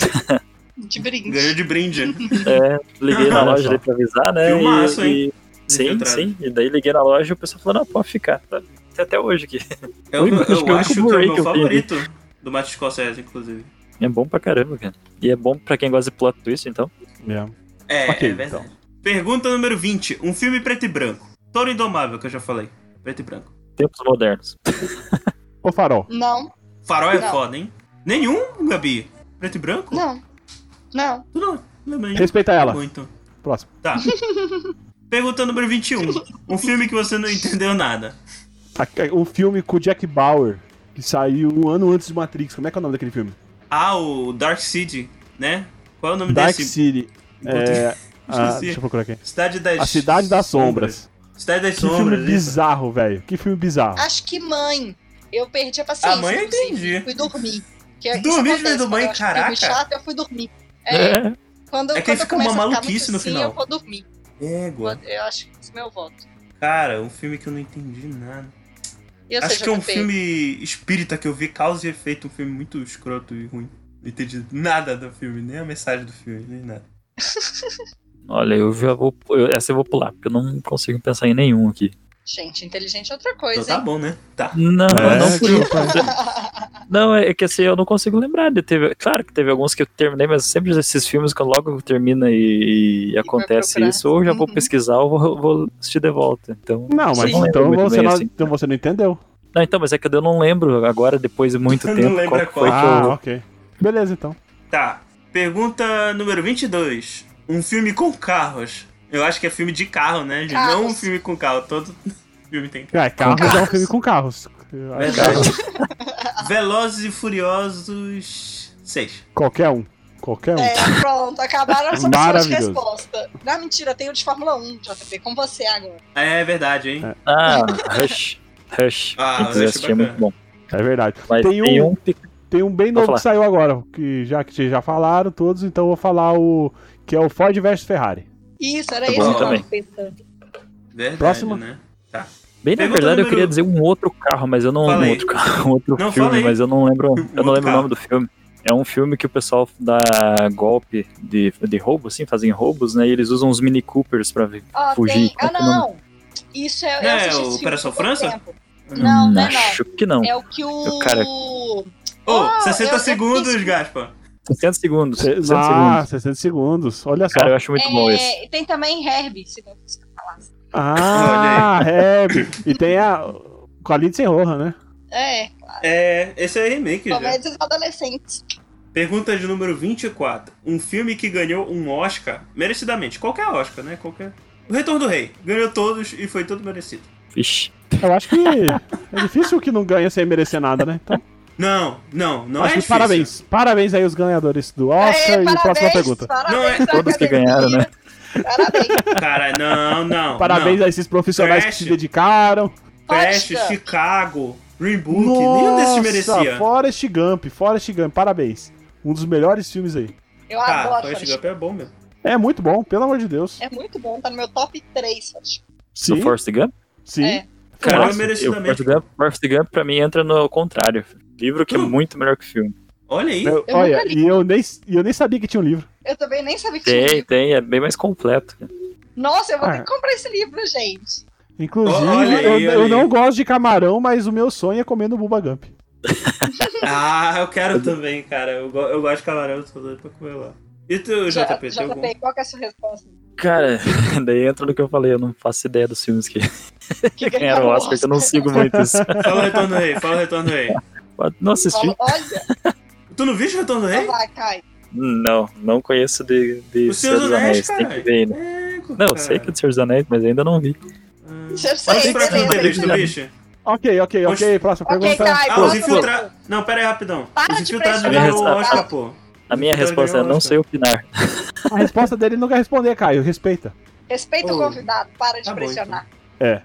Speaker 2: De brinde.
Speaker 1: Ganhou de brinde. né?
Speaker 8: Liguei na
Speaker 3: Olha
Speaker 8: loja
Speaker 3: só.
Speaker 8: daí pra avisar, né?
Speaker 1: Filmaço,
Speaker 8: e,
Speaker 1: hein?
Speaker 8: e- Sim,
Speaker 1: Infiltrado.
Speaker 8: sim. E daí liguei na loja e o pessoal falou, não, pode ficar. Tá, tem até hoje aqui.
Speaker 1: Eu,
Speaker 8: Ui,
Speaker 1: eu
Speaker 8: acho que é o único
Speaker 1: acho que é o
Speaker 8: Blu-ray
Speaker 1: meu
Speaker 8: que eu tenho.
Speaker 1: favorito do Matt Scorsese, inclusive.
Speaker 8: É bom pra caramba, cara. E é bom pra quem gosta de plot twist, então.
Speaker 3: É.
Speaker 1: É,
Speaker 3: Ok,
Speaker 1: é verdade. Pergunta número 20. Um filme preto e branco. Touro Indomável, que eu já falei. Preto e branco.
Speaker 8: Tempos modernos.
Speaker 3: Ô Farol,
Speaker 2: Não,
Speaker 1: Farol é
Speaker 2: Não.
Speaker 1: foda, hein? Nenhum, Gabi? Preto e branco?
Speaker 2: não. Não.
Speaker 1: Tu não. Lembra aí.
Speaker 3: respeita ela.
Speaker 1: Muito.
Speaker 3: Próximo.
Speaker 1: Tá. Pergunta número 21. Um filme que você não entendeu nada.
Speaker 3: A- O um filme com o Jack Bauer, que saiu um ano antes de Matrix. Como é que é o nome daquele filme?
Speaker 1: Ah, o Dark City, né? Qual é o nome
Speaker 3: Dark
Speaker 1: desse?
Speaker 3: City.
Speaker 1: Em
Speaker 3: É,
Speaker 1: português.
Speaker 3: ah,
Speaker 1: Esqueci.
Speaker 3: deixa eu procurar aqui.
Speaker 1: Cidade das...
Speaker 3: A Cidade das Sombras.
Speaker 1: Cidade das
Speaker 3: Que
Speaker 1: Sombras.
Speaker 3: filme
Speaker 1: isso.
Speaker 3: bizarro, velho. Que filme bizarro.
Speaker 2: Acho que mãe. Eu perdi a paciência.
Speaker 1: Ah, mãe, eu
Speaker 2: inclusive.
Speaker 1: entendi.
Speaker 2: Fui dormir. Que
Speaker 1: Dormir
Speaker 2: isso acontece
Speaker 1: no meio do
Speaker 2: quando
Speaker 1: banho,
Speaker 2: eu acho um filme
Speaker 1: caraca.
Speaker 2: chato, eu fui dormir. É,
Speaker 8: É.
Speaker 2: quando,
Speaker 1: É que aí
Speaker 2: quando eu
Speaker 1: fica uma
Speaker 2: começo a ficar muito
Speaker 1: maluquice no
Speaker 2: assim,
Speaker 1: final.
Speaker 2: Eu vou dormir.
Speaker 1: Égua.
Speaker 2: Eu acho que esse é o meu voto.
Speaker 1: Cara, um filme que eu não entendi nada.
Speaker 2: E eu
Speaker 1: Acho
Speaker 2: sei,
Speaker 1: que é um
Speaker 2: JP?
Speaker 1: filme espírita que eu vi, causa e efeito, um filme muito escroto e ruim. Não entendi nada do filme, nem a mensagem do filme, nem nada.
Speaker 8: Olha, eu já vou. eu- essa eu vou pular, porque eu não consigo pensar em nenhum aqui.
Speaker 2: Gente, inteligente é outra
Speaker 1: Então
Speaker 2: coisa,
Speaker 1: tá bom, né? Tá.
Speaker 8: Não,
Speaker 3: É,
Speaker 8: não por
Speaker 2: hein?
Speaker 8: isso. Não, é que assim, eu não consigo lembrar. de- teve- claro que teve alguns que eu terminei, mas sempre esses filmes, quando logo termina e, e acontece
Speaker 2: procurar.
Speaker 8: isso, ou eu já vou
Speaker 2: Uhum.
Speaker 8: pesquisar ou vou, vou assistir de volta. Então.
Speaker 3: Não, mas
Speaker 8: Sim.
Speaker 3: então,
Speaker 8: Não lembro muito
Speaker 3: você
Speaker 8: bem,
Speaker 3: não,
Speaker 8: assim.
Speaker 3: então você não entendeu.
Speaker 8: Não, então, mas é que eu não lembro agora, depois de muito
Speaker 1: Não
Speaker 8: tempo,
Speaker 1: lembra
Speaker 8: qual que
Speaker 1: qual.
Speaker 8: foi que
Speaker 3: Ah,
Speaker 8: eu.
Speaker 3: ok. Beleza, então.
Speaker 1: Tá. Pergunta número 22. Um filme com carros. Eu acho que é filme de carro, né, gente?
Speaker 2: Carros.
Speaker 1: Não um filme com carro. Todo filme tem
Speaker 3: Ah, carros é um
Speaker 2: carros.
Speaker 3: filme com carros. Ah,
Speaker 1: carro. Velozes e Furiosos 6.
Speaker 3: Qualquer um. Qualquer um.
Speaker 2: É, pronto, acabaram as opções de
Speaker 3: Maravilhoso.
Speaker 2: resposta. Não, mentira, tem o de Fórmula 1, JP, com você agora.
Speaker 1: É verdade, hein?
Speaker 8: Ah, Rush. Rush.
Speaker 1: Ah,
Speaker 8: Quem quiser
Speaker 1: Rush é
Speaker 8: assistir é
Speaker 1: bacana.
Speaker 8: muito bom.
Speaker 3: É verdade.
Speaker 8: Mas
Speaker 3: Tem
Speaker 8: tem,
Speaker 3: um-
Speaker 8: um que
Speaker 3: Tem um bem novo
Speaker 8: Pode
Speaker 3: que saiu agora, que já que vocês já falaram todos, então eu vou falar o que é o Ford versus Ferrari.
Speaker 2: Isso, era
Speaker 8: Tá
Speaker 2: esse
Speaker 1: bom
Speaker 2: o nome
Speaker 8: também.
Speaker 2: pensando.
Speaker 1: Verdade,
Speaker 3: Próximo.
Speaker 1: né?
Speaker 8: Bem, na
Speaker 1: Pergunta
Speaker 8: verdade, eu
Speaker 1: número-
Speaker 8: queria dizer um outro carro, mas eu não.
Speaker 1: Fala
Speaker 8: Um
Speaker 1: aí.
Speaker 8: outro carro, um outro
Speaker 1: Não, fala
Speaker 8: filme,
Speaker 1: aí.
Speaker 8: mas eu não lembro.
Speaker 1: Um
Speaker 8: Eu
Speaker 1: outro
Speaker 8: não lembro
Speaker 1: carro.
Speaker 8: o nome do filme. É um filme que o pessoal dá golpe de, de roubo, assim, fazem roubos, né? E eles usam uns Mini Coopers pra vi-
Speaker 2: Ó,
Speaker 8: Fugir,
Speaker 2: tem...
Speaker 8: qual
Speaker 2: Ah,
Speaker 8: que é o
Speaker 2: não. Isso é...
Speaker 1: Não é
Speaker 2: eu assisti
Speaker 1: o
Speaker 2: esse filme
Speaker 1: Operação
Speaker 2: há pouco
Speaker 1: França?
Speaker 2: tempo. Não, não é não.
Speaker 8: acho Hum, que não.
Speaker 2: É o que o...
Speaker 8: Cara,
Speaker 1: Ô,
Speaker 2: Oh,
Speaker 1: 60
Speaker 2: eu- eu
Speaker 1: segundos,
Speaker 2: fiz-
Speaker 1: Gaspa.
Speaker 8: 60 segundos. 60
Speaker 3: ah,
Speaker 8: segundos.
Speaker 3: 60 segundos. Olha só.
Speaker 8: Cara, eu acho muito bom esse.
Speaker 2: É, e tem também Herbie, se não
Speaker 3: Ah, Herbie. E tem a. Com a Lindsay Rohan, né?
Speaker 2: É,
Speaker 1: É, esse é remake já.
Speaker 2: comédias adolescentes.
Speaker 1: Pergunta de número 24. Um filme que ganhou um Oscar, merecidamente, qualquer Oscar, né? Qualquer. O Retorno do Rei. Ganhou todos e foi todo merecido.
Speaker 8: Vixe.
Speaker 3: Eu acho que é difícil que não ganha sem merecer nada, né? Então,
Speaker 1: Não, não, não
Speaker 3: acho
Speaker 1: é
Speaker 3: que
Speaker 1: difícil.
Speaker 3: parabéns. Parabéns aí os ganhadores do Oscar e próxima pergunta.
Speaker 2: parabéns
Speaker 1: Não, é-
Speaker 2: à
Speaker 8: Todos que ganharam, né?
Speaker 2: Parabéns.
Speaker 1: Cara, não, não.
Speaker 3: Parabéns
Speaker 1: não.
Speaker 3: a esses profissionais que
Speaker 1: Trash.
Speaker 3: se dedicaram.
Speaker 1: Crash,
Speaker 2: Oscar.
Speaker 1: Chicago, Green Book, nenhum desses merecia.
Speaker 3: Forrest Gump, Forrest Gump, parabéns. Um dos melhores filmes aí.
Speaker 2: Eu
Speaker 1: Cara,
Speaker 2: adoro
Speaker 1: Forrest
Speaker 2: Forrest
Speaker 1: Gump é bom mesmo.
Speaker 3: É muito bom, pelo amor de Deus.
Speaker 2: Gump. É muito bom, tá no meu top 3, Forrest Gump.
Speaker 8: Do
Speaker 3: Sim,
Speaker 8: Forrest Gump?
Speaker 3: sim.
Speaker 2: É.
Speaker 1: Cara,
Speaker 8: Nossa,
Speaker 1: merecidamente.
Speaker 8: eu- Forrest Gump, Forrest Gump pra mim entra no ao contrário. Livro que é
Speaker 1: Hum.
Speaker 8: muito melhor que filme.
Speaker 1: Olha aí.
Speaker 3: Eu-
Speaker 2: nunca
Speaker 3: olha,
Speaker 2: li.
Speaker 3: e eu, nem, e eu nem sabia que tinha um livro.
Speaker 2: Eu também nem sabia que tinha um
Speaker 8: Tem,
Speaker 2: livro.
Speaker 8: tem, é bem mais completo.
Speaker 2: Nossa, eu vou ter
Speaker 3: Ah.
Speaker 2: que comprar esse livro, gente.
Speaker 3: Inclusive,
Speaker 1: Olha aí,
Speaker 3: eu,
Speaker 1: olha
Speaker 3: eu
Speaker 1: aí.
Speaker 3: não gosto de camarão, mas o meu sonho é comer no Bubba Gump.
Speaker 1: Ah, eu quero também, cara. Eu, go- eu gosto de camarão, tô doido pra comer lá. E tu, JP, tem algum?
Speaker 2: JP, qual que é a sua resposta?
Speaker 8: Cara, daí entra no que eu falei, eu não faço ideia dos filmes que, que ganharam o Oscar, que eu não sigo muito isso.
Speaker 1: Fala o Retorno do Rei, fala o Retorno do Rei.
Speaker 8: Não assisti?
Speaker 2: Fala, Olha,
Speaker 1: Tu não viste o Retorno do Rei?
Speaker 2: vai, cai.
Speaker 8: Não, não conheço de, de
Speaker 1: Os Senhor dos Anéis,
Speaker 8: Tem que
Speaker 1: caralho.
Speaker 8: ver ainda.
Speaker 1: É,
Speaker 8: Não, eu
Speaker 1: cara. Ah.
Speaker 8: sei que é do Senhor dos Anéis, mas ainda não vi.
Speaker 2: Já
Speaker 1: Olha os
Speaker 2: sei,
Speaker 1: infiltrados
Speaker 2: beleza.
Speaker 1: da lista, bicho.
Speaker 3: Ok, ok, ok.
Speaker 1: Oxe.
Speaker 3: Próxima
Speaker 2: Ok,
Speaker 3: pergunta.
Speaker 2: cai,
Speaker 1: Ah, os
Speaker 2: próximo.
Speaker 1: infiltrados. Não, pera aí rapidão.
Speaker 2: Para
Speaker 1: Os
Speaker 2: de
Speaker 1: infiltrados
Speaker 2: pressionar
Speaker 1: ganharam o
Speaker 8: o cara.
Speaker 1: Oscar, pô.
Speaker 8: A minha
Speaker 1: Então,
Speaker 8: resposta é
Speaker 1: ganhou o
Speaker 8: não
Speaker 1: Oscar.
Speaker 8: sei opinar.
Speaker 3: A resposta dele não quer responder, Caio. Respeita.
Speaker 2: Respeita o
Speaker 1: Ô.
Speaker 2: convidado, para de
Speaker 1: Tá bom,
Speaker 2: pressionar.
Speaker 3: É.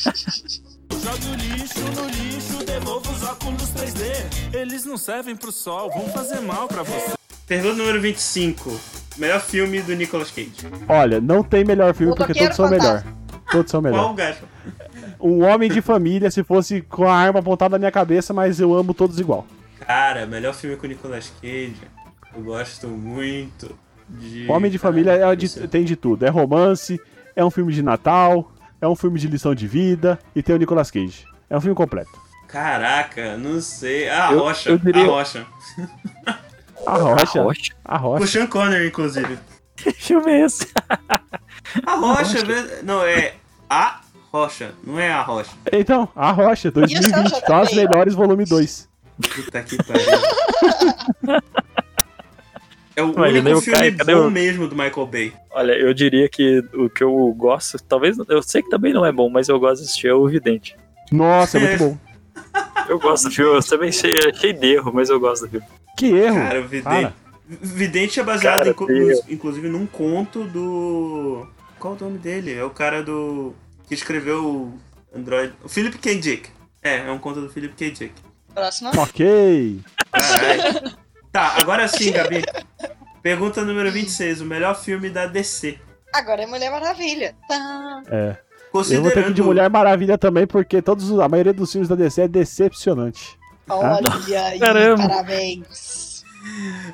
Speaker 9: Jogue o lixo no lixo, devolva os óculos 3D. Eles não servem pro sol, vão fazer mal pra você.
Speaker 1: Pergunta número 25. Melhor filme do Nicolas Cage.
Speaker 3: Olha, não tem melhor filme porque
Speaker 2: Motoqueiro
Speaker 3: todos são melhor.
Speaker 2: Fantasma.
Speaker 3: Todos são melhor.
Speaker 1: Qual o gajo?
Speaker 3: Um homem de família, se fosse com a arma apontada na minha cabeça, mas eu amo todos igual.
Speaker 1: Cara, melhor filme com o Nicolas Cage. Eu gosto muito de.
Speaker 3: Homem de
Speaker 1: Cara,
Speaker 3: família é de-
Speaker 1: não sei.
Speaker 3: tem de tudo. É romance, é um filme de Natal, é um filme de lição de vida e tem o Nicolas Cage. É um filme completo.
Speaker 1: Caraca, não sei. A
Speaker 8: Eu-
Speaker 1: Rocha.
Speaker 8: eu diria-
Speaker 1: A Rocha.
Speaker 3: A Rocha.
Speaker 8: Rocha?
Speaker 3: A
Speaker 1: Com
Speaker 3: Rocha.
Speaker 1: o Sean Connery, inclusive.
Speaker 8: Que filme é esse?
Speaker 1: A Rocha, velho. Não, é a Rocha. Não é a Rocha.
Speaker 3: Então, A Rocha,
Speaker 2: E o
Speaker 3: 2020.
Speaker 2: seu
Speaker 3: Tá as
Speaker 2: JP?
Speaker 3: melhores, volume 2.
Speaker 1: Puta que pariu. É o
Speaker 8: Mas ele nem
Speaker 1: único
Speaker 8: o
Speaker 1: filme
Speaker 8: Caio, cadê
Speaker 1: bom
Speaker 8: o-
Speaker 1: mesmo do Michael Bay.
Speaker 8: Olha, eu diria que o que eu gosto, talvez, eu sei que também não é bom, mas eu gosto de assistir é o Vidente.
Speaker 3: Nossa, é muito bom.
Speaker 8: Eu gosto do filme, eu também achei, achei de erro, mas eu gosto do filme.
Speaker 3: Que erro.
Speaker 1: Cara, o Vidente. Vidente é baseado,
Speaker 8: Cara,
Speaker 1: em co-
Speaker 8: meu.
Speaker 1: nos- inclusive, num conto do. Qual o nome dele? É o cara do. que escreveu o Android. O Philip K. Dick. É, é um conto do Philip K. Dick.
Speaker 2: Próxima.
Speaker 3: Ok.
Speaker 1: Caralho. tá, agora sim, Gabi. Pergunta número 26, o melhor filme da DC.
Speaker 2: Agora é Mulher Maravilha.
Speaker 8: Ah,
Speaker 2: Tá.
Speaker 3: É. Eu
Speaker 1: Considerando.
Speaker 3: vou ter que de Mulher Maravilha também, porque todos, os- a maioria dos filmes da DC é decepcionante.
Speaker 2: Olha aí,
Speaker 8: Caramba.
Speaker 2: parabéns.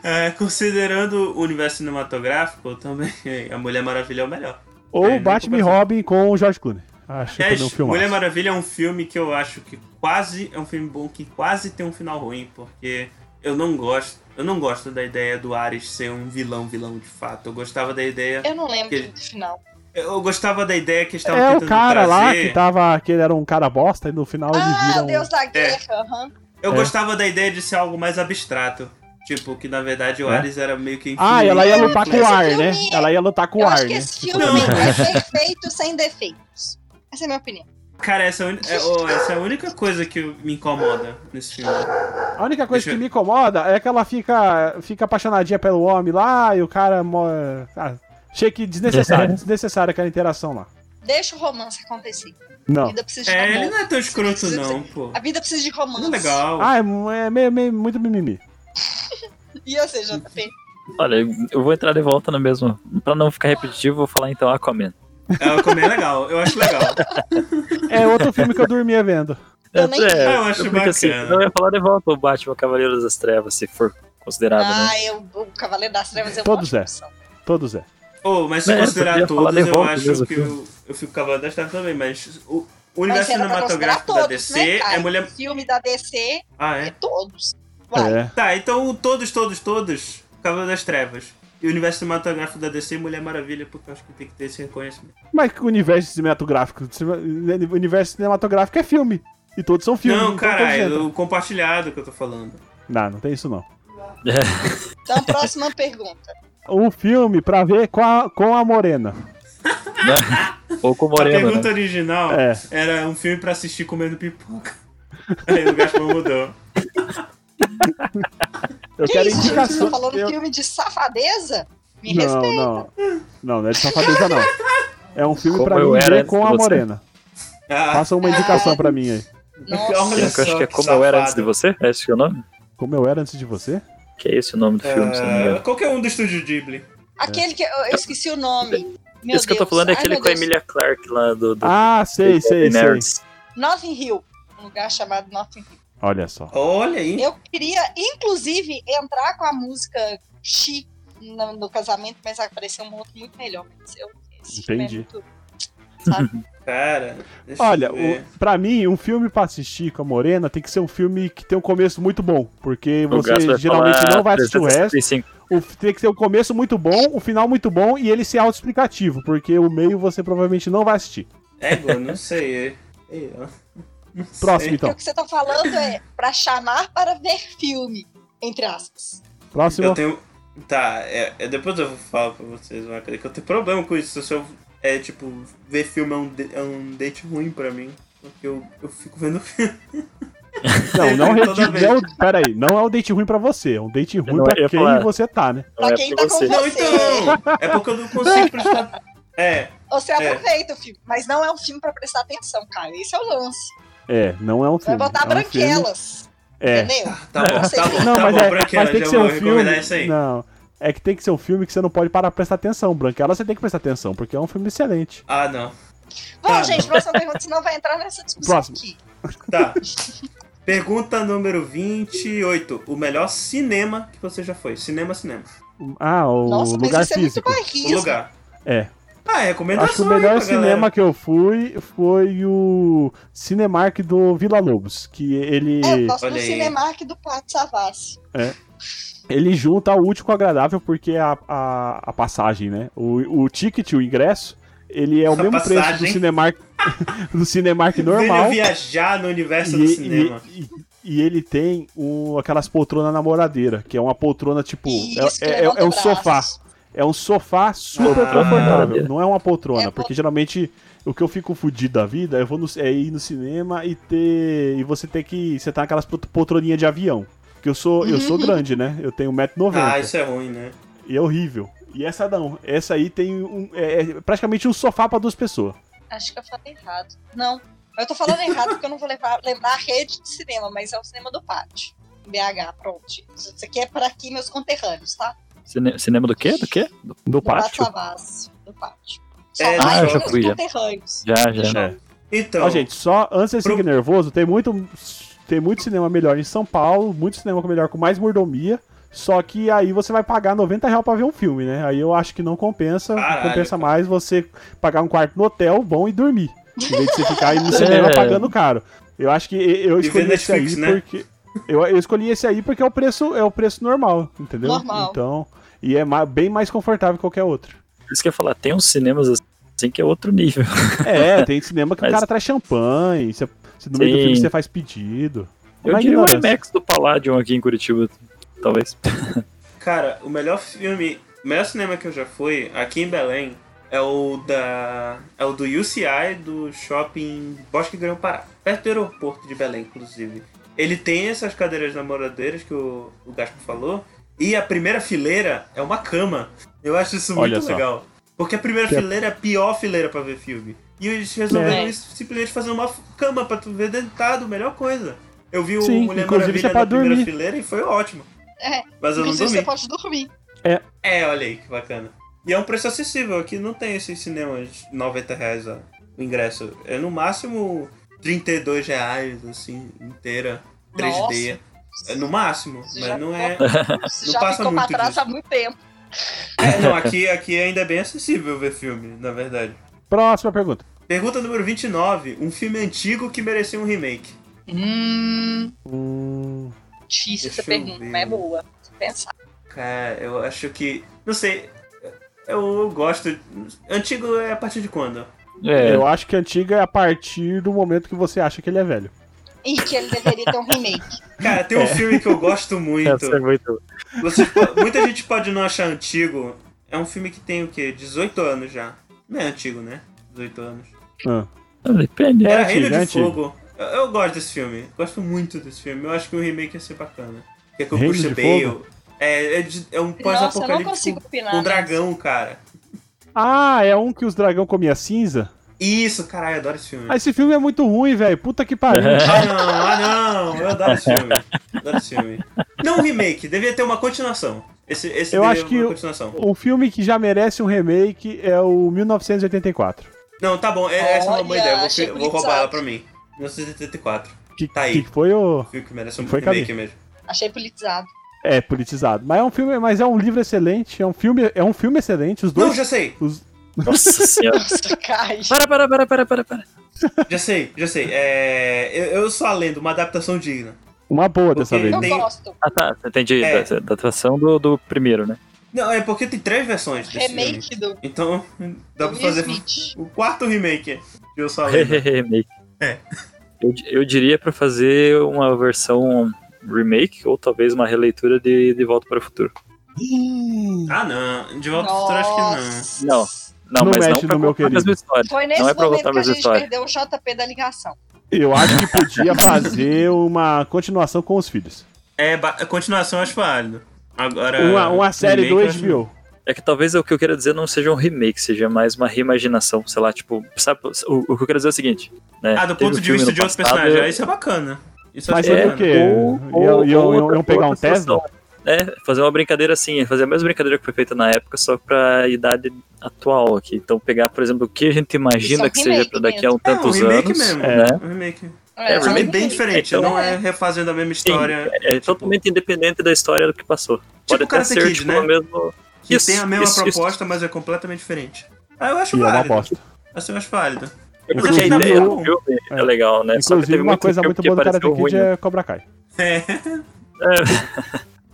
Speaker 1: é, considerando o universo cinematográfico, também a Mulher Maravilha é o melhor.
Speaker 3: Ou
Speaker 1: É, nem
Speaker 3: Batman e
Speaker 1: comparação.
Speaker 3: Robin com o George Clooney. Acho que
Speaker 1: Aliás,
Speaker 3: não um filme.
Speaker 1: Mulher Maravilha é um filme que eu acho que quase. É um filme bom que quase tem um final ruim, porque eu não gosto. Eu não gosto da ideia do Ares ser um vilão, vilão de fato. Eu gostava da ideia.
Speaker 2: Eu não lembro
Speaker 1: Aquele-
Speaker 2: do final.
Speaker 1: Eu gostava da ideia que eles estavam
Speaker 3: É o
Speaker 1: tentando
Speaker 3: cara
Speaker 1: trazer.
Speaker 3: lá que tava. que ele era um cara bosta e no final ele
Speaker 2: Ah,
Speaker 3: vira um.
Speaker 2: Deus
Speaker 1: É.
Speaker 2: da Guerra. aham.
Speaker 1: Eu
Speaker 3: É.
Speaker 1: gostava da ideia de ser algo mais abstrato. Tipo, que na verdade o
Speaker 3: É.
Speaker 1: Ares era meio que.
Speaker 3: Ah, ela ia lutar com o
Speaker 2: Esse
Speaker 3: ar,
Speaker 2: filme-
Speaker 3: né? Ela ia lutar com o
Speaker 2: Eu
Speaker 3: ar,
Speaker 2: acho que
Speaker 3: né?
Speaker 2: esse filme
Speaker 1: Não.
Speaker 2: é
Speaker 8: assim.
Speaker 2: perfeito sem defeitos. Essa é a minha opinião.
Speaker 1: Cara, essa é, a uni- é- oh, essa é a única coisa que me incomoda nesse filme.
Speaker 3: A única coisa
Speaker 1: Deixa
Speaker 3: que
Speaker 1: eu-
Speaker 3: me incomoda é que ela fica, fica apaixonadinha pelo homem lá e o cara. mo- Ah, achei que desnecessário, desnecessária aquela interação lá.
Speaker 2: Deixa o romance acontecer. A
Speaker 3: Não.
Speaker 2: vida precisa de
Speaker 1: É, ele
Speaker 2: romance.
Speaker 1: não é tão escroto, não, pô.
Speaker 2: A vida precisa de
Speaker 1: Não
Speaker 2: romance.
Speaker 1: é legal.
Speaker 3: Ah, é, mu- é meio, meio- muito mimimi.
Speaker 2: E ou seja, JP?
Speaker 8: Olha, eu vou entrar de volta no mesmo. Pra não ficar repetitivo, vou falar então Aquaman.
Speaker 1: Ela comeu legal, É, eu acho legal.
Speaker 3: É outro filme que eu dormia vendo.
Speaker 2: Eu nem-
Speaker 1: Eu acho
Speaker 8: porque, assim,
Speaker 1: bacana.
Speaker 8: não eu ia falar de volta o Batman Cavaleiros das Trevas, se for considerado, né?
Speaker 2: Ah, eu, o Cavaleiro das Trevas é uma
Speaker 3: Todos
Speaker 2: ótima
Speaker 3: é.
Speaker 2: opção.
Speaker 3: Todos é.
Speaker 1: Oh, mas se
Speaker 8: É,
Speaker 1: considerar
Speaker 8: eu ia falar
Speaker 1: todos, eu
Speaker 8: Devolta
Speaker 1: acho
Speaker 8: mesmo,
Speaker 1: que
Speaker 8: filme.
Speaker 1: eu, eu fico cavalo das trevas também, mas o, o universo
Speaker 2: Mas era pra considerar né,
Speaker 1: cinematográfico da
Speaker 2: todos,
Speaker 1: DC
Speaker 2: né,
Speaker 1: é
Speaker 2: Caio?
Speaker 1: mulher.
Speaker 2: Filme da DC
Speaker 1: é Ah,
Speaker 2: é
Speaker 1: é?
Speaker 2: todos. Vai.
Speaker 3: É.
Speaker 1: Tá, então todos, todos, todos, Cavaleiro das Trevas. E o universo cinematográfico da DC e Mulher Maravilha, porque eu acho que tem que ter esse reconhecimento.
Speaker 3: Mas que universo cinematográfico? Cine- Universo cinematográfico é filme. E todos são filmes.
Speaker 1: não,
Speaker 3: então todos entram.
Speaker 8: tá.
Speaker 1: caralho, o compartilhado que eu tô falando.
Speaker 3: Não, não tem isso não.
Speaker 2: Então, próxima pergunta.
Speaker 3: Um filme pra ver com a, com a Morena.
Speaker 8: Ou com o
Speaker 1: A
Speaker 8: Moreno,
Speaker 1: pergunta
Speaker 8: né?
Speaker 1: original
Speaker 3: É.
Speaker 1: era um filme pra assistir comendo pipoca. Aí o Gaspar mudou.
Speaker 3: É. Eu
Speaker 2: que
Speaker 3: quero
Speaker 2: isso, gente? Você
Speaker 3: indicação.
Speaker 2: tá falando
Speaker 3: eu-
Speaker 2: filme de safadeza? Me
Speaker 3: Não,
Speaker 2: respeita.
Speaker 3: não. Não, não é de safadeza, não. É um filme
Speaker 8: Como
Speaker 3: pra
Speaker 8: eu
Speaker 3: mim
Speaker 8: era
Speaker 3: ver
Speaker 8: antes
Speaker 3: com
Speaker 8: de
Speaker 3: a
Speaker 8: você.
Speaker 3: Morena.
Speaker 1: Ah,
Speaker 3: Faça uma indicação pra mim aí.
Speaker 2: Nossa.
Speaker 1: Olha
Speaker 8: Eu acho
Speaker 1: só,
Speaker 8: que é
Speaker 1: que
Speaker 8: Como Eu Era Antes de
Speaker 1: safado.
Speaker 8: Você? É esse que é o nome?
Speaker 3: Como eu era antes de você?
Speaker 8: Que é esse o nome do filme, se eu não me
Speaker 1: ah,
Speaker 8: engano.
Speaker 1: qualquer um do estúdio Ghibli.
Speaker 2: Aquele que eu, eu esqueci o nome. Meu
Speaker 8: Esse que eu tô
Speaker 2: Deus.
Speaker 8: falando é
Speaker 2: Ai,
Speaker 8: aquele
Speaker 2: meu
Speaker 8: com a
Speaker 2: Deus.
Speaker 8: Emilia Clarke lá do... do
Speaker 3: Ah, sei,
Speaker 8: do
Speaker 3: sei, sei.
Speaker 8: Nerds.
Speaker 2: Notting Hill. Um lugar chamado Notting Hill.
Speaker 3: Olha só.
Speaker 1: Olha aí.
Speaker 2: Eu queria, inclusive, entrar com a música Chi no, no casamento, mas apareceu um outro muito melhor. Mas eu, esse filme é
Speaker 3: Entendi.
Speaker 2: muito- sabe?
Speaker 1: Cara, deixa
Speaker 3: Olha,
Speaker 1: eu
Speaker 2: é.
Speaker 1: ver.
Speaker 3: o, pra mim, um filme pra assistir com a Morena tem que ser um filme que tem um começo muito bom. Porque
Speaker 8: O Gaspar
Speaker 3: você
Speaker 8: vai
Speaker 3: geralmente
Speaker 8: falar "Ah,
Speaker 3: não vai assistir o resto.
Speaker 8: 365.
Speaker 3: O- tem que ter um começo muito bom, um final muito bom e ele ser autoexplicativo, porque o meio você provavelmente não vai assistir.
Speaker 1: Égua, É, não sei. Ei, ó. Não sei.
Speaker 3: Próximo,
Speaker 2: Porque
Speaker 3: então.
Speaker 2: o que você tá falando é pra chamar para ver filme, entre aspas.
Speaker 3: Próximo.
Speaker 1: Eu tenho. Tá, é, é- depois eu falo pra vocês uma coisa que eu tenho problema com isso. Se eu, é tipo, ver filme é um, de- é um date ruim pra mim. Porque eu, eu fico vendo filme.
Speaker 3: Não, não,
Speaker 1: Toda
Speaker 3: reti-
Speaker 1: vez.
Speaker 3: não é o- Peraí, não é o date ruim pra você, é um date ruim
Speaker 8: não- eu
Speaker 3: pra
Speaker 8: ia
Speaker 3: quem
Speaker 8: falar.
Speaker 3: você tá, né?
Speaker 8: Não
Speaker 2: Pra
Speaker 8: é
Speaker 2: quem
Speaker 8: pra
Speaker 2: tá com
Speaker 8: você.
Speaker 1: Não, então! É porque eu não consigo prestar. É,
Speaker 2: Você
Speaker 1: É.
Speaker 2: aproveita o filme, mas não é um filme pra prestar atenção, cara. Esse é o lance.
Speaker 3: É, não é um
Speaker 2: Você vai
Speaker 3: filme.
Speaker 2: botar
Speaker 3: é um
Speaker 2: branquelas,
Speaker 3: filme- É.
Speaker 2: entendeu?
Speaker 1: tá bom, tá bom,
Speaker 3: Não,
Speaker 1: tá
Speaker 3: mas,
Speaker 1: bom,
Speaker 3: é,
Speaker 1: Branquela,
Speaker 3: mas tem que
Speaker 1: já
Speaker 3: ser
Speaker 1: vou
Speaker 3: um
Speaker 1: recomendar
Speaker 3: filme.
Speaker 1: isso aí.
Speaker 3: Não. É que tem que ser um filme que você não pode parar pra prestar atenção. Branquela você tem que prestar atenção, porque é um filme excelente.
Speaker 1: Ah, não.
Speaker 2: Bom,
Speaker 1: Tá.
Speaker 2: gente, próxima pergunta, senão vai entrar nessa discussão
Speaker 3: Próximo.
Speaker 2: aqui.
Speaker 1: Tá. Pergunta número 28. O melhor cinema que você já foi? Cinema, cinema.
Speaker 3: Ah, o
Speaker 2: Nossa,
Speaker 3: lugar
Speaker 2: mas isso
Speaker 3: físico.
Speaker 2: é
Speaker 1: O
Speaker 2: muito barrismo.
Speaker 1: lugar.
Speaker 3: É.
Speaker 1: Ah, é recomendação.
Speaker 3: Acho que o
Speaker 1: aí
Speaker 3: melhor
Speaker 1: pra galera.
Speaker 3: cinema que eu fui foi o Cinemark do Vila Lobos, que ele
Speaker 2: É, eu gosto do
Speaker 1: Olha aí.
Speaker 2: Cinemark do Pato Savassi.
Speaker 3: ele junta o útil com o agradável porque a, a, a passagem, né? O, o ticket, o ingresso, ele é o
Speaker 1: A
Speaker 3: mesmo preço do
Speaker 1: passagem.
Speaker 3: Cinemark do Cinemark normal.
Speaker 1: Venha viajar no universo do
Speaker 3: e,
Speaker 1: cinema.
Speaker 3: e- e- e ele tem o- aquelas poltronas na moradeira, que é uma poltrona tipo. é-
Speaker 2: Isso, que
Speaker 3: é, é-
Speaker 2: levanta
Speaker 3: é um
Speaker 2: o braço.
Speaker 3: sofá. É um sofá super
Speaker 1: Ah.
Speaker 3: confortável. Não é uma poltrona,
Speaker 2: É po-
Speaker 3: porque geralmente o que eu fico fudido da vida eu vou no, é ir no cinema e ter. E você ter que. Você tá naquelas pol- poltroninhas de avião. Porque eu sou, eu
Speaker 2: Uhum.
Speaker 3: sou grande, né? Eu tenho 1,90m.
Speaker 1: Ah, isso é ruim, né?
Speaker 3: E é horrível. E essa não. Essa aí tem um. É, é praticamente um sofá pra duas pessoas.
Speaker 2: Acho que eu falei errado. Não. Eu tô falando errado porque eu não vou levar- lembrar a rede de cinema, mas é o cinema do Pátio. BH, pronto. Isso aqui é pra aqui, meus conterrâneos, tá?
Speaker 8: Cine- Cinema do quê? Do quê? Do-
Speaker 3: Do
Speaker 2: Do Pato
Speaker 3: pátio.
Speaker 2: Savassi. assim, Do Pátio. Só
Speaker 1: É,
Speaker 2: vai
Speaker 1: ah, eu
Speaker 2: meus
Speaker 1: já
Speaker 8: fui, já.
Speaker 2: conterrâneos.
Speaker 8: Já, já.
Speaker 3: É.
Speaker 1: Então,
Speaker 3: Ó, gente, só antes de fique
Speaker 1: Pro-
Speaker 3: nervoso, tem muito, tem muito cinema melhor em São Paulo, muito cinema melhor com mais mordomia. Só que aí você vai pagar 90 reais pra ver um filme, né? Aí eu acho que não compensa.
Speaker 1: Caralho,
Speaker 3: compensa
Speaker 1: cara.
Speaker 3: mais você pagar um quarto no hotel bom e dormir. Em vez de você ficar aí no cinema
Speaker 8: É.
Speaker 3: pagando caro. Eu acho que eu
Speaker 1: E
Speaker 3: escolhi
Speaker 1: ver
Speaker 3: esse aí
Speaker 1: Netflix, né?
Speaker 3: porque. Eu, eu escolhi esse aí porque é o preço, é o preço normal, entendeu?
Speaker 2: Normal.
Speaker 3: Então. E é ma- bem mais confortável que qualquer outro.
Speaker 8: Isso que eu ia falar, tem uns cinemas assim que é outro nível.
Speaker 3: É, tem cinema que
Speaker 8: Mas-
Speaker 3: o cara traz champanhe. Você, você- no meio do
Speaker 8: Sim.
Speaker 3: filme você faz pedido.
Speaker 8: Eu
Speaker 3: Vai
Speaker 8: diria o
Speaker 3: ignorância.
Speaker 8: IMAX do Palladium aqui em Curitiba, talvez.
Speaker 1: cara, o melhor filme, o melhor cinema que eu já fui aqui em Belém é o da é o do UCI do shopping Bosque Grão Pará, perto do aeroporto de Belém, inclusive. Ele tem essas cadeiras namoradeiras que o, o Gaspo falou, e a primeira fileira é uma cama. Eu acho isso
Speaker 3: Olha
Speaker 1: muito
Speaker 3: só.
Speaker 1: legal. Porque a primeira
Speaker 3: Que é-
Speaker 1: fileira é a pior fileira pra ver filme. E eles resolveram
Speaker 2: É.
Speaker 1: isso, simplesmente fazer uma cama pra tu ver deitado, melhor coisa. Eu vi o
Speaker 3: Sim,
Speaker 1: Mulher
Speaker 3: inclusive
Speaker 1: Maravilha
Speaker 3: isso é pra
Speaker 1: na primeira
Speaker 3: dormir.
Speaker 1: fileira e foi ótimo.
Speaker 2: É,
Speaker 1: Mas eu não
Speaker 2: Inclusive,
Speaker 1: dormi.
Speaker 2: você pode dormir.
Speaker 1: É, olha aí que bacana. E é um preço acessível, aqui não tem esses cinemas de 90 reais ó, o ingresso. É no máximo 32 reais, assim, inteira, 3D. É no máximo,
Speaker 2: Você já
Speaker 1: mas não é.
Speaker 2: Você
Speaker 1: Não
Speaker 2: já
Speaker 1: passa
Speaker 2: ficou pra
Speaker 1: muito
Speaker 2: trás
Speaker 1: disso.
Speaker 2: há muito tempo.
Speaker 1: é não, aqui, aqui ainda é bem acessível ver filme, na verdade.
Speaker 3: Próxima pergunta.
Speaker 1: Pergunta número 29. Um filme antigo que merecia um remake.
Speaker 2: Hum,
Speaker 3: Hum,
Speaker 2: Difícil
Speaker 1: Deixa
Speaker 2: essa
Speaker 1: eu
Speaker 2: pergunta,
Speaker 1: ver.
Speaker 2: mas é boa. Deixa eu Pensar.
Speaker 1: Cara, eu acho que. Não sei. Eu gosto. Antigo é a partir de quando?
Speaker 8: É,
Speaker 3: Eu acho que antiga é a partir do momento que você acha que ele é velho.
Speaker 2: E que ele deveria ter um remake.
Speaker 1: Cara, tem um filme que eu gosto muito.
Speaker 8: essa é muito.
Speaker 1: Você po- muita gente pode não achar antigo. É um filme que tem o quê? 18 anos já. Não é antigo, né? 18 anos.
Speaker 3: Ah.
Speaker 8: Ah, Depende.
Speaker 1: É,
Speaker 3: É
Speaker 1: Reino
Speaker 3: antigo,
Speaker 1: de
Speaker 3: é antigo.
Speaker 1: Fogo. Eu, eu gosto desse filme. Gosto muito desse filme. Eu acho que o remake ia ser bacana. Que é com o
Speaker 3: Reino
Speaker 1: Bruce
Speaker 3: de
Speaker 1: Bale. É, é, de- é um
Speaker 2: Nossa, eu não
Speaker 1: pós-apocalíptico
Speaker 2: consigo
Speaker 1: com
Speaker 2: opinar. né?
Speaker 1: com um dragão, cara.
Speaker 3: Ah, é um que os dragão comia cinza?
Speaker 1: Isso, caralho, eu adoro esse filme.
Speaker 3: Ah, esse filme é muito ruim, velho. Puta que pariu.
Speaker 8: É.
Speaker 1: Ah não, ah não, eu adoro esse filme. Adoro esse filme. Não um remake, devia ter uma continuação. Esse, esse
Speaker 3: Eu
Speaker 1: devia
Speaker 3: acho
Speaker 1: ter
Speaker 3: que
Speaker 1: uma
Speaker 3: o-
Speaker 1: continuação.
Speaker 3: Um filme que já merece um remake é o 1984.
Speaker 1: Não, tá bom, é- essa é uma boa
Speaker 2: Olha,
Speaker 1: ideia. Eu vou,
Speaker 2: achei
Speaker 1: fi- vou roubar ela
Speaker 2: politizado.
Speaker 1: pra mim. 1984.
Speaker 3: Que,
Speaker 1: Tá aí.
Speaker 3: que foi o.
Speaker 1: Viu que merece um
Speaker 3: Foi
Speaker 1: remake
Speaker 3: caminho.
Speaker 1: mesmo.
Speaker 2: Achei politizado.
Speaker 3: É, politizado. Mas é um filme, mas é um livro excelente, é um filme, é um filme excelente, os
Speaker 1: Não,
Speaker 3: dois.
Speaker 1: já sei,
Speaker 8: Nossa senhora.
Speaker 2: Nossa, cai.
Speaker 8: Para, para, para, para, para, para.
Speaker 1: já sei, já sei. É, eu, eu sou a lenda, uma adaptação digna.
Speaker 3: Uma boa dessa
Speaker 1: Ok.
Speaker 3: vez.
Speaker 2: Eu
Speaker 1: Nem-
Speaker 2: gosto.
Speaker 8: Ah, tá. Entendi.
Speaker 1: É.
Speaker 8: Da, da atuação do, do primeiro, né?
Speaker 1: Não, é porque tem três versões desse filme.
Speaker 2: Remake do
Speaker 1: Então, dá pra
Speaker 2: Will
Speaker 1: fazer
Speaker 2: Smith.
Speaker 1: o quarto remake de Eu Sou a Lenda.
Speaker 8: remake.
Speaker 1: É.
Speaker 8: Eu, di- eu diria pra fazer uma versão remake ou talvez uma releitura de De Volta para o Futuro.
Speaker 1: ah, não, de volta ao futuro acho que não.
Speaker 2: Nossa.
Speaker 8: Não. Não,
Speaker 3: Não
Speaker 8: mas
Speaker 3: mexe
Speaker 8: não pra
Speaker 3: no meu
Speaker 8: contar a mesma
Speaker 3: querido.
Speaker 8: história.
Speaker 2: Foi nesse
Speaker 8: Não é pra
Speaker 2: momento que
Speaker 8: voltar
Speaker 2: a
Speaker 8: mais a
Speaker 2: gente
Speaker 8: história.
Speaker 2: perdeu o JP da ligação.
Speaker 3: Eu acho que podia fazer uma continuação com os filhos.
Speaker 1: É, ba- a continuação eu acho válido. Agora.
Speaker 3: Uma, uma série do
Speaker 1: remake eu acho-
Speaker 3: HBO.
Speaker 8: É que talvez o que eu quero dizer não seja um remake, seja mais uma reimaginação, sei lá, tipo, sabe, o, o que eu quero dizer é o seguinte, né?
Speaker 1: Ah, do
Speaker 8: teve
Speaker 1: ponto
Speaker 8: um
Speaker 1: de
Speaker 8: filme
Speaker 1: vista
Speaker 8: no
Speaker 1: de outro
Speaker 8: passado,
Speaker 1: personagem. Ah, isso é bacana. Isso eu
Speaker 3: Mas
Speaker 1: acho
Speaker 3: é
Speaker 8: É,
Speaker 3: o
Speaker 1: bacana.
Speaker 3: quê?
Speaker 8: ou- ou- ou outra-
Speaker 3: Iam pegar um
Speaker 8: outra
Speaker 3: Tesla?
Speaker 8: situação. É, fazer uma brincadeira assim, fazer a mesma brincadeira que foi feita na época, só pra idade atual aqui. Então pegar, por exemplo, o que a gente imagina
Speaker 2: Isso é um
Speaker 8: que seja
Speaker 2: remake
Speaker 8: pra daqui a um
Speaker 1: É um
Speaker 8: tantos
Speaker 1: remake
Speaker 8: anos.
Speaker 1: mesmo.
Speaker 8: né?
Speaker 1: É um remake.
Speaker 8: É,
Speaker 1: É um remake
Speaker 8: remake.
Speaker 1: bem diferente.
Speaker 8: Então-
Speaker 1: não é refazendo a mesma história. tipo-
Speaker 8: É totalmente independente da história do que passou. Pode até
Speaker 1: Karate
Speaker 8: ser
Speaker 1: Kid,
Speaker 8: tipo
Speaker 1: né?
Speaker 8: o mesmo.
Speaker 1: que
Speaker 8: isso,
Speaker 1: tem a mesma
Speaker 8: isso, isso.
Speaker 1: proposta, mas é completamente diferente. Ah, eu acho
Speaker 3: E é uma
Speaker 1: válido.
Speaker 3: bosta.
Speaker 1: Assim, eu acho válido. Mas
Speaker 8: Porque
Speaker 1: eu
Speaker 8: a
Speaker 1: não-
Speaker 8: ideia
Speaker 1: não.
Speaker 8: do filme é,
Speaker 3: É.
Speaker 8: legal, né? Só que
Speaker 3: Inclusive,
Speaker 8: teve
Speaker 3: uma
Speaker 8: muito
Speaker 3: coisa
Speaker 8: filme
Speaker 3: muito
Speaker 8: que
Speaker 3: boa do Karate
Speaker 8: pareceu
Speaker 3: Kid
Speaker 8: ruim, né? É,
Speaker 3: é Cobra Kai.
Speaker 1: É.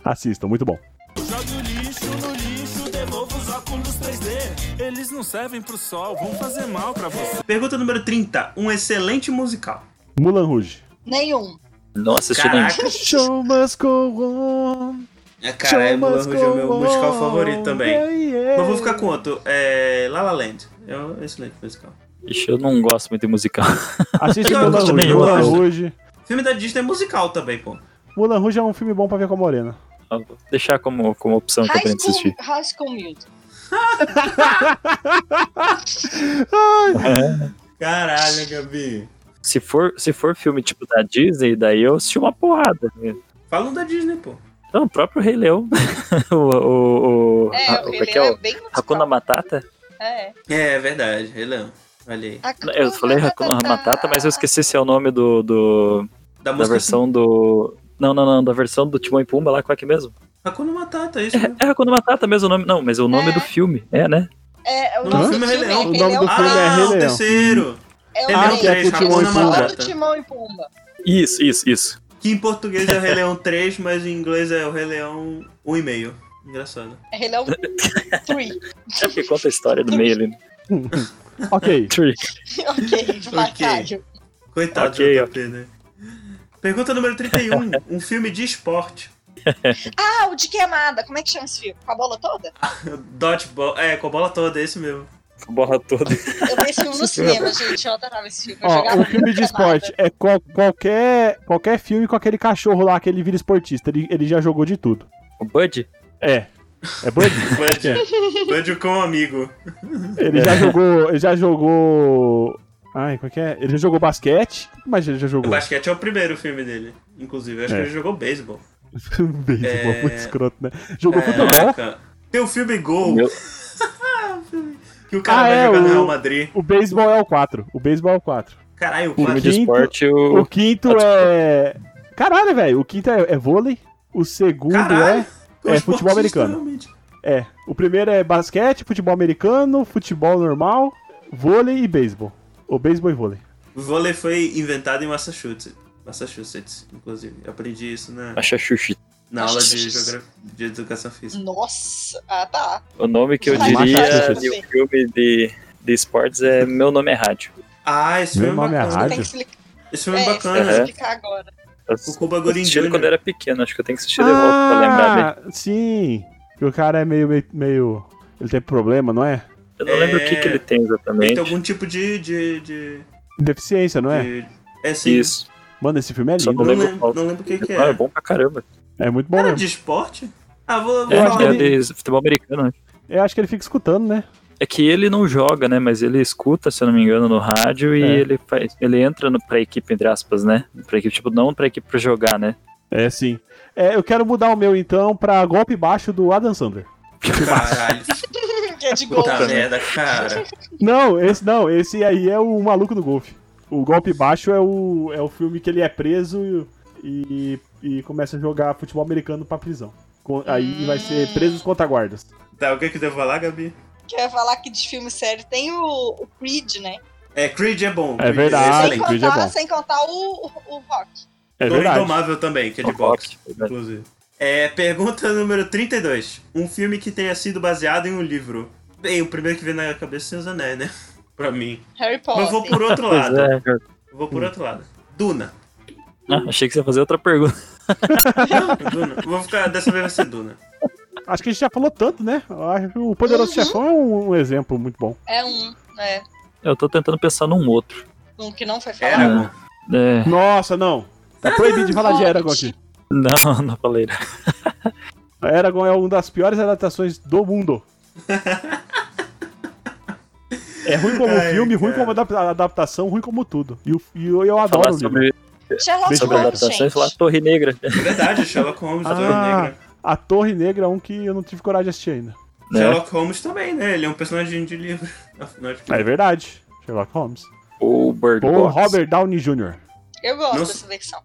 Speaker 3: Assistam, muito bom.
Speaker 9: Jogue o lixo no lixo, devolva os óculos 3D. Eles não servem pro sol, vão fazer mal pra você.
Speaker 1: Pergunta número 30. Um excelente musical.
Speaker 3: Mulan Rouge.
Speaker 2: Nenhum.
Speaker 8: Não assisti nenhum.
Speaker 1: Caraca.
Speaker 3: Show must go on.
Speaker 1: É, Cara, é Mulan Rouge é o meu musical favorito também.
Speaker 3: yeah.
Speaker 1: Não vou ficar com outro. É La La Land. É um excelente musical.
Speaker 8: Ixi, eu não gosto muito de musical.
Speaker 3: Assiste
Speaker 1: Não,
Speaker 3: Mulan
Speaker 1: não
Speaker 3: Rouge.
Speaker 8: nenhuma.
Speaker 3: Mulan Rouge.
Speaker 1: Filme da Disney é musical também, pô.
Speaker 3: Mulan Rouge é um filme bom pra ver com a Morena.
Speaker 8: Eu Vou deixar como, como opção que eu
Speaker 2: High
Speaker 8: tenho de
Speaker 2: School,
Speaker 8: assistir.
Speaker 2: High School Music.
Speaker 1: Caralho, Gabi.
Speaker 8: Se for, se for filme tipo da Disney, daí eu assisti uma porrada.
Speaker 1: Falam da Disney, pô.
Speaker 8: Então, o próprio Rei Leão. o, o, o,
Speaker 2: É,
Speaker 8: a-
Speaker 2: o
Speaker 8: como
Speaker 2: Rei
Speaker 8: é que é
Speaker 2: Leão é
Speaker 8: o
Speaker 2: bem musical.
Speaker 8: Hakuna Matata?
Speaker 2: É.
Speaker 1: É, é verdade, Rei Leão. Olha aí.
Speaker 8: Eu falei Hakuna
Speaker 2: tá-
Speaker 8: Matata, mas eu esqueci se é o nome do, do
Speaker 1: Da
Speaker 8: da
Speaker 1: música
Speaker 8: versão do... Não, não, não, da versão do Timão e Pumba lá, qual é que é mesmo?
Speaker 1: Hakuna Matata, é isso mesmo.
Speaker 8: É, é Hakuna Matata mesmo o nome, não, mas é o nome
Speaker 2: É.
Speaker 8: do filme, é, né?
Speaker 2: É, o
Speaker 1: Não,
Speaker 2: nome
Speaker 1: o
Speaker 2: do
Speaker 1: filme é
Speaker 2: filme
Speaker 1: Rei
Speaker 2: é
Speaker 1: Leão.
Speaker 2: Rei
Speaker 3: O nome do
Speaker 2: Leão.
Speaker 3: filme é
Speaker 1: Ah,
Speaker 3: Rei
Speaker 1: o
Speaker 3: Leão.
Speaker 1: terceiro.
Speaker 2: É o
Speaker 1: Rei Leão
Speaker 2: Rei Leão.
Speaker 1: três, Hakuna
Speaker 2: Timão e Pumba.
Speaker 1: Matata.
Speaker 2: Timão e Pumba.
Speaker 8: Isso, isso, isso.
Speaker 1: Que em português é o Rei Leão 3, mas em inglês é o Rei Leão 1,5. Engraçado.
Speaker 2: É Rei Leão 3.
Speaker 8: É porque conta a história do meio ali. né?
Speaker 3: Ok.
Speaker 8: Tree.
Speaker 2: ok, vai,
Speaker 1: Ok.
Speaker 2: Caio.
Speaker 1: Coitado
Speaker 8: Ok,
Speaker 1: do JP, né? Pergunta número 31. um filme de esporte.
Speaker 2: Ah, o de queimada. Como é que chama esse filme? Com a bola toda?
Speaker 1: Dodgeball. É, com a bola toda, é esse mesmo.
Speaker 8: Com a borra toda.
Speaker 2: Eu vi esse filme no cinema, gente. Eu adorava esse filme. Eu
Speaker 3: Ó,
Speaker 2: jogava
Speaker 3: o filme de
Speaker 2: queimada.
Speaker 3: esporte é qual- qualquer, qualquer filme com aquele cachorro lá que ele vira esportista. Ele, ele já jogou de tudo.
Speaker 8: O Bud?
Speaker 3: É. É Bud?
Speaker 1: Bud. Bud com um amigo.
Speaker 3: Ele
Speaker 8: É.
Speaker 3: já jogou. Ele já jogou. Ai, qual que é? Ele já jogou basquete? Mas ele já
Speaker 1: O
Speaker 3: jogou.
Speaker 1: basquete é o primeiro filme dele. Inclusive, eu acho
Speaker 3: É.
Speaker 1: que ele jogou beisebol.
Speaker 3: Beisebol,
Speaker 1: É.
Speaker 3: muito escroto, né? Jogou
Speaker 8: É.
Speaker 3: futebol.
Speaker 1: Caraca. Tem o filme Gol,
Speaker 8: Meu-
Speaker 1: que o cara
Speaker 3: Ah,
Speaker 1: vai
Speaker 3: é,
Speaker 1: jogar no
Speaker 3: o-
Speaker 1: Real Madrid.
Speaker 3: O beisebol é o 4. O beisebol é o 4.
Speaker 1: Caralho, o
Speaker 8: filme
Speaker 1: quadro.
Speaker 8: de
Speaker 3: Quinto-
Speaker 8: esporte, o...
Speaker 3: O quinto
Speaker 8: Ah,
Speaker 3: é. Caralho, velho. O quinto é, é vôlei. O segundo
Speaker 1: Caralho.
Speaker 3: é futebol americano.
Speaker 1: Realmente.
Speaker 3: é. É. O primeiro é basquete, futebol americano, futebol normal, vôlei e beisebol. Ou beisebol e vôlei.
Speaker 1: O vôlei foi inventado em Massachusetts. Massachusetts, inclusive. Eu aprendi isso né? na,
Speaker 8: Acha xuxi.
Speaker 1: na aula de,
Speaker 2: Massachusetts.
Speaker 1: geogra- de educação física.
Speaker 2: Nossa, ah tá.
Speaker 8: O nome que eu
Speaker 2: Macaco,
Speaker 8: diria
Speaker 2: xuxi.
Speaker 8: de um filme de, de esportes é Meu Nome é Rádio.
Speaker 1: Ah, esse
Speaker 3: Meu
Speaker 1: filme é
Speaker 3: nome é
Speaker 1: bacana.
Speaker 2: Tem que
Speaker 3: Rádio?
Speaker 2: explicar,
Speaker 1: esse
Speaker 2: é,
Speaker 1: filme é
Speaker 2: isso tem que
Speaker 1: bacana.
Speaker 8: É.
Speaker 2: explicar agora.
Speaker 8: Eu
Speaker 1: O Cuba Gooding
Speaker 8: assisti ele
Speaker 1: Jr.
Speaker 8: quando eu era pequeno, acho que eu tenho que assistir de volta é pra lembrar dele.
Speaker 3: Ah, sim. Que o cara é meio, meio, meio- Ele tem problema, não é?
Speaker 8: Eu não lembro o que, que ele tem
Speaker 1: Ele
Speaker 8: exatamente.
Speaker 1: tem algum tipo de. de, de,
Speaker 3: Deficiência, não é?
Speaker 1: de- é sim.
Speaker 8: Isso.
Speaker 3: Mano, esse filme é
Speaker 8: Só
Speaker 1: Não
Speaker 3: lindo.
Speaker 8: Eu lembro
Speaker 1: lembro,
Speaker 8: qual.
Speaker 1: não lembro o que, que
Speaker 8: Ah, é
Speaker 1: é.
Speaker 8: bom pra caramba.
Speaker 3: É muito bom
Speaker 1: Era
Speaker 3: mesmo.
Speaker 1: de esporte? Ah, vou, vou
Speaker 8: É,
Speaker 1: falar.
Speaker 8: acho que é de futebol americano, né?
Speaker 3: Eu acho que ele fica escutando, né?
Speaker 8: É que ele não joga, né? Mas ele escuta, se eu não me engano, no rádio e
Speaker 3: É.
Speaker 8: ele faz. Ele entra no, pra equipe, entre aspas, né? Pra equipe, tipo, não pra equipe pra jogar, né?
Speaker 3: É, sim. É, eu quero mudar o meu, então, pra golpe baixo do Adam Sandler.
Speaker 1: Caralho,
Speaker 2: Que é de gol.
Speaker 1: puta merda, cara.
Speaker 3: Não, esse não. Esse aí é o maluco do golfe. O golpe baixo é o, é o filme que ele é preso e, e começa a jogar futebol americano pra prisão. Com- Aí vai ser presos contra guardas.
Speaker 1: Tá, o que que eu devo falar, Gabi?
Speaker 2: Quer falar que de filme sério tem o, o Creed, né?
Speaker 1: É, Creed é bom.
Speaker 3: É
Speaker 1: Creed
Speaker 3: verdade. Ah,
Speaker 1: excelente.
Speaker 2: sem,
Speaker 3: Creed é
Speaker 2: contar,
Speaker 3: bom.
Speaker 2: sem contar o, o, o Rock.
Speaker 3: É
Speaker 1: Ou
Speaker 3: verdade.
Speaker 1: Indomável também, que é de boxe,
Speaker 8: Rock.
Speaker 1: inclusive. É, pergunta número 32. Um filme que tenha sido baseado em um livro. Bem, o primeiro que veio na cabeça é os anéis, né? Pra mim.
Speaker 2: Harry
Speaker 1: Mas
Speaker 2: Potter.
Speaker 1: eu vou por outro
Speaker 8: Pois
Speaker 1: lado.
Speaker 8: é, cara.
Speaker 1: Eu vou por outro lado. Duna.
Speaker 8: Ah, achei que você ia fazer outra pergunta.
Speaker 1: Duna. Vou ficar, dessa vez vai ser Duna.
Speaker 3: Acho que a gente já falou tanto, né? Eu acho que O Poderoso
Speaker 2: Uhum.
Speaker 3: Chefão é um, um exemplo muito bom.
Speaker 2: É um, né?
Speaker 8: Eu tô tentando pensar num outro.
Speaker 2: Um que não foi falado.
Speaker 1: Era bom.
Speaker 8: É.
Speaker 3: Nossa, não. Tá proibido de falar de Eragon aqui.
Speaker 8: Não, não falei.
Speaker 3: Eragon é uma das piores adaptações do mundo. É ruim como
Speaker 1: Ai,
Speaker 3: filme, ruim
Speaker 1: cara.
Speaker 3: como adapta- adaptação, ruim como tudo. E, o- e eu, eu adoro
Speaker 8: Falar
Speaker 3: o livro.
Speaker 8: sobre,
Speaker 2: Sherlock
Speaker 8: sobre
Speaker 2: Holmes,
Speaker 8: adaptações,
Speaker 2: gente.
Speaker 8: falar Torre Negra. né?
Speaker 1: é Verdade, Sherlock Holmes, Torre
Speaker 3: Ah.
Speaker 1: Negra.
Speaker 3: A Torre Negra é um que eu não tive coragem de assistir ainda.
Speaker 8: né?
Speaker 1: Sherlock Holmes também, né? Ele é um personagem de livro. Afinal de
Speaker 3: É
Speaker 1: contas.
Speaker 3: verdade. Sherlock Holmes.
Speaker 8: Ou Bird
Speaker 3: Ou
Speaker 8: Box.
Speaker 3: Robert Downey Jr.
Speaker 2: Eu gosto
Speaker 1: Nossa.
Speaker 2: dessa versão.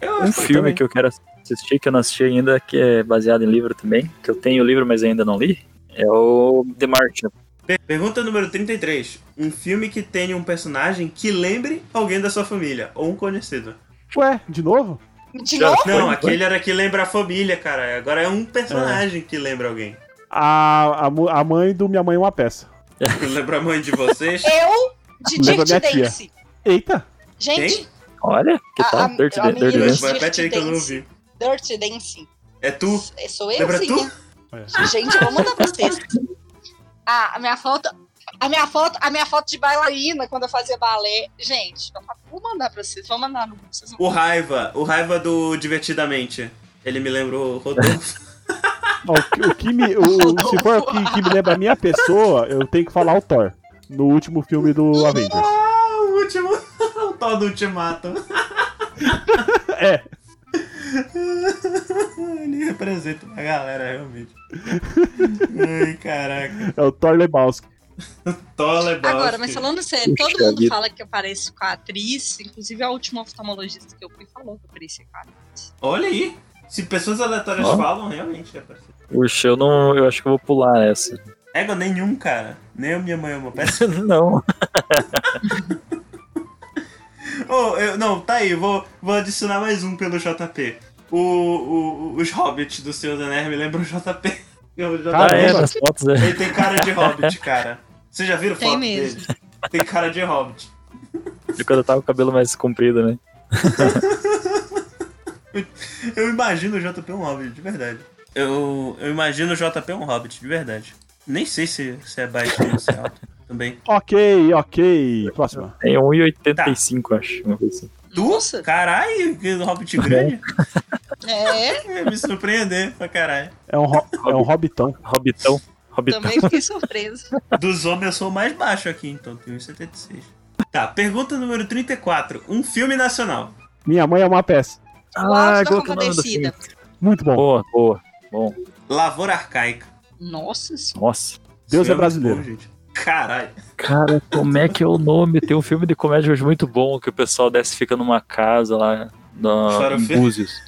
Speaker 1: Eu
Speaker 8: Um
Speaker 1: acho que-
Speaker 8: filme que eu quero assistir, que eu não assisti ainda, que é baseado em livro também, que eu tenho o livro, mas ainda não li, é o The Martian.
Speaker 1: Per- Pergunta número 33. Um filme que tenha um personagem que lembre alguém da sua família, ou um conhecido.
Speaker 3: Ué, de novo?
Speaker 2: De novo?
Speaker 1: Não,
Speaker 8: Foi,
Speaker 1: aquele era que lembra a família, cara. Agora é um personagem que lembra alguém.
Speaker 3: A, a, mu- a mãe do Minha Mãe é uma peça.
Speaker 1: Lembra a mãe de vocês?
Speaker 2: Eu, de Dirty
Speaker 3: Lembra minha tia.
Speaker 2: Dance.
Speaker 3: Eita!
Speaker 2: Gente,
Speaker 8: Olha, que
Speaker 2: A-
Speaker 8: tal?
Speaker 2: a-
Speaker 8: Dirty,
Speaker 2: a
Speaker 8: Dan- Dirty
Speaker 2: menina-
Speaker 8: Dance.
Speaker 1: Mas Repete aí que eu não ouvi.
Speaker 2: Dirty Dancing.
Speaker 1: É tu?
Speaker 2: É, Sou eu,
Speaker 1: Lembra
Speaker 2: sim.
Speaker 1: tu?
Speaker 3: É.
Speaker 2: Gente, eu vou mandar pra vocês. Ah, a minha foto. A minha foto, a minha foto de bailarina quando eu fazia balé. Gente, eu vou mandar pra vocês. Vou mandar no grupo. Vocês vão...
Speaker 1: O Raiva. O Raiva do Divertidamente. Ele me lembrou o Rodolfo.
Speaker 3: Ó, o que- o que me- o- o- se for o que, que me lembra a minha pessoa, eu tenho que falar o Thor. No último filme do Avengers.
Speaker 1: ah, o último. o tal do Ultimato.
Speaker 3: É.
Speaker 1: Ele representa a galera, realmente. Ai, caraca.
Speaker 3: É o Thor Lebowski.
Speaker 1: Tola é
Speaker 2: Agora, mas falando sério,
Speaker 8: Puxa
Speaker 2: todo mundo
Speaker 8: vida.
Speaker 2: fala que eu pareço com a atriz. Inclusive, a última oftalmologista que eu fui falou que eu parecia com a atriz.
Speaker 1: Olha aí. Se pessoas aleatórias
Speaker 8: Ó.
Speaker 1: falam, realmente é parecido.
Speaker 8: Puxa, eu não. Eu acho que eu vou pular essa.
Speaker 1: Ego nenhum, cara. Nem a minha mãe é uma peça.
Speaker 8: não.
Speaker 1: Ô, eu- não, tá aí, vou, vou adicionar mais um pelo JP. O, o- os hobbits do Senhor dos Anéis me lembram o JP. O JP
Speaker 8: Ah, é,
Speaker 3: Caramba.
Speaker 8: nas fotos, né?
Speaker 1: Ele tem cara de hobbit, cara. Vocês já viram
Speaker 2: Tem
Speaker 1: foto
Speaker 2: mesmo.
Speaker 1: dele? Tem cara de hobbit.
Speaker 8: De quando eu tava com o cabelo mais comprido, né?
Speaker 1: Eu imagino o JP um hobbit, de verdade. Eu, eu imagino o JP um hobbit, de verdade. Nem sei se, se é baixo ou se é alto também.
Speaker 3: Ok, ok. Próxima.
Speaker 8: Tem 1,85,
Speaker 2: Tá.
Speaker 8: acho. Uma coisa assim.
Speaker 1: Tu?
Speaker 2: Nossa.
Speaker 1: Caralho, que hobbit grande?
Speaker 2: É,
Speaker 1: Ia me surpreender pra caralho.
Speaker 3: É um, ro- é um hobbitão.
Speaker 8: Hobbitão. Hobbitão.
Speaker 2: também fiquei surpresa.
Speaker 1: Dos homens eu sou o mais baixo aqui, então tenho 1,76. Tá, pergunta número 34. Um filme nacional.
Speaker 3: Minha mãe é uma peça.
Speaker 2: O Auto da
Speaker 8: qual que é o nome do
Speaker 2: tá Compadecida.
Speaker 8: filme?
Speaker 3: Muito bom.
Speaker 8: Boa, boa. Bom,
Speaker 1: Lavoura Arcaica.
Speaker 2: Nossa senhora.
Speaker 8: nossa.
Speaker 1: Esse
Speaker 3: Deus é
Speaker 1: filme muito
Speaker 3: brasileiro.
Speaker 1: bom, gente. Caralho.
Speaker 8: Cara, como é que é o nome? Tem um filme de comédia hoje muito bom que o pessoal desce e fica numa casa lá na, em
Speaker 1: Farofeiro?
Speaker 8: Ah, Búzios.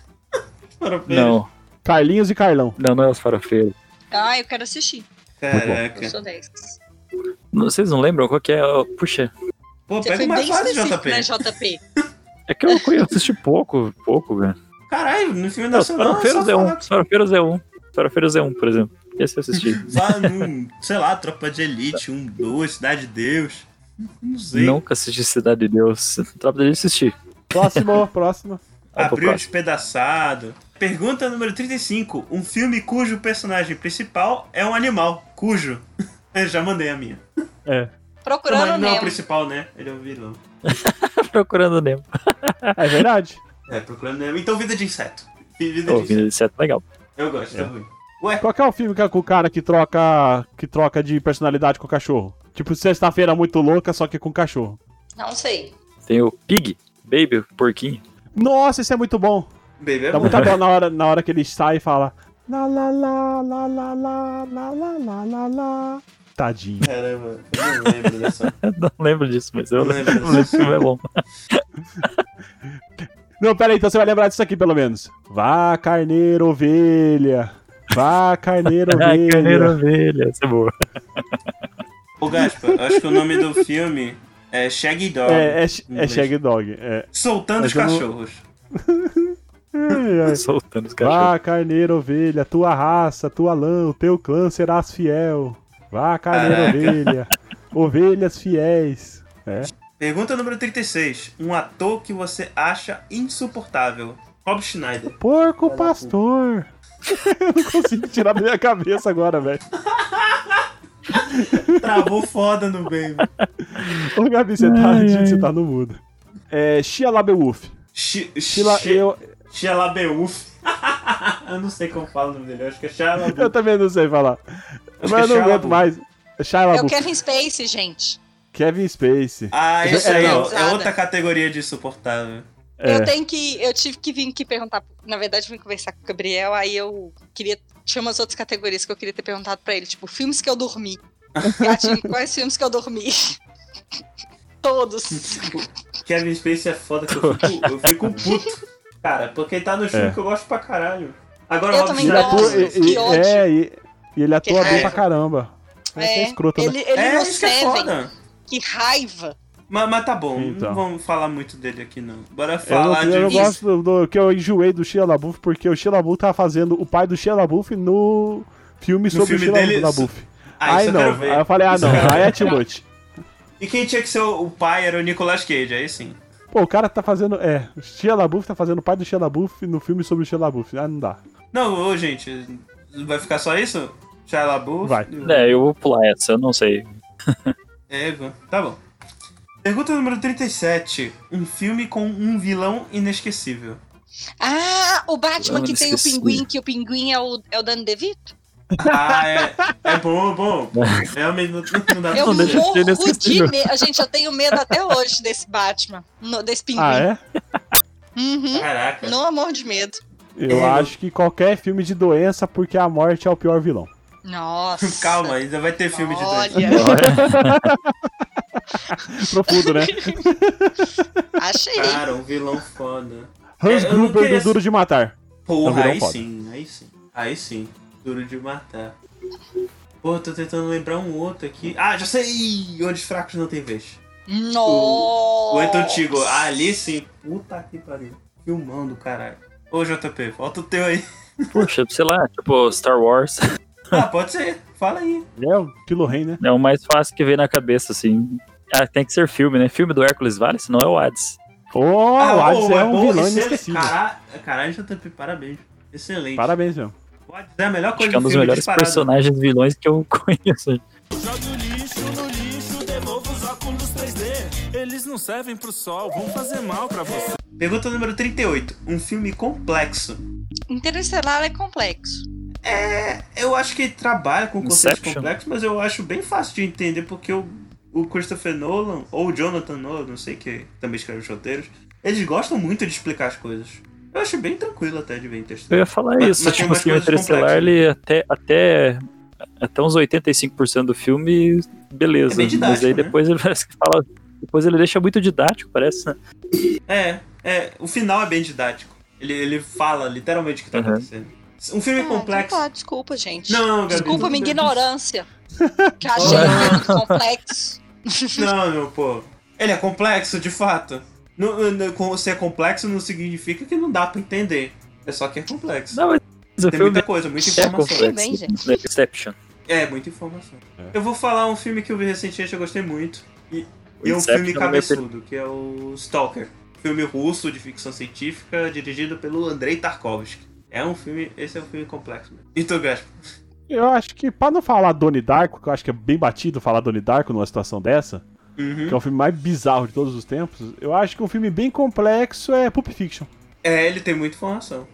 Speaker 1: Farofeiro.
Speaker 8: Não,
Speaker 3: Carlinhos e Carlão.
Speaker 8: não, não é os farofeiros.
Speaker 2: Ah, eu quero assistir. Eu
Speaker 1: Caraca.
Speaker 2: sou 10.
Speaker 8: Não- Vocês não lembram qual que é? Puxa,
Speaker 1: Pô,
Speaker 2: Você
Speaker 1: pega
Speaker 2: foi
Speaker 1: uma
Speaker 2: bem
Speaker 1: fase,
Speaker 2: específico,
Speaker 1: JP.
Speaker 2: né, JP?
Speaker 8: É que eu conheço assisti pouco, pouco, velho.
Speaker 1: Caralho, no filme
Speaker 8: Não,
Speaker 1: nacional é só
Speaker 8: Farofeiros é
Speaker 1: falar
Speaker 8: um.
Speaker 1: que...
Speaker 8: Farofeiros é um. Farofeiros é um, por exemplo. Esse eu assisti.
Speaker 1: Vá num, sei lá, Tropa de Elite, um, dois, Cidade de Deus. Não sei.
Speaker 8: Nunca assisti Cidade de Deus. Tropa de assistir.
Speaker 3: Próximo, próximo.
Speaker 8: Vai pro
Speaker 1: Abril
Speaker 8: próximo.
Speaker 1: Ah, despedaçado. Pergunta número 35. Um filme cujo personagem principal é um animal. Cujo. Eu já mandei a minha. Não,
Speaker 2: Procurando
Speaker 1: ele não é o
Speaker 2: Nemo.
Speaker 1: principal, né? Ele é o vilão.
Speaker 8: tá Procurando Nemo.
Speaker 3: É verdade.
Speaker 1: É, procurando Nemo. Então, Vida de Inseto. Vida de Inseto.
Speaker 8: Ouvindo de certo, é legal.
Speaker 1: Eu gosto, tá ruim.
Speaker 3: Qual que é o filme que é com o cara que troca, que troca de personalidade com o cachorro? Tipo, sexta-feira muito louca, só que com o cachorro.
Speaker 2: Não sei.
Speaker 8: Tem o Pig, Baby, o porquinho.
Speaker 3: Nossa, esse é muito bom.
Speaker 1: Baby é
Speaker 3: Dá
Speaker 1: bom.
Speaker 3: muita dó na hora, na hora que ele sai e fala. Lá, lá, lá, lá, lá, lá, lá, lá, lá, lá, lá. Tadinho.
Speaker 1: Caramba, eu não lembro dessa.
Speaker 8: Eu não lembro disso, mas eu
Speaker 1: Não lembro
Speaker 8: lembro. O
Speaker 1: disso.
Speaker 8: filme é bom.
Speaker 3: Não, pera aí, então você vai lembrar disso aqui, pelo menos. Vá, carneiro, ovelha. Vá, carneiro,
Speaker 8: Ah,
Speaker 3: ovelha.
Speaker 8: Carneiro Ovelha, essa é boa.
Speaker 1: Ô, Gaspa, eu acho que o nome do filme é Shaggy Dog.
Speaker 3: É, é,
Speaker 1: em
Speaker 3: é
Speaker 1: inglês.
Speaker 3: Shag Dog. É.
Speaker 1: Soltando
Speaker 3: Mas
Speaker 1: os
Speaker 3: eu não-
Speaker 1: cachorros. É.
Speaker 3: Ai, ai.
Speaker 8: Soltando os cachorros.
Speaker 3: Vá, carneiro, ovelha, tua raça, tua lã, o teu clã serás fiel. Vá, carneiro, ovelha. Ovelhas fiéis.
Speaker 1: Pergunta número 36. Um ator que você acha insuportável. Rob Schneider.
Speaker 3: Porco pastor. Eu não consigo tirar da minha cabeça agora, velho.
Speaker 1: Travou foda no Baby.
Speaker 3: Ô, Gabi, você tá, você tá no mudo. É, Shia LaBeouf.
Speaker 1: Shi-
Speaker 3: Shia,
Speaker 1: Shi-
Speaker 3: eu,
Speaker 1: Shia Beuf. eu não sei como fala o nome dele. Eu acho que é Shia
Speaker 3: eu
Speaker 1: LaBeouf.
Speaker 3: também não sei falar. Mas
Speaker 1: Acho que
Speaker 3: eu
Speaker 1: é
Speaker 3: não
Speaker 1: Shia LaBeouf.
Speaker 3: aguento mais.
Speaker 1: Tá
Speaker 3: Shia
Speaker 2: É o
Speaker 3: LaBeouf.
Speaker 2: Kevin Space, gente.
Speaker 3: Kevin Spacey.
Speaker 1: Ah, isso
Speaker 2: É,
Speaker 1: aí é,
Speaker 2: não.
Speaker 1: é outra categoria de insuportável.
Speaker 3: É.
Speaker 2: Eu tenho que. Eu tive que vir aqui perguntar. Na verdade, eu vim conversar com o Gabriel, aí eu queria. Tinha umas outras categorias que eu queria ter perguntado pra ele, tipo, filmes que eu dormi. Gatinho, quais filmes que eu dormi? Todos.
Speaker 1: Kevin Spacey é foda que eu fico, eu fico puto. Cara, porque ele tá no filme
Speaker 3: É.
Speaker 1: que eu gosto pra caralho. Agora
Speaker 2: Eu
Speaker 1: o Rob
Speaker 2: também
Speaker 3: E ele
Speaker 1: Schneider.
Speaker 3: atua,
Speaker 2: gosto.
Speaker 3: e, e-
Speaker 2: que ódio.
Speaker 3: é, e, e ele atua
Speaker 2: Que
Speaker 3: bem
Speaker 1: raiva.
Speaker 3: pra caramba. Mas é, escroto, né?
Speaker 2: ele, ele
Speaker 1: É,
Speaker 2: no
Speaker 1: isso que é
Speaker 2: Seven.
Speaker 1: foda.
Speaker 2: Que raiva.
Speaker 1: Mas, mas tá bom,
Speaker 3: Então.
Speaker 1: não vamos falar muito dele aqui não. Bora
Speaker 3: Eu, não,
Speaker 1: falar
Speaker 3: eu não
Speaker 1: de.
Speaker 3: gosto do, do- que eu enjoei do Shia LaBeouf, porque o Shia LaBeouf tava fazendo o pai do Shia LaBeouf no filme sobre
Speaker 1: filme
Speaker 3: o Shia
Speaker 1: dele,
Speaker 3: LaBeouf.
Speaker 1: Ah,
Speaker 3: aí
Speaker 1: isso eu
Speaker 3: não,
Speaker 1: quero ver.
Speaker 3: aí eu falei, ah
Speaker 1: Isso
Speaker 3: não,
Speaker 1: eu quero
Speaker 3: aí é
Speaker 1: ver.
Speaker 3: Timothy.
Speaker 1: E quem tinha que ser o o pai era o Nicolas Cage, aí sim.
Speaker 3: Pô, o cara tá fazendo, é, o Shia LaBeouf tá fazendo o pai do Shia LaBeouf no filme sobre o Shia LaBeouf. Ah, não dá.
Speaker 1: Não, ô, gente, vai ficar só isso? Shia LaBeouf?
Speaker 3: Vai.
Speaker 8: É, eu vou pular essa, eu não sei.
Speaker 1: É, Ivan. tá bom. Pergunta número 37. Um filme com um vilão inesquecível.
Speaker 2: Ah, o Batman
Speaker 8: Eu
Speaker 2: que tem o
Speaker 8: esqueci.
Speaker 2: pinguim, que o pinguim é o, é o Danny DeVito?
Speaker 1: Ah, é, é bom, é bom. Realmente não, não dá pra
Speaker 2: Eu
Speaker 8: Não, deixa de ser
Speaker 2: morro de
Speaker 8: inesquecível.
Speaker 2: medo. Gente, eu tenho medo até hoje desse Batman, no- desse pinguim.
Speaker 3: Ah, é?
Speaker 2: Uhum.
Speaker 1: Caraca.
Speaker 2: No amor de medo.
Speaker 3: Eu
Speaker 1: É.
Speaker 3: acho que qualquer filme de doença, porque a morte é o pior vilão.
Speaker 2: Nossa.
Speaker 1: Calma, ainda vai ter filme de dois.
Speaker 2: Olha,
Speaker 3: Profundo, né?
Speaker 2: achei.
Speaker 1: Cara, um vilão foda.
Speaker 3: Hans
Speaker 1: É, eu não
Speaker 3: Gruber
Speaker 1: queria-
Speaker 3: do Duro de Matar. É um
Speaker 1: Porra,
Speaker 3: vilão
Speaker 1: aí
Speaker 3: foda.
Speaker 1: sim, aí sim. Aí sim. Duro de matar. Pô, tô tentando lembrar um outro aqui. Ah, já sei! Onde os fracos não tem vez.
Speaker 2: Nossa.
Speaker 1: O Eto Tigo. Ah, ali sim. Puta que pariu. Filmão do caralho. Ô, JP, falta o teu aí.
Speaker 8: Poxa, sei lá, tipo Star Wars.
Speaker 1: Ah, pode ser. Fala aí.
Speaker 3: É o Kylo Ren, né?
Speaker 8: É o mais fácil que veio na cabeça, assim. Ah, tem que ser filme, né? Filme do Hércules Vale, senão é o Hades.
Speaker 3: Ô,
Speaker 8: Ah,
Speaker 3: o Hades
Speaker 1: Ah, ô,
Speaker 3: é um
Speaker 1: bom,
Speaker 3: vilão
Speaker 1: excelente.
Speaker 3: inesquecível.
Speaker 1: Cara- Caralho, JP, parabéns. Excelente.
Speaker 3: Parabéns, meu.
Speaker 1: O Hades é a melhor
Speaker 8: Acho
Speaker 1: coisa
Speaker 8: que é um
Speaker 1: do
Speaker 8: dos
Speaker 1: filme
Speaker 8: melhores
Speaker 1: disparado.
Speaker 8: personagens vilões que eu conheço.
Speaker 9: Jogue o lixo no lixo, devolva os óculos 3D. Eles não servem pro sol, vão fazer mal pra você.
Speaker 1: Pergunta número 38. Um filme complexo.
Speaker 2: Interestelar é complexo.
Speaker 1: Eu acho que ele trabalha com conceitos
Speaker 8: Inception.
Speaker 1: complexos, mas eu acho bem fácil de entender porque o, o Christopher Nolan ou o Jonathan Nolan, não sei que também escreve os roteiros, eles gostam muito de explicar as coisas. Eu acho bem tranquilo até de ver
Speaker 8: Eu
Speaker 1: Interstellar.
Speaker 8: ia falar
Speaker 1: Mas-
Speaker 8: isso,
Speaker 1: mas tem
Speaker 8: tipo
Speaker 1: umas
Speaker 8: assim, o
Speaker 1: coisas
Speaker 8: Interestelar,
Speaker 1: complexas.
Speaker 8: ele até, até, até uns 85% do filme,
Speaker 1: É
Speaker 8: beleza.
Speaker 1: bem didático,
Speaker 8: Mas aí
Speaker 1: né?
Speaker 8: depois ele parece que fala. Depois ele deixa muito didático, parece, né?
Speaker 1: É, é, o final é bem didático. Ele, ele fala literalmente o que tá
Speaker 8: Uhum.
Speaker 1: acontecendo. Um filme
Speaker 2: Ah,
Speaker 1: complexo.
Speaker 2: então tá, desculpa, gente.
Speaker 1: Não, Gabi,
Speaker 2: desculpa
Speaker 1: não-
Speaker 2: minha ignorância. Que eu achei que era muito complexo.
Speaker 1: Não, meu pô. Ele é complexo, de fato. Não, não, com- se é complexo não significa que não dá pra entender. É só que é complexo.
Speaker 8: Não, mas
Speaker 1: Tem
Speaker 8: o filme
Speaker 1: muita coisa, muita
Speaker 8: é
Speaker 1: informação.
Speaker 8: complexo.
Speaker 2: Também, gente.
Speaker 8: né? Inception.
Speaker 1: É, muita informação. Eu vou falar um filme que eu vi recentemente, eu gostei muito. E, e é um
Speaker 8: Inception
Speaker 1: filme
Speaker 8: não vai ser-
Speaker 1: cabeçudo, que é o Stalker. Filme russo de ficção científica, dirigido pelo Andrei Tarkovsky. É um filme. Esse é um filme complexo mesmo. E tu, Gaspa?
Speaker 3: Eu acho que, pra não falar Donnie Darko, que eu acho que é bem batido falar Donnie Darko numa situação dessa,
Speaker 1: Uhum.
Speaker 3: que é o filme mais bizarro de todos os tempos, eu acho que um filme bem complexo é Pulp Fiction.
Speaker 1: É, ele tem muita informação.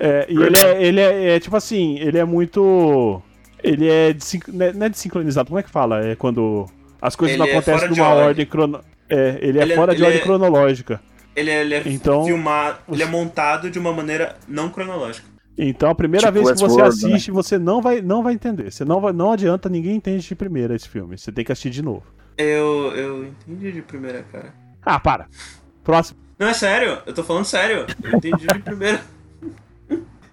Speaker 3: É, e ele é, ele é, é, tipo assim, ele é muito. Ele é desin- né- não é desincronizado, como é que fala? É quando as coisas
Speaker 1: Ele
Speaker 3: não
Speaker 1: é
Speaker 3: acontecem
Speaker 1: fora de
Speaker 3: numa
Speaker 1: ordem.
Speaker 3: ordem crono... é, ele é
Speaker 1: Ele é-
Speaker 3: fora de
Speaker 1: ele
Speaker 3: ordem
Speaker 1: é-
Speaker 3: cronológica.
Speaker 1: Ele é, ele é
Speaker 3: Então-
Speaker 1: filmado. Ele é montado de uma maneira não cronológica.
Speaker 3: Então a primeira
Speaker 8: Tipo
Speaker 3: vez que você
Speaker 8: Westworld,
Speaker 3: assiste, você não vai, não vai entender. Você não, vai, não adianta, ninguém entende de primeira esse filme. Você tem que assistir de novo.
Speaker 1: Eu, eu entendi de primeira, cara.
Speaker 3: Ah, para. Próximo.
Speaker 1: Não, é sério, eu tô falando sério. Eu entendi de primeira.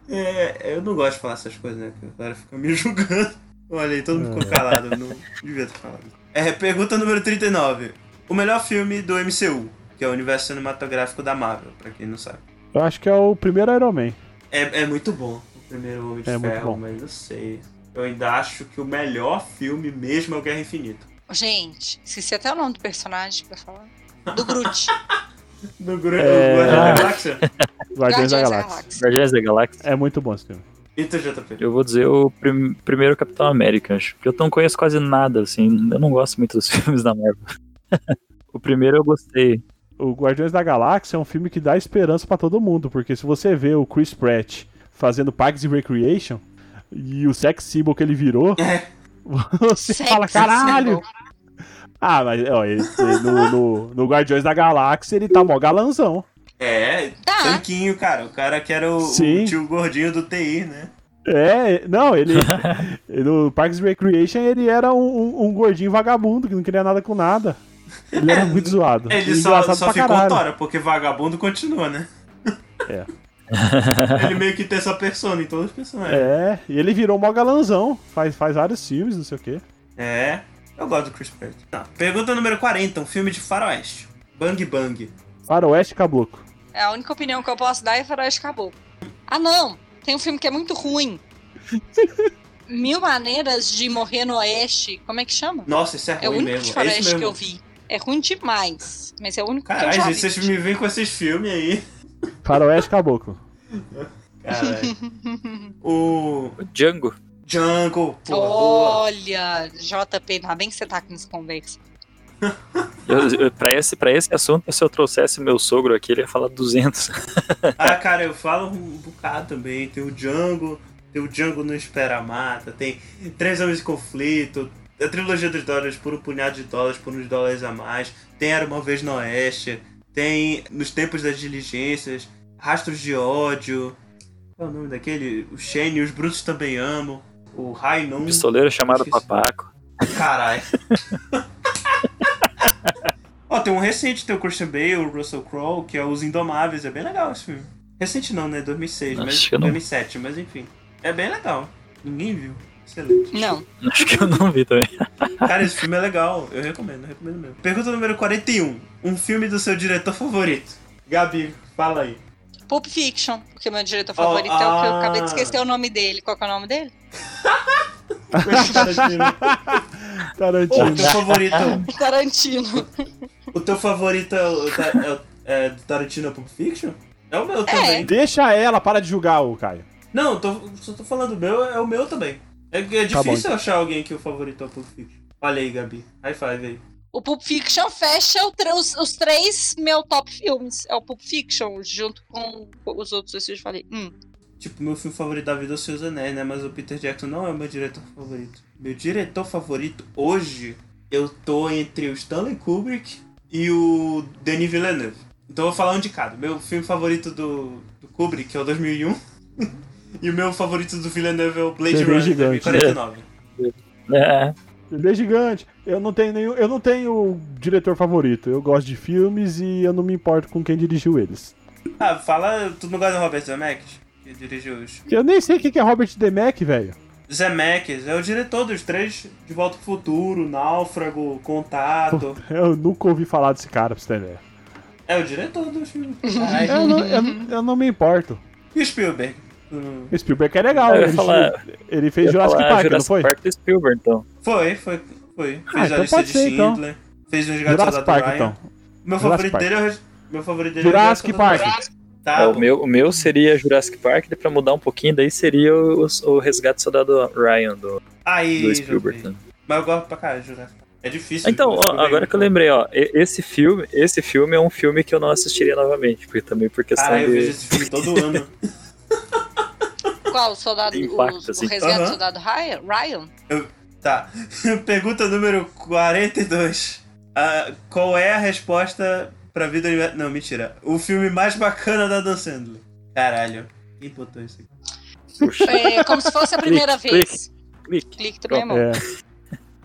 Speaker 1: É, eu não gosto de falar essas coisas, né? Porque a galera fica me julgando. Olha aí, todo mundo
Speaker 3: É.
Speaker 1: ficou calado, eu não devia ter falado. É, pergunta número 39. O melhor filme do MCU, que é o universo cinematográfico da Marvel, pra quem não sabe.
Speaker 3: Eu acho que é o primeiro Iron Man.
Speaker 1: É, é muito bom o primeiro Homem de
Speaker 3: É muito
Speaker 1: Ferro,
Speaker 3: bom.
Speaker 1: mas eu sei. Eu ainda acho que o melhor filme mesmo é o Guerra Infinita.
Speaker 2: Gente, esqueci até o nome do personagem pra falar. Do Groot.
Speaker 1: No Grande
Speaker 3: É.
Speaker 1: da
Speaker 8: Ah.
Speaker 1: Galáxia?
Speaker 3: Guardiões da Galáxia.
Speaker 8: Guardiões da Galáxia.
Speaker 3: É muito bom esse filme.
Speaker 1: E tu, JP?
Speaker 8: Eu vou dizer o prim- primeiro Capitão América, acho. Porque eu não conheço quase nada, assim. Eu não gosto muito dos filmes da Marvel. o primeiro eu gostei.
Speaker 3: o Guardiões da Galáxia é um filme que dá esperança pra todo mundo, porque se você vê o Chris Pratt fazendo Parks and Recreation e o sex symbol que ele virou,
Speaker 1: É,
Speaker 3: você fala, caralho! Ah, mas ó, ele- ele- no, no- no Guardiões da Galáxia ele tá mó galanzão.
Speaker 1: É,
Speaker 2: Tá.
Speaker 1: tanquinho, cara. O cara que era o,
Speaker 3: Sim.
Speaker 1: o tio gordinho do TI, né?
Speaker 3: É, não, ele. no Parks and Recreation ele era um, um- um gordinho vagabundo que não queria nada com nada. Ele era muito zoado.
Speaker 1: Ele
Speaker 3: E
Speaker 1: só,
Speaker 3: engraçado
Speaker 1: só
Speaker 3: pra
Speaker 1: ficou
Speaker 3: caralho.
Speaker 1: tora, porque vagabundo continua, né?
Speaker 3: É.
Speaker 1: Ele meio que tem essa persona em todos os personagens.
Speaker 3: É, e ele virou mó galanzão. Faz, faz vários filmes, não sei o quê.
Speaker 1: É. Eu gosto do Chris Pratt. Tá. Pergunta número 40, um filme de faroeste. Bang Bang.
Speaker 3: Faroeste Caboclo.
Speaker 2: É a única opinião que eu posso dar é Faroeste Caboclo. Ah, não! Tem um filme que é muito ruim. Mil Maneiras de Morrer no Oeste. Como é que chama?
Speaker 1: Nossa, isso é ruim
Speaker 2: É o único
Speaker 1: mesmo. é
Speaker 2: de
Speaker 1: isso
Speaker 2: Faroeste
Speaker 1: mesmo.
Speaker 2: que eu vi. É ruim demais, mas é o único que eu
Speaker 1: Caralho,
Speaker 2: já
Speaker 1: gente,
Speaker 2: vi.
Speaker 1: vocês me vêm com esses filmes aí.
Speaker 3: Faroeste Caboclo.
Speaker 1: Caralho. o
Speaker 8: O Django.
Speaker 1: Jungle, porra. é
Speaker 2: Oh.
Speaker 1: boa.
Speaker 2: Olha, JP, ainda bem que você tá aqui nessa conversa.
Speaker 8: Eu, eu- pra, esse, pra esse assunto, se eu trouxesse meu sogro aqui, ele ia falar 200.
Speaker 1: Ah, cara, eu falo um bocado também. Tem o Django, tem o Django no Espera Mata, tem Três Homens em Conflito, a trilogia dos dólares por um punhado de dólares, por uns dólares a mais, tem Era Uma Vez no Oeste, tem Nos Tempos das Diligências, Rastros de Ódio, qual é o nome daquele? O Shane e os Brutos Também Amam, o Rainon...
Speaker 8: Pistoleiro chamado
Speaker 1: Esqueci.
Speaker 8: Papaco.
Speaker 1: Caralho. Ó, tem um recente, tem o Christian Bale, o Russell Crowe, que é Os Indomáveis, é bem legal esse filme. Recente não, né? 2006, mas,
Speaker 8: Acho que eu não-
Speaker 1: 2007, mas enfim. É bem legal. Ninguém viu. Excelente.
Speaker 2: Não,
Speaker 8: Acho que eu não vi também.
Speaker 1: Cara, esse filme é legal. Eu recomendo, eu recomendo mesmo. Pergunta número 41. Um filme do seu diretor favorito. Gabi, fala aí.
Speaker 2: Pulp Fiction, porque meu diretor favorito é o que eu
Speaker 1: Oh, ah.
Speaker 2: acabei de esquecer o nome dele. Qual que é o nome dele?
Speaker 1: o é
Speaker 3: Tarantino.
Speaker 1: teu favorito.
Speaker 2: Tarantino.
Speaker 1: O teu favorito é, o, Ta- é, o- é do Tarantino Pulp Fiction? É o meu também.
Speaker 3: Deixa ela, para de julgar o Caio.
Speaker 1: Não, eu tô, só tô falando o meu, é o meu também. É, que é
Speaker 3: Tá bom,
Speaker 1: difícil achar alguém que o favorito é o Pulp Fiction. Olha aí, Gabi. High five aí.
Speaker 2: O Pulp Fiction fecha o tr- os, os três meu top filmes. É o Pulp Fiction, junto com os outros dois que eu já falei. Hum.
Speaker 1: Tipo, meu filme favorito da vida é o Seus Anéis, né? Mas o Peter Jackson não é o meu diretor favorito. Meu diretor favorito hoje, eu tô entre o Stanley Kubrick e o Denis Villeneuve. Então eu vou falar um de cada. Meu filme favorito do, do Kubrick é o 2001. e o meu favorito do Villeneuve é o Blade
Speaker 3: Bebê
Speaker 1: Runner
Speaker 3: gigante. né?
Speaker 1: 2049.
Speaker 8: É,
Speaker 3: Ele é gigante. Eu não tenho nenhum, eu não tenho diretor favorito. Eu gosto de filmes e eu não me importo com quem dirigiu eles.
Speaker 1: Ah, fala... Tu não gosta do Robert Zemeckis? Que dirigiu os...
Speaker 3: Eu nem sei o que que é Robert Demeck, velho.
Speaker 1: Zemeckis é o diretor dos três De Volta pro Futuro, Náufrago, Contato.
Speaker 3: Eu nunca ouvi falar desse cara, pra você ter ideia.
Speaker 1: É o diretor do filme.
Speaker 3: Eu não, eu- eu não me importo.
Speaker 1: E o Spielberg? Hum,
Speaker 3: O Spielberg é legal.
Speaker 8: Eu ia
Speaker 3: Ele,
Speaker 8: falar-
Speaker 3: ele fez
Speaker 8: Eu ia
Speaker 3: Jurassic
Speaker 8: falar
Speaker 3: Park, não
Speaker 8: Jurassic
Speaker 3: foi?
Speaker 8: Park do Spielberg, então.
Speaker 1: Foi, foi, foi.
Speaker 3: Ah,
Speaker 1: Fez a
Speaker 3: então
Speaker 1: lista
Speaker 3: pode
Speaker 1: de
Speaker 3: ser, então.
Speaker 1: Schindler. Fez o Resgate do
Speaker 3: Jurassic
Speaker 1: Soldado
Speaker 3: Park,
Speaker 1: Ryan.
Speaker 3: então.
Speaker 1: Meu
Speaker 3: Jurassic
Speaker 1: favorito
Speaker 3: Park.
Speaker 1: dele é o... Res- Meu favorito dele é
Speaker 3: Jurassic
Speaker 1: o Resgate do
Speaker 3: Park.
Speaker 1: Soldado Ryan. Tá,
Speaker 8: É, o,
Speaker 1: bom.
Speaker 8: meu, o meu seria Jurassic Park, daí pra mudar um pouquinho, daí seria o, o Resgate do Soldado Ryan do,
Speaker 1: Aí,
Speaker 8: do Spielberg.
Speaker 1: joguei.
Speaker 8: né?
Speaker 1: Mas eu gosto pra caralho, Jurassic Park. É difícil.
Speaker 8: Ah, Então,
Speaker 1: o
Speaker 8: ó,
Speaker 1: Spielberg
Speaker 8: agora que eu lembrei, ó, e- esse filme, esse filme é um filme que eu não assistiria novamente, porque também por questão
Speaker 3: Ah,
Speaker 1: Caralho, eu vejo
Speaker 8: de
Speaker 1: esse filme todo ano.
Speaker 2: Qual? O soldado.
Speaker 8: Tem
Speaker 2: O,
Speaker 8: impacto,
Speaker 2: o
Speaker 8: assim.
Speaker 2: resgate do
Speaker 1: Aham.
Speaker 2: soldado Ryan? Ryan?
Speaker 1: Tá. Pergunta número 42. Ah, qual é a resposta pra vida de... Não, mentira. O filme mais bacana da Dan Sandler. Caralho. Quem botou isso aqui?
Speaker 8: puxa,
Speaker 2: É, como se fosse a primeira vez.
Speaker 8: clique.
Speaker 2: Clique também, mano.
Speaker 3: É.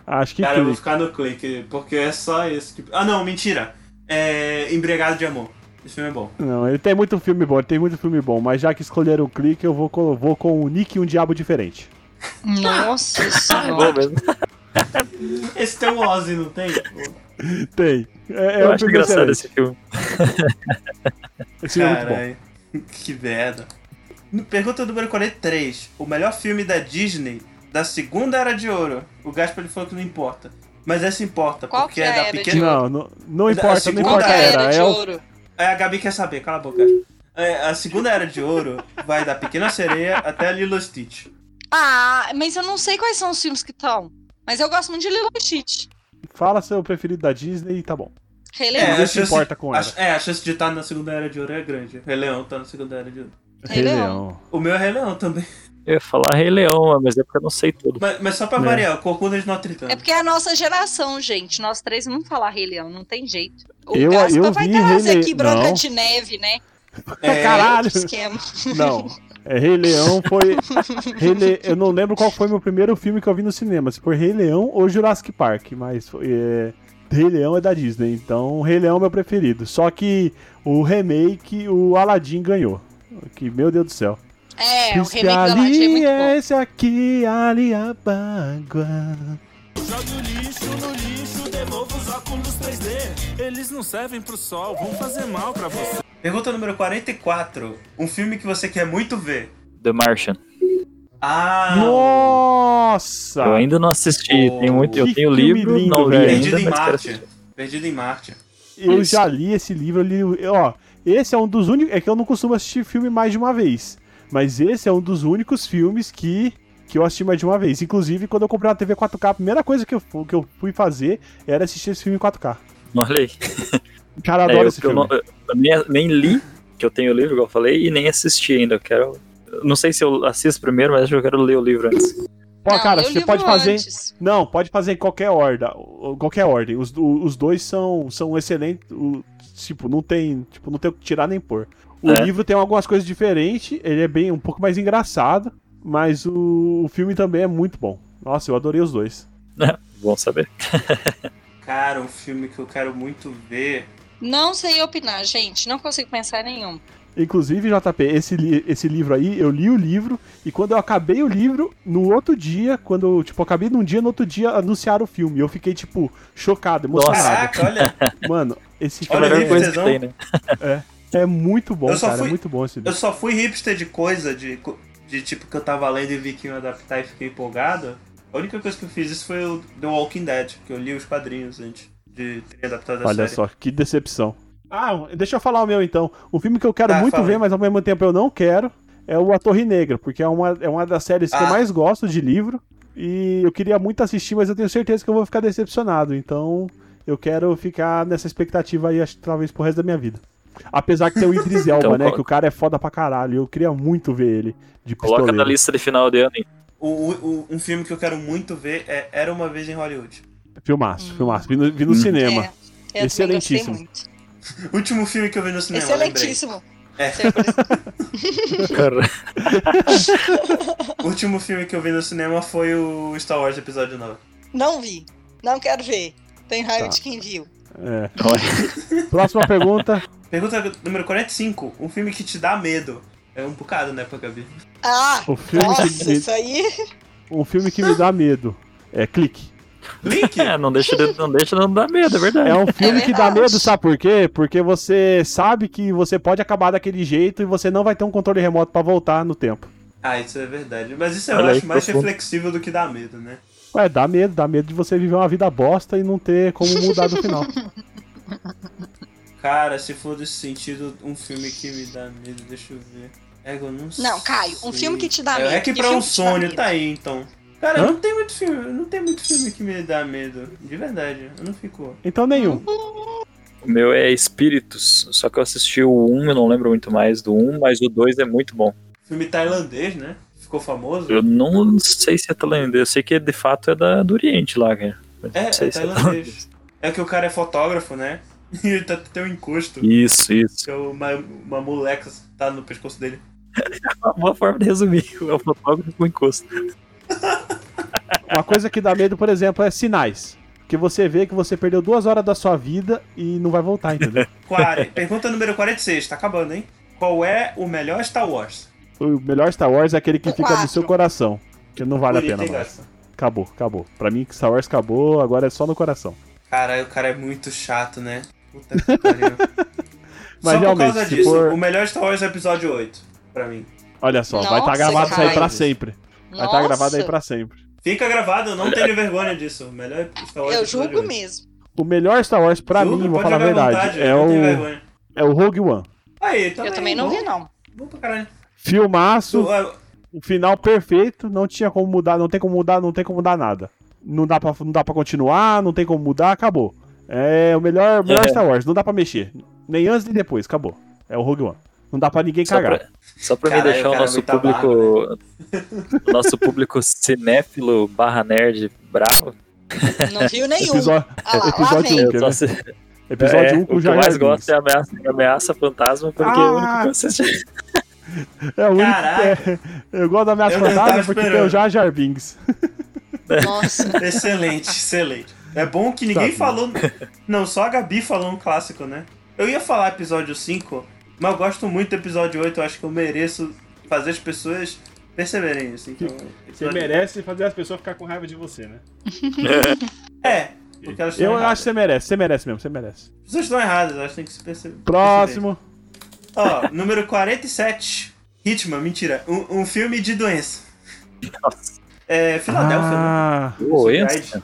Speaker 3: Acho que
Speaker 1: Cara, eu vou
Speaker 3: clique.
Speaker 1: ficar no clique, porque é só esse que... Ah, não, mentira. É... Embregado de Amor. Esse filme é bom.
Speaker 3: Não, ele tem muito filme bom, ele tem muito filme bom, mas já que escolheram o clique, eu vou com, vou com o Nick e um Diabo Diferente.
Speaker 2: Nossa
Speaker 8: É bom
Speaker 2: senhora.
Speaker 8: mesmo.
Speaker 1: Esse tem o Ozzy, não tem?
Speaker 3: é Tem. É, é
Speaker 8: Eu
Speaker 3: um
Speaker 8: acho
Speaker 3: filme excelente.
Speaker 8: engraçado esse filme.
Speaker 3: Esse filme é muito bom.
Speaker 1: Caralho. Que merda. Pergunta número 43. O melhor filme da Disney da segunda era de ouro. O Gaspar ele falou que não importa. Mas essa importa,
Speaker 2: Qual
Speaker 1: porque
Speaker 2: que
Speaker 1: é
Speaker 2: é a
Speaker 1: da
Speaker 2: era de
Speaker 1: pequena.
Speaker 3: Não, não, não
Speaker 1: A
Speaker 3: importa, não
Speaker 1: segunda
Speaker 2: Qual que
Speaker 3: importa
Speaker 2: é a era de
Speaker 3: É o...
Speaker 2: ouro?
Speaker 1: É, a Gabi quer saber, cala a boca. É, a segunda era de ouro vai da Pequena Sereia até Lilo Stitch.
Speaker 2: Ah, mas eu não sei quais são os filmes que estão. Mas eu gosto muito de Lilo e Stitch.
Speaker 3: Fala seu preferido da Disney e tá bom.
Speaker 2: Rei
Speaker 1: É,
Speaker 2: Leão.
Speaker 3: Ninguém
Speaker 1: a
Speaker 3: se
Speaker 1: chance-
Speaker 3: importa com
Speaker 1: A,
Speaker 3: ela.
Speaker 1: é, a chance de estar na segunda era de ouro é grande. Rei Leão tá na segunda era de ouro.
Speaker 2: Rei Leão.
Speaker 1: O meu é Rei Leão também.
Speaker 8: Eu ia falar Rei Leão, mas é porque eu não sei tudo.
Speaker 1: Mas, mas só pra
Speaker 3: É.
Speaker 1: variar, o Corcunda de Notre Dame.
Speaker 2: É porque é a nossa geração, gente. Nós três vamos falar Rei Leão, não tem jeito. O
Speaker 3: Eu-
Speaker 2: Gaspa
Speaker 3: eu
Speaker 2: vai
Speaker 3: vi
Speaker 2: trazer
Speaker 3: Rei Le-
Speaker 2: aqui Branca
Speaker 3: Não.
Speaker 2: de Neve, né?
Speaker 1: É,
Speaker 3: Caralho!
Speaker 2: Outro esquema.
Speaker 3: Não. É, Rei Leão foi. Rei Le- Eu não lembro qual foi meu primeiro filme que eu vi no cinema, se foi Rei Leão ou Jurassic Park, mas foi, é, Rei Leão é da Disney, então Rei Leão é meu preferido. Só que o remake, o Aladdin ganhou. Que, meu Deus do céu.
Speaker 2: É, o
Speaker 3: Príncipe
Speaker 2: remake da Aladdin é muito bom.
Speaker 3: esse aqui, ali a bagua.
Speaker 9: Jogue o lixo no lixo, demova os óculos 3D. Eles não servem pro sol, vão fazer mal pra você.
Speaker 1: Pergunta número 44. Um filme que você quer muito ver.
Speaker 8: The Martian.
Speaker 1: Ah!
Speaker 3: Nossa!
Speaker 8: Eu ainda não assisti.
Speaker 1: Oh,
Speaker 8: tem muito, eu
Speaker 3: Tá. que
Speaker 8: tenho o
Speaker 3: filme
Speaker 8: livro,
Speaker 3: lindo,
Speaker 8: não li
Speaker 3: velho.
Speaker 8: ainda,
Speaker 1: Perdido em
Speaker 8: mas quero
Speaker 1: Marte.
Speaker 8: assistir.
Speaker 1: Perdido em Marte.
Speaker 3: Eu
Speaker 8: Isso.
Speaker 3: já li esse livro, eu li, eu- ó, esse é um dos únicos, é que eu não costumo assistir filme mais de uma vez, mas esse é um dos únicos filmes que que eu assisti mais de uma vez. Inclusive, quando eu comprei uma TV 4K, a primeira coisa que eu, fu- que eu fui fazer era assistir esse filme em 4K.
Speaker 8: Olha aí.
Speaker 3: Cara, eu
Speaker 8: É,
Speaker 3: adoro
Speaker 8: eu,
Speaker 3: esse
Speaker 8: que eu
Speaker 3: filme.
Speaker 8: não- eu nem, nem li, que eu tenho o livro, igual eu falei, e nem assisti ainda. Eu quero. eu Não sei se eu assisto primeiro, mas acho que eu quero ler o livro antes.
Speaker 3: Pô,
Speaker 2: Não,
Speaker 3: cara,
Speaker 2: eu
Speaker 3: você
Speaker 2: li
Speaker 3: pode
Speaker 2: um
Speaker 3: fazer.
Speaker 2: antes.
Speaker 3: Não, pode fazer em qualquer ordem. ou- Qualquer ordem. Os, o- os dois são, são excelentes. o- tipo, não tem. Tipo, não tem o que tirar nem pôr. O
Speaker 8: É.
Speaker 3: livro tem algumas coisas diferentes, ele é bem um pouco mais engraçado, mas o, o filme também é muito bom. Nossa, eu adorei os dois.
Speaker 8: Bom saber.
Speaker 1: Cara, um filme que eu quero muito ver.
Speaker 2: Não sei opinar, gente. Não consigo pensar em nenhum.
Speaker 3: Inclusive, JP, esse, li- esse livro aí, eu li o livro, e quando eu acabei o livro, no outro dia, quando, tipo, eu acabei num dia, no outro dia anunciaram o filme. Eu fiquei, tipo, chocado,
Speaker 8: Nossa.
Speaker 3: emocionado.
Speaker 1: Caraca, olha.
Speaker 3: Mano, esse
Speaker 8: É a
Speaker 1: Olha
Speaker 3: filme
Speaker 8: melhor
Speaker 1: aí,
Speaker 8: coisa
Speaker 1: tesão.
Speaker 8: que tem, né?
Speaker 3: É muito bom,
Speaker 1: Eu só
Speaker 3: cara.
Speaker 1: fui-
Speaker 3: É muito bom esse
Speaker 1: Eu
Speaker 3: livro.
Speaker 1: só fui hipster de coisa, de, co- de tipo que eu tava lendo e vi que iam adaptar e fiquei empolgado. A única coisa que eu fiz isso foi o The Walking Dead, que eu li os quadrinhos antes de ter adaptado a série.
Speaker 3: Olha só, que decepção. Ah, deixa eu falar o meu então. Um filme que eu quero
Speaker 1: Tá,
Speaker 3: muito
Speaker 1: fala aí.
Speaker 3: ver, mas ao mesmo tempo eu não quero, é o A Torre Negra, porque é uma, é uma das séries que eu
Speaker 1: Ah.
Speaker 3: mais gosto de livro. E eu queria muito assistir, mas eu tenho certeza que eu vou ficar decepcionado. Então eu quero ficar nessa expectativa aí, acho, que talvez pro resto da minha vida. Apesar que tem o Idris Elba,
Speaker 8: Então,
Speaker 3: né?
Speaker 8: coloca.
Speaker 3: Que o cara é foda pra caralho. Eu queria muito ver ele de
Speaker 8: Coloca
Speaker 3: pistoleiro.
Speaker 8: na lista de final de ano. hein?
Speaker 1: O, o- um filme que eu quero muito ver é Era Uma Vez em Hollywood.
Speaker 3: Filmaço, filmaço. Vi no, vi no
Speaker 2: É, eu
Speaker 3: cinema.
Speaker 2: também gostei
Speaker 3: Excelentíssimo.
Speaker 2: muito.
Speaker 1: Último filme que eu vi no cinema, lembrei.
Speaker 2: Excelentíssimo.
Speaker 1: É.
Speaker 8: Cara,
Speaker 1: O último filme que eu vi no cinema foi o Star Wars Episódio 9.
Speaker 2: Não vi. Não quero ver. Tem raiva
Speaker 3: Tá.
Speaker 2: de quem viu.
Speaker 3: É.
Speaker 8: olha,
Speaker 3: Próxima pergunta.
Speaker 1: Pergunta número 45. Um filme que te dá medo. É um bocado, né, pra Gabi?
Speaker 2: Ah!
Speaker 3: O filme que
Speaker 2: Nossa,
Speaker 3: me-
Speaker 2: isso aí.
Speaker 3: Um filme que me dá medo. É clique.
Speaker 1: Link?
Speaker 8: É, não deixa, de, não deixa, não dá medo, é verdade.
Speaker 3: É um filme que dá
Speaker 2: verdade.
Speaker 3: medo, sabe por quê? Porque você sabe que você pode acabar daquele jeito e você não vai ter um controle remoto pra voltar no tempo.
Speaker 1: Ah, isso é verdade. Mas isso eu
Speaker 8: Olha aí,
Speaker 1: acho mais
Speaker 8: profundo.
Speaker 1: reflexível do que dá medo, né?
Speaker 3: Ué, dá medo, dá medo de você viver uma vida bosta e não ter como mudar no final.
Speaker 1: Cara, se for desse sentido, um filme que me dá medo, deixa eu ver. É, eu não sei.
Speaker 2: Não, Caio, um filme que te dá
Speaker 1: É,
Speaker 2: medo.
Speaker 1: É que
Speaker 2: Que
Speaker 1: pra
Speaker 2: filme
Speaker 1: um
Speaker 2: que te dá
Speaker 1: sonho
Speaker 2: medo?
Speaker 1: tá aí, então. Cara,
Speaker 3: Hã?
Speaker 1: não tem muito filme, não tem muito filme que me dá medo. De verdade, eu não fico.
Speaker 3: Então nenhum.
Speaker 8: O meu é Espíritos, só que eu assisti o 1, eu não lembro muito mais do 1, mas o 2 é muito bom.
Speaker 1: Filme tailandês, né? Ficou famoso.
Speaker 8: Eu não sei se é tailandês, eu sei que de fato é da, do Oriente lá, cara. Mas
Speaker 1: É,
Speaker 8: não sei
Speaker 1: é
Speaker 8: se
Speaker 1: tailandês. É que o cara é fotógrafo, né? E ele tá tem um encosto.
Speaker 8: Isso, isso.
Speaker 1: Que é uma, uma moleca tá no pescoço dele.
Speaker 8: É Uma boa forma de resumir. É o fotógrafo com encosto.
Speaker 3: Uma coisa que dá medo, por exemplo, é sinais. Que você vê que você perdeu duas horas da sua vida e não vai voltar, entendeu?
Speaker 1: Quare- Pergunta número 46, tá acabando, hein? Qual é o melhor Star Wars?
Speaker 3: o melhor Star Wars é aquele que
Speaker 2: O
Speaker 3: fica no seu
Speaker 2: quatro.
Speaker 3: coração. Que não vale a
Speaker 1: Bonito,
Speaker 3: pena
Speaker 1: hein,
Speaker 3: mais.
Speaker 1: Gato?
Speaker 3: Acabou, acabou. Pra mim, Star Wars acabou, agora é só no coração.
Speaker 1: Caralho, o cara é muito chato, né? Puta que pariu. Só
Speaker 3: Mas
Speaker 1: por
Speaker 3: realmente,
Speaker 1: causa
Speaker 3: se
Speaker 1: disso,
Speaker 3: for-
Speaker 1: o melhor Star Wars é o episódio 8, pra mim.
Speaker 3: Olha só, vai estar
Speaker 2: Nossa,
Speaker 3: gravado isso aí pra
Speaker 1: caralho.
Speaker 3: sempre. Vai estar
Speaker 2: Nossa,
Speaker 3: tá- gravado aí pra sempre.
Speaker 1: Fica gravado, eu não tenho vergonha disso. O melhor Star Wars é o
Speaker 3: né,
Speaker 2: Eu
Speaker 1: episódio
Speaker 2: julgo
Speaker 1: 8.
Speaker 2: mesmo.
Speaker 3: O melhor Star Wars pra
Speaker 1: Julga,
Speaker 3: mim, vou
Speaker 1: pode
Speaker 3: falar a
Speaker 1: jogar à
Speaker 3: verdade,
Speaker 1: vontade,
Speaker 3: é,
Speaker 1: eu não tenho
Speaker 3: o,
Speaker 1: vergonha.
Speaker 3: é o Rogue One.
Speaker 1: Aí, também,
Speaker 2: Eu também não
Speaker 1: bom,
Speaker 2: vi, não.
Speaker 1: Bom pra caralho.
Speaker 3: Filmaço,
Speaker 1: Tu- ah,
Speaker 3: o final perfeito, não tinha como mudar, não tem como mudar, não tem como mudar nada. Não dá pra, não dá pra continuar, não tem como mudar, acabou. É o melhor, o melhor
Speaker 8: É.
Speaker 3: Star Wars, não dá pra mexer. Nem antes nem depois, acabou. É o Rogue One. Não dá pra ninguém
Speaker 8: Só
Speaker 3: cagar.
Speaker 8: pra, só pra
Speaker 1: Caralho,
Speaker 8: me deixar
Speaker 1: o
Speaker 8: o
Speaker 1: cara é
Speaker 8: nosso
Speaker 1: muito amargo,
Speaker 8: público.
Speaker 1: né?
Speaker 8: o nosso público cinéfilo barra nerd bravo.
Speaker 2: Não viu nenhum.
Speaker 3: Episódio,
Speaker 2: Ah lá, lá
Speaker 3: episódio
Speaker 2: vem.
Speaker 3: um.
Speaker 8: Eu só assi-
Speaker 3: episódio 1
Speaker 8: É, o
Speaker 3: com o
Speaker 8: que eu
Speaker 3: Jair.
Speaker 8: mais gosto é ameaça, ameaça fantasma, porque é o único
Speaker 1: Ah!
Speaker 8: que eu assisti.
Speaker 3: É o único.
Speaker 1: Caraca.
Speaker 3: é, eu gosto da minha
Speaker 1: Eu não tava
Speaker 3: fantasma porque tem o
Speaker 1: esperando.
Speaker 3: Jar Jar Binks.
Speaker 2: Nossa.
Speaker 1: Excelente, excelente. É bom que ninguém
Speaker 3: Tá
Speaker 1: falou. Não, só a Gabi falou um clássico, né? Eu ia falar episódio 5, mas eu gosto muito do episódio 8. Eu acho que eu mereço fazer as pessoas perceberem isso. Então, episódio-
Speaker 3: merece fazer as pessoas ficar com raiva de você, né?
Speaker 1: É, porque elas estão
Speaker 3: Eu
Speaker 1: erradas.
Speaker 3: acho que você merece, você merece mesmo, você merece.
Speaker 1: As pessoas estão erradas, elas têm que se perceber.
Speaker 3: Próximo.
Speaker 1: Ó, número 47. Hitman, mentira. Um, um filme de doença.
Speaker 8: Nossa.
Speaker 1: É, Filadélfia, né?
Speaker 3: Ah,
Speaker 8: Doença?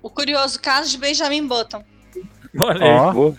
Speaker 2: O curioso caso de Benjamin Button.
Speaker 8: Olha aí,
Speaker 3: Ó.
Speaker 8: boa.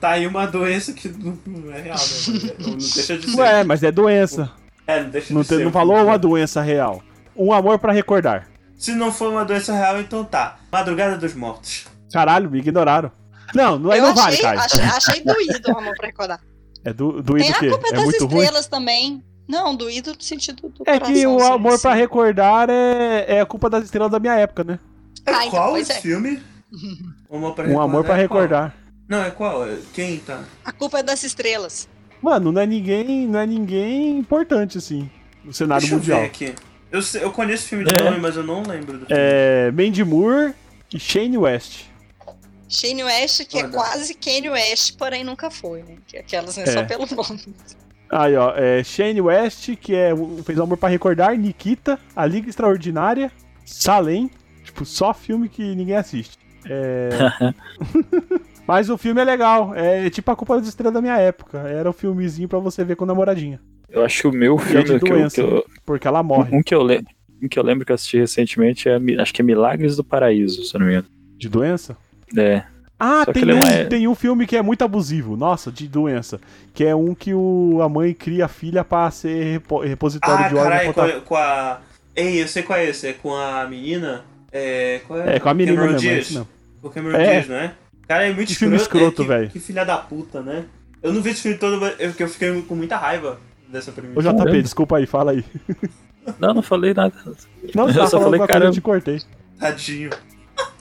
Speaker 1: tá aí uma doença que não não é real, né? Não não deixa de ser.
Speaker 3: Ué, mas é doença.
Speaker 1: é, não deixa
Speaker 3: Não,
Speaker 1: de
Speaker 3: te-
Speaker 1: ser.
Speaker 3: não falou uma doença real. Um amor pra recordar.
Speaker 1: Se não for uma doença real, então tá. Madrugada dos Mortos.
Speaker 3: Caralho, me ignoraram. Não, não,
Speaker 2: Eu
Speaker 3: não vale,
Speaker 2: achei,
Speaker 3: Caio.
Speaker 2: achei, achei doído o amor pra recordar.
Speaker 3: É do, doído
Speaker 2: Tem
Speaker 3: o
Speaker 2: a
Speaker 3: quê?
Speaker 2: culpa
Speaker 3: É
Speaker 2: das
Speaker 3: muito ruim.
Speaker 2: estrelas também. Não, doído no sentido do
Speaker 3: É
Speaker 2: coração.
Speaker 3: que o
Speaker 2: assim,
Speaker 3: amor
Speaker 2: assim.
Speaker 3: pra recordar é, é a culpa das estrelas da minha época, né?
Speaker 2: Ah, então,
Speaker 1: qual
Speaker 2: pois
Speaker 1: esse
Speaker 2: é.
Speaker 1: filme? Um amor pra
Speaker 3: Um amor pra
Speaker 1: é qual?
Speaker 3: recordar.
Speaker 1: Não, é qual? É Quem tá?
Speaker 2: A culpa é das estrelas.
Speaker 3: Mano, não é ninguém, não é ninguém importante assim no cenário
Speaker 1: Deixa eu
Speaker 3: mundial.
Speaker 1: ver aqui. Eu, sei- eu conheço o filme de
Speaker 8: É.
Speaker 1: nome, mas eu não lembro do filme.
Speaker 3: É Mandy Moore e Shane West.
Speaker 2: Shane West, que é
Speaker 1: Olha.
Speaker 2: quase Kanye West, porém nunca foi, né? Que Aquelas, né?
Speaker 3: É.
Speaker 2: Só pelo nome.
Speaker 3: Aí, ó, é Shane West, que é o- fez Amor pra Recordar, Nikita, A Liga Extraordinária, Salem, tipo, só filme que ninguém assiste. É... Mas o filme é legal, é tipo A Culpa das Estrelas da minha época. Era um filmezinho pra você ver com namoradinha,
Speaker 8: Eu acho que o meu
Speaker 3: E é de
Speaker 8: filme que eu- que eu,
Speaker 3: porque ela morre
Speaker 8: Um que eu lembro. Um que eu lembro que eu assisti recentemente é Mi- acho que é Milagres do Paraíso, se eu não me engano.
Speaker 3: de doença.
Speaker 8: É.
Speaker 3: Ah,
Speaker 8: Só que
Speaker 3: tem
Speaker 8: ele é
Speaker 3: um,
Speaker 8: uma-
Speaker 3: tem um filme que é muito abusivo, nossa, de doença. Que é um que o, a mãe cria a filha pra ser repo- repositório
Speaker 1: Ah,
Speaker 3: de óleo.
Speaker 1: caralho, com, a- com a. Ei, eu sei qual é esse. É com a menina. É, qual é?
Speaker 3: É, com a menina
Speaker 1: Cameron
Speaker 3: mesmo, é
Speaker 1: Diaz.
Speaker 3: isso mesmo.
Speaker 1: Com o Cameron
Speaker 3: É.
Speaker 1: Diaz, não é? Cara, é muito
Speaker 3: Que filme escroto,
Speaker 1: é, que-
Speaker 3: velho.
Speaker 1: Que filha da puta, né? Eu não vi esse filme todo, mas eu, que eu fiquei com muita raiva dessa
Speaker 3: Ô,
Speaker 1: premissa.
Speaker 3: JP,
Speaker 8: Caramba.
Speaker 3: desculpa aí, fala aí.
Speaker 8: Não, não falei nada.
Speaker 3: Não,
Speaker 8: Eu
Speaker 3: tá
Speaker 8: só
Speaker 3: falando
Speaker 8: falei,
Speaker 3: alguma coisa, eu te cortei.
Speaker 1: Tadinho.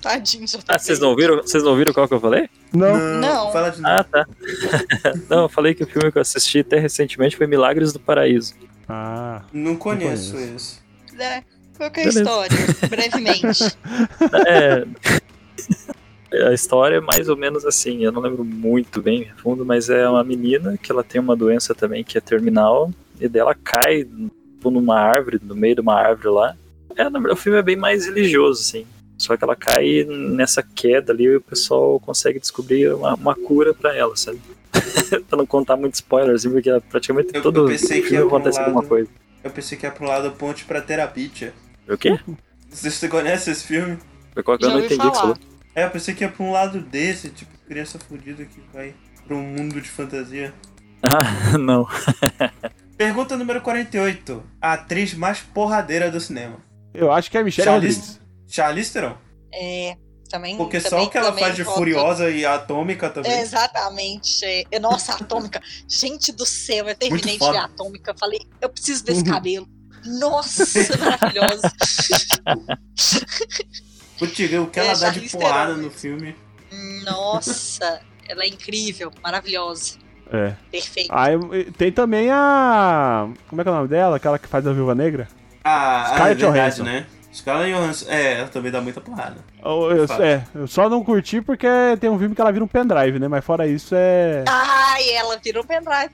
Speaker 2: Tadinho, já
Speaker 8: Ah, vocês não viram? Vocês não viram qual que eu falei?
Speaker 3: Não,
Speaker 2: Não.
Speaker 1: Fala de novo.
Speaker 8: Ah, tá. não, eu falei que o filme que eu assisti até recentemente foi Milagres do Paraíso.
Speaker 3: Ah,
Speaker 1: Não conheço
Speaker 3: conheço.
Speaker 1: esse.
Speaker 2: né? Qual que é a
Speaker 8: Beleza.
Speaker 2: história? Brevemente.
Speaker 8: É. A história é mais ou menos assim, eu não lembro muito bem a fundo, mas é uma menina que ela tem uma doença também que é terminal, e dela cai tipo, numa árvore, no meio de uma árvore lá. É, na verdade, o filme é bem mais religioso, assim. Só que ela cai nessa queda ali e o pessoal consegue descobrir uma, uma cura pra ela, sabe? pra não contar muito spoiler, assim, porque praticamente
Speaker 1: Eu- eu
Speaker 8: todo
Speaker 1: pensei que
Speaker 8: filme
Speaker 1: era um
Speaker 8: acontece
Speaker 1: lado-
Speaker 8: alguma coisa.
Speaker 1: Eu pensei que ia pro lado ponte pra terapia.
Speaker 8: O quê?
Speaker 1: Você conhece esse filme?
Speaker 8: Qual que eu
Speaker 2: Já
Speaker 8: não
Speaker 2: ouvi
Speaker 8: entendi o que você
Speaker 2: falar.
Speaker 8: falou.
Speaker 1: É, eu pensei que ia pra um lado desse, tipo, criança fodida que vai pra um mundo de fantasia.
Speaker 8: Ah, não.
Speaker 1: Pergunta número 48. A atriz mais porradeira do cinema.
Speaker 3: Eu acho que é a Michelle
Speaker 1: Charlize-
Speaker 3: Rodrigues.
Speaker 1: Charlize Theron.
Speaker 2: É, também.
Speaker 1: Porque só
Speaker 2: também-
Speaker 1: o que ela
Speaker 2: também
Speaker 1: faz de
Speaker 2: voto-
Speaker 1: furiosa né? e atômica
Speaker 2: É,
Speaker 1: também.
Speaker 2: exatamente. É, Nossa, Atômica. Gente do céu, eu terminei de
Speaker 1: foda.
Speaker 2: ver Atômica. eu Falei, eu preciso
Speaker 3: Uhum.
Speaker 2: desse cabelo. Nossa, maravilhosa.
Speaker 1: Vou te ver o que
Speaker 2: É,
Speaker 1: ela dá de
Speaker 2: Charlize
Speaker 1: porrada
Speaker 2: Theron.
Speaker 1: no filme.
Speaker 2: Nossa, ela é incrível, maravilhosa,
Speaker 3: É.
Speaker 2: perfeita.
Speaker 3: Aí eh, tem também a. Como é que é o nome dela? Aquela que faz a Viúva Negra?
Speaker 1: Ah, ah, é
Speaker 3: Scarlett
Speaker 1: verdade,
Speaker 3: Johansson.
Speaker 1: né? Scarlett Johansson. É, ela também dá muita porrada.
Speaker 3: Eu, eu-
Speaker 1: Fala.
Speaker 3: é, eu só não curti porque tem um filme que ela vira um pendrive, né? Mas fora isso é.
Speaker 2: Ai, ela virou pendrive.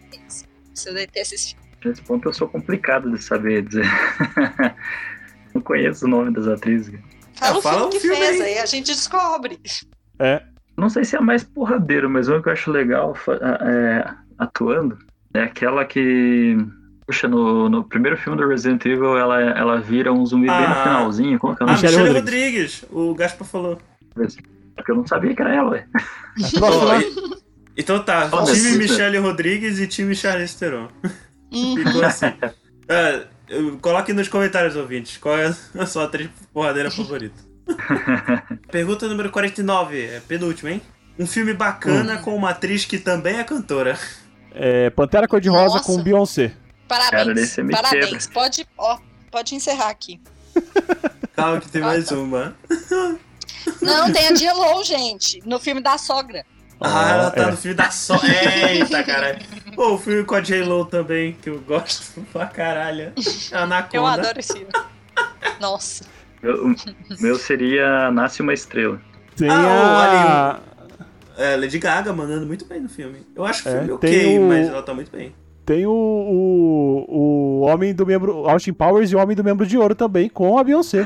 Speaker 2: Se eu detesto esse filme.
Speaker 8: Nesse ponto eu sou complicado de saber dizer. não conheço o nome das atrizes.
Speaker 2: Fala
Speaker 1: Ah,
Speaker 2: o
Speaker 1: fala
Speaker 2: filme
Speaker 1: um
Speaker 2: que
Speaker 1: filme
Speaker 2: fez,
Speaker 1: aí.
Speaker 2: aí a gente descobre.
Speaker 3: É.
Speaker 8: Não sei se é a mais porradeiro, mas uma que eu acho legal fa- é, atuando é aquela que. Puxa, no, no primeiro filme do Resident Evil ela, ela vira um zumbi bem no
Speaker 1: Ah.
Speaker 8: finalzinho. Como que é
Speaker 1: Ah,
Speaker 8: o nome?
Speaker 1: Michelle,
Speaker 3: Michelle
Speaker 1: Rodrigues. O Gaspar falou.
Speaker 8: Porque eu não sabia que era ela, ué.
Speaker 2: Ah,
Speaker 1: Ó,
Speaker 3: é Próxima.
Speaker 1: e- Então tá,
Speaker 8: Olha,
Speaker 1: time
Speaker 8: sim,
Speaker 1: Michelle Rodrigues e time Charlize Theron.
Speaker 2: Hum,
Speaker 1: Ficou assim. Ah, eu- coloque nos comentários, ouvintes, qual é a sua atriz porradeira favorita. Pergunta número 49, é penúltima, hein? Um filme bacana
Speaker 2: Hum.
Speaker 1: com uma atriz que também é cantora.
Speaker 3: É, Pantera Cor-de-Rosa
Speaker 2: Nossa.
Speaker 3: com Beyoncé.
Speaker 8: Cara,
Speaker 2: parabéns,
Speaker 8: desse me
Speaker 2: parabéns. Pode, ó, pode encerrar aqui.
Speaker 1: Calma que tem mais uma.
Speaker 2: Não, tem a J-Lo, gente, no filme da sogra.
Speaker 1: Ah, ela tá
Speaker 3: é.
Speaker 1: no filme da Sol. Eita, caralho. Pô, o filme com a J-Lo também, que eu gosto pra caralho. É Anaconda.
Speaker 2: Eu adoro esse filme. Nossa.
Speaker 8: Meu, o meu seria Nasce uma Estrela.
Speaker 3: Tem
Speaker 1: Ah,
Speaker 3: a.
Speaker 1: É, Lady Gaga mandando muito bem no filme. Eu acho o
Speaker 3: É,
Speaker 1: filme ok,
Speaker 3: tem o-
Speaker 1: mas ela tá muito bem.
Speaker 3: Tem o, o, o Homem do Membro. Austin Powers e o Homem do Membro de Ouro também com a Beyoncé.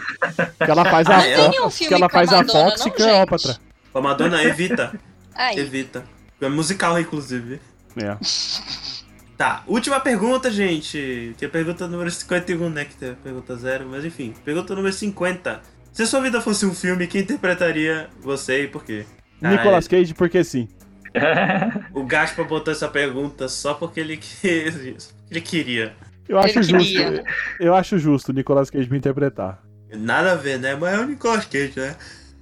Speaker 3: Que ela faz a,
Speaker 2: Não tem nenhum
Speaker 3: Fox,
Speaker 2: um filme
Speaker 3: que é ela
Speaker 2: com a
Speaker 3: faz a
Speaker 2: Madonna,
Speaker 3: Fox
Speaker 2: não,
Speaker 3: e Cleópatra.
Speaker 1: Com a Madonna, evita.
Speaker 2: Aí,
Speaker 1: Evita. É musical, inclusive.
Speaker 3: É.
Speaker 1: Tá, última pergunta, gente. Que é a pergunta número 51, né? Que tem a pergunta zero, mas enfim. Pergunta número 50. Se a sua vida fosse um filme, quem interpretaria você e por quê? Caralho,
Speaker 3: Nicolas Cage, porque sim.
Speaker 1: O Gaspa botou essa pergunta só porque ele, que- só porque ele queria.
Speaker 3: Eu acho
Speaker 2: Ele
Speaker 3: justo.
Speaker 2: queria. né?
Speaker 3: Eu acho justo o Nicolas Cage me interpretar.
Speaker 1: Nada a ver, né? Mas é o Nicolas Cage, né?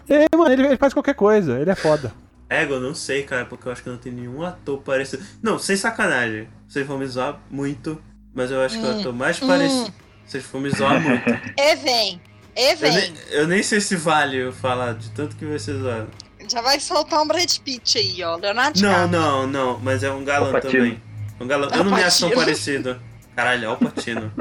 Speaker 3: É, mano, ele, ele faz qualquer coisa, ele é foda.
Speaker 1: Ego, eu não sei, cara, porque eu acho que não tem nenhum ator parecido. Não, sem sacanagem. Vocês vão me zoar muito, mas eu acho que o
Speaker 2: Hum,
Speaker 1: ator mais
Speaker 2: hum.
Speaker 1: parecido. Vocês vão me zoar muito.
Speaker 2: e vem, e
Speaker 1: Eu
Speaker 2: vem.
Speaker 1: nem, eu nem sei se vale eu falar de tanto que vocês zoaram.
Speaker 2: Já vai soltar um Brad Pitt aí, ó. Leonardo
Speaker 1: Não,
Speaker 2: DiCaprio.
Speaker 1: não, não, mas é um galã
Speaker 8: Al Pacino.
Speaker 1: também. Um galã. Eu não me acho tão
Speaker 2: Al Pacino.
Speaker 1: parecido. Caralho, é o Patino.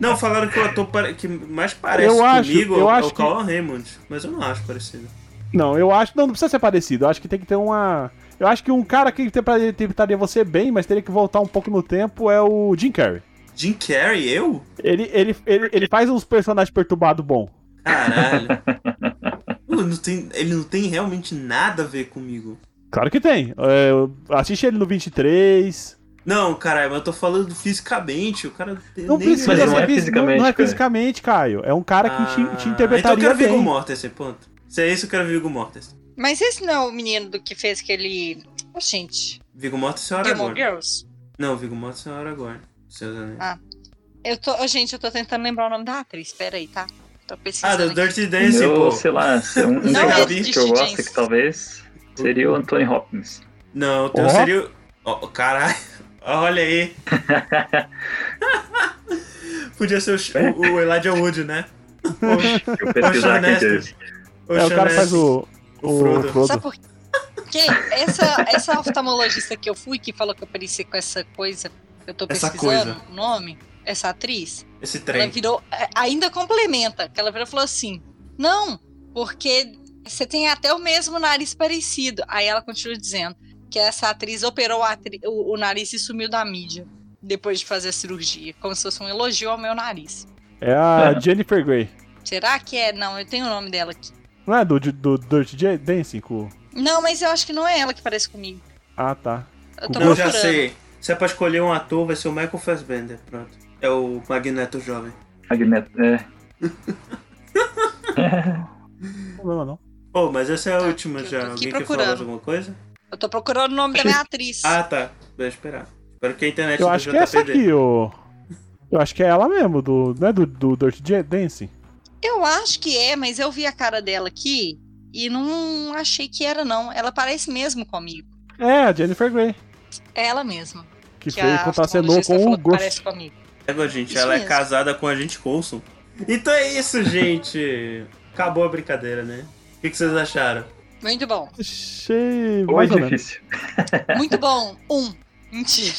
Speaker 1: Não, falaram que o ator pare- que mais parece
Speaker 3: Eu acho-
Speaker 1: comigo
Speaker 3: eu
Speaker 1: é
Speaker 3: acho
Speaker 1: o
Speaker 3: que-
Speaker 1: Cauan Raymond, mas eu não acho parecido.
Speaker 3: Não, eu acho. Não, não precisa ser parecido. Eu acho que tem que ter uma. Eu acho que um cara que interpre- interpretaria você bem, mas teria que voltar um pouco no tempo é o Jim Carrey.
Speaker 1: Jim Carrey, eu?
Speaker 3: Ele, ele, ele, ele faz uns personagens perturbados bom.
Speaker 1: Caralho. Pô, não tem- ele não tem realmente nada a ver comigo.
Speaker 3: Claro que tem. É, eu- assiste ele no 23.
Speaker 1: Não, caralho, mas eu tô falando fisicamente, o cara tem-
Speaker 3: Não
Speaker 1: nem
Speaker 3: precisa
Speaker 8: mas
Speaker 3: ser
Speaker 8: não é
Speaker 3: fisi-
Speaker 8: fisicamente,
Speaker 3: Não, é
Speaker 8: cara.
Speaker 3: fisicamente, Caio. É um cara que te, te
Speaker 1: Ah, Então eu
Speaker 3: interpretaria
Speaker 1: quero ver Viggo
Speaker 3: bem.
Speaker 1: Mortensen, ponto. Se é isso, eu quero ver Viggo Mortensen.
Speaker 2: Mas esse não é o menino do que fez aquele. Oh, gente,
Speaker 1: Viggo Mortensen é o
Speaker 2: Gilmore
Speaker 1: Aragorn.
Speaker 2: Girls.
Speaker 1: Não, Viggo Mortensen é o Aragorn. Seus anéis.
Speaker 2: Ah, Eu tô, oh, gente, eu tô tentando lembrar o nome da atriz. Pera aí, tá? Tô
Speaker 1: Ah,
Speaker 2: pesquisando.
Speaker 1: do
Speaker 2: aqui.
Speaker 1: Dirty Dancing,
Speaker 8: Eu,
Speaker 1: pô.
Speaker 8: sei lá, um, um
Speaker 1: Não,
Speaker 8: cara
Speaker 1: é
Speaker 8: que
Speaker 2: Stitch
Speaker 8: eu gosto
Speaker 2: Jeans.
Speaker 8: que talvez seria o Anthony Hopkins.
Speaker 1: Não, o teu
Speaker 3: Ó.
Speaker 1: seria. o- Ó, caralho, olha aí. Podia ser o, Sh- o, o Elijah Wood, né? O,
Speaker 8: Eu pesquisar quem que é esse.
Speaker 3: É, o
Speaker 1: Sean
Speaker 3: cara faz
Speaker 1: Astin.
Speaker 3: o.
Speaker 1: O
Speaker 3: O
Speaker 1: Frodo.
Speaker 3: Frodo.
Speaker 2: Sabe por quê? Essa, essa oftalmologista que eu fui, que falou que eu parecia com essa coisa, eu tô
Speaker 1: Essa
Speaker 2: pesquisando
Speaker 1: coisa.
Speaker 2: o nome, essa atriz,
Speaker 1: Esse
Speaker 2: ela
Speaker 1: trem.
Speaker 2: virou. é, Ainda complementa, que ela virou e falou assim: Não, porque você tem até o mesmo nariz parecido. Aí ela continua dizendo que essa atriz operou a atri- o, o nariz e sumiu da mídia depois de fazer a cirurgia, como se fosse um elogio ao meu nariz.
Speaker 3: É a Jennifer Grey.
Speaker 2: Será que é? Não, eu tenho o nome dela aqui.
Speaker 3: Não é do, do Dirty J- Dancing? Com...
Speaker 2: Não, mas eu acho que não é ela que parece comigo.
Speaker 3: Ah, tá.
Speaker 2: Eu tô
Speaker 3: Eu
Speaker 1: Eu
Speaker 2: procurando.
Speaker 1: já sei. Se é pra escolher um ator, vai ser o Michael Fassbender, pronto. É o Magneto Jovem.
Speaker 8: Magneto, é.
Speaker 3: Não tem problema, não.
Speaker 1: Oh, mas essa é a última
Speaker 2: Tá, Eu tô
Speaker 1: já.
Speaker 2: aqui
Speaker 1: Alguém quer
Speaker 2: procurando.
Speaker 1: falar de alguma coisa?
Speaker 2: Eu tô procurando o nome da minha atriz.
Speaker 1: Ah, tá. Vai esperar. Espero que tá a internet
Speaker 3: Eu
Speaker 1: do
Speaker 3: acho que é essa
Speaker 1: JP dê.
Speaker 3: aqui, ô. Eu acho que é ela mesmo, do, não é do, do Dirty J- Dancing?
Speaker 2: Eu acho que é, mas eu vi a cara dela aqui e não achei que era, não. Ela parece mesmo comigo.
Speaker 3: É, a Jennifer Grey,
Speaker 2: É ela mesma.
Speaker 3: que,
Speaker 2: que
Speaker 3: foi
Speaker 2: a
Speaker 3: contracenou
Speaker 2: oftalmologista
Speaker 3: com um
Speaker 2: falou
Speaker 3: o
Speaker 2: que
Speaker 3: Ghost.
Speaker 2: Parece comigo.
Speaker 1: Égua, gente,
Speaker 2: Isso
Speaker 1: ela é
Speaker 2: mesmo.
Speaker 1: casada com a gente Coulson. Então é isso, gente. Acabou a brincadeira, né? O que, que vocês acharam?
Speaker 2: Muito bom.
Speaker 3: Achei
Speaker 8: Ou é
Speaker 3: mais ou menos.
Speaker 8: difícil.
Speaker 2: Muito bom. Um. Mentira.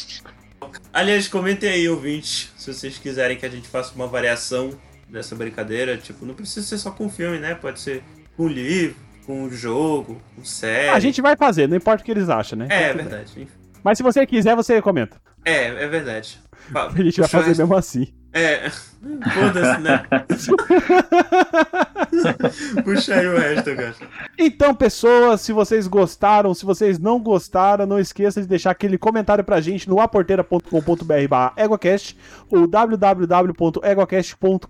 Speaker 1: Aliás, comentem aí, ouvintes, se vocês quiserem que a gente faça uma variação dessa brincadeira. Tipo, não precisa ser só com filme, né? Pode ser com livro, com jogo, com série.
Speaker 3: A gente vai fazer, não importa o que eles acham, né?
Speaker 1: É, é verdade. enfim.
Speaker 3: Mas se você quiser, você comenta.
Speaker 1: É, é verdade. Fa-
Speaker 3: A gente vai fazer mesmo assim.
Speaker 1: É. Foda-se, né? Puxa aí o resto, cara.
Speaker 3: Então, pessoas, se vocês gostaram, se vocês não gostaram, não esqueça de deixar aquele comentário pra gente no aporteira.com.br barra EgoCast ou www.egocast.com.br.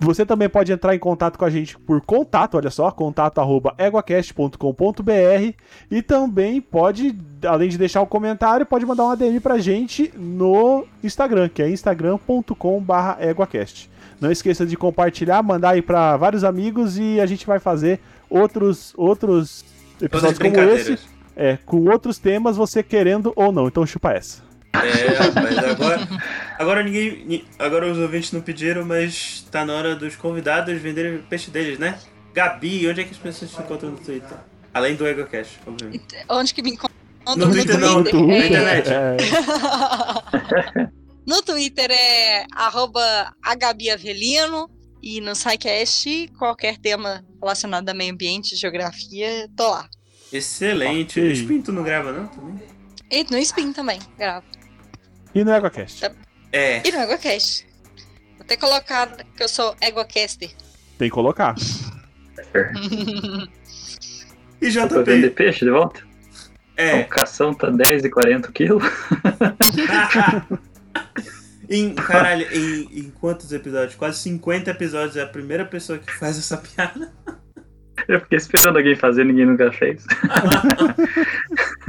Speaker 3: Você também pode entrar em contato com a gente por contato, olha só, contato arroba eguacast.com.br e também pode, além de deixar um comentário, pode mandar uma DM pra gente no Instagram, que é instagram.com barra eguacast. Não esqueça de compartilhar, mandar aí pra vários amigos e a gente vai fazer outros outros
Speaker 1: Todas
Speaker 3: episódios como esse,
Speaker 1: brincadeiras.
Speaker 3: é, com outros temas, você querendo ou não. Então chupa essa.
Speaker 1: É, rapaz, agora, agora ninguém. ni- Agora os ouvintes não pediram, mas tá na hora dos convidados venderem o peixe deles, né? Gabi, onde é que as pessoas te encontram no Twitter? Além do EgoCash, obviamente.
Speaker 2: Onde que me encontra?
Speaker 1: No Twitter não, no
Speaker 3: Tu-
Speaker 1: Twitter.
Speaker 2: É.
Speaker 1: internet.
Speaker 3: é,
Speaker 2: No Twitter é arroba Gabi Avelino e no SciCast, qualquer tema relacionado a meio ambiente, geografia, tô lá.
Speaker 1: Excelente.
Speaker 3: Ok.
Speaker 1: O Espinto não grava, não? Também?
Speaker 2: E no Spin também, gravo.
Speaker 3: e no EgoCast.
Speaker 1: É.
Speaker 2: E no EgoCast. Vou ter colocado que eu sou EgoCaster.
Speaker 3: Tem que colocar.
Speaker 1: E
Speaker 8: Eu tô vendo de
Speaker 1: JP?
Speaker 8: peixe de volta?
Speaker 1: É.
Speaker 8: Então, cação tá 10 e 40 quilos.
Speaker 1: em, caralho, em, em quantos episódios? Quase 50 episódios. É a primeira pessoa que faz essa piada.
Speaker 8: Eu fiquei esperando alguém fazer, ninguém nunca fez.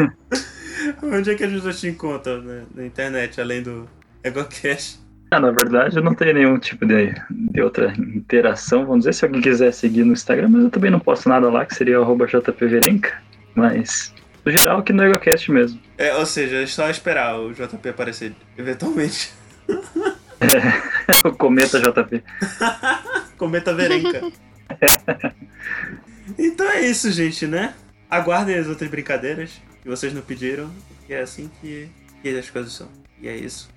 Speaker 1: Onde é que as pessoas te encontram na, na internet, além do EgoCash?
Speaker 8: Ah, na verdade, eu não tenho nenhum tipo de, de outra interação. Vamos dizer, se alguém quiser seguir no Instagram, mas eu também não posto nada lá, que seria o arroba jpverenca. Mas, no geral, aqui no EgoCast mesmo.
Speaker 1: É, ou seja, é só esperar o JP aparecer eventualmente.
Speaker 8: O Cometa JP.
Speaker 1: Cometa Verenca. então é isso, gente, né? Aguardem as outras brincadeiras que vocês não pediram, porque é assim que, que as coisas são. E é isso.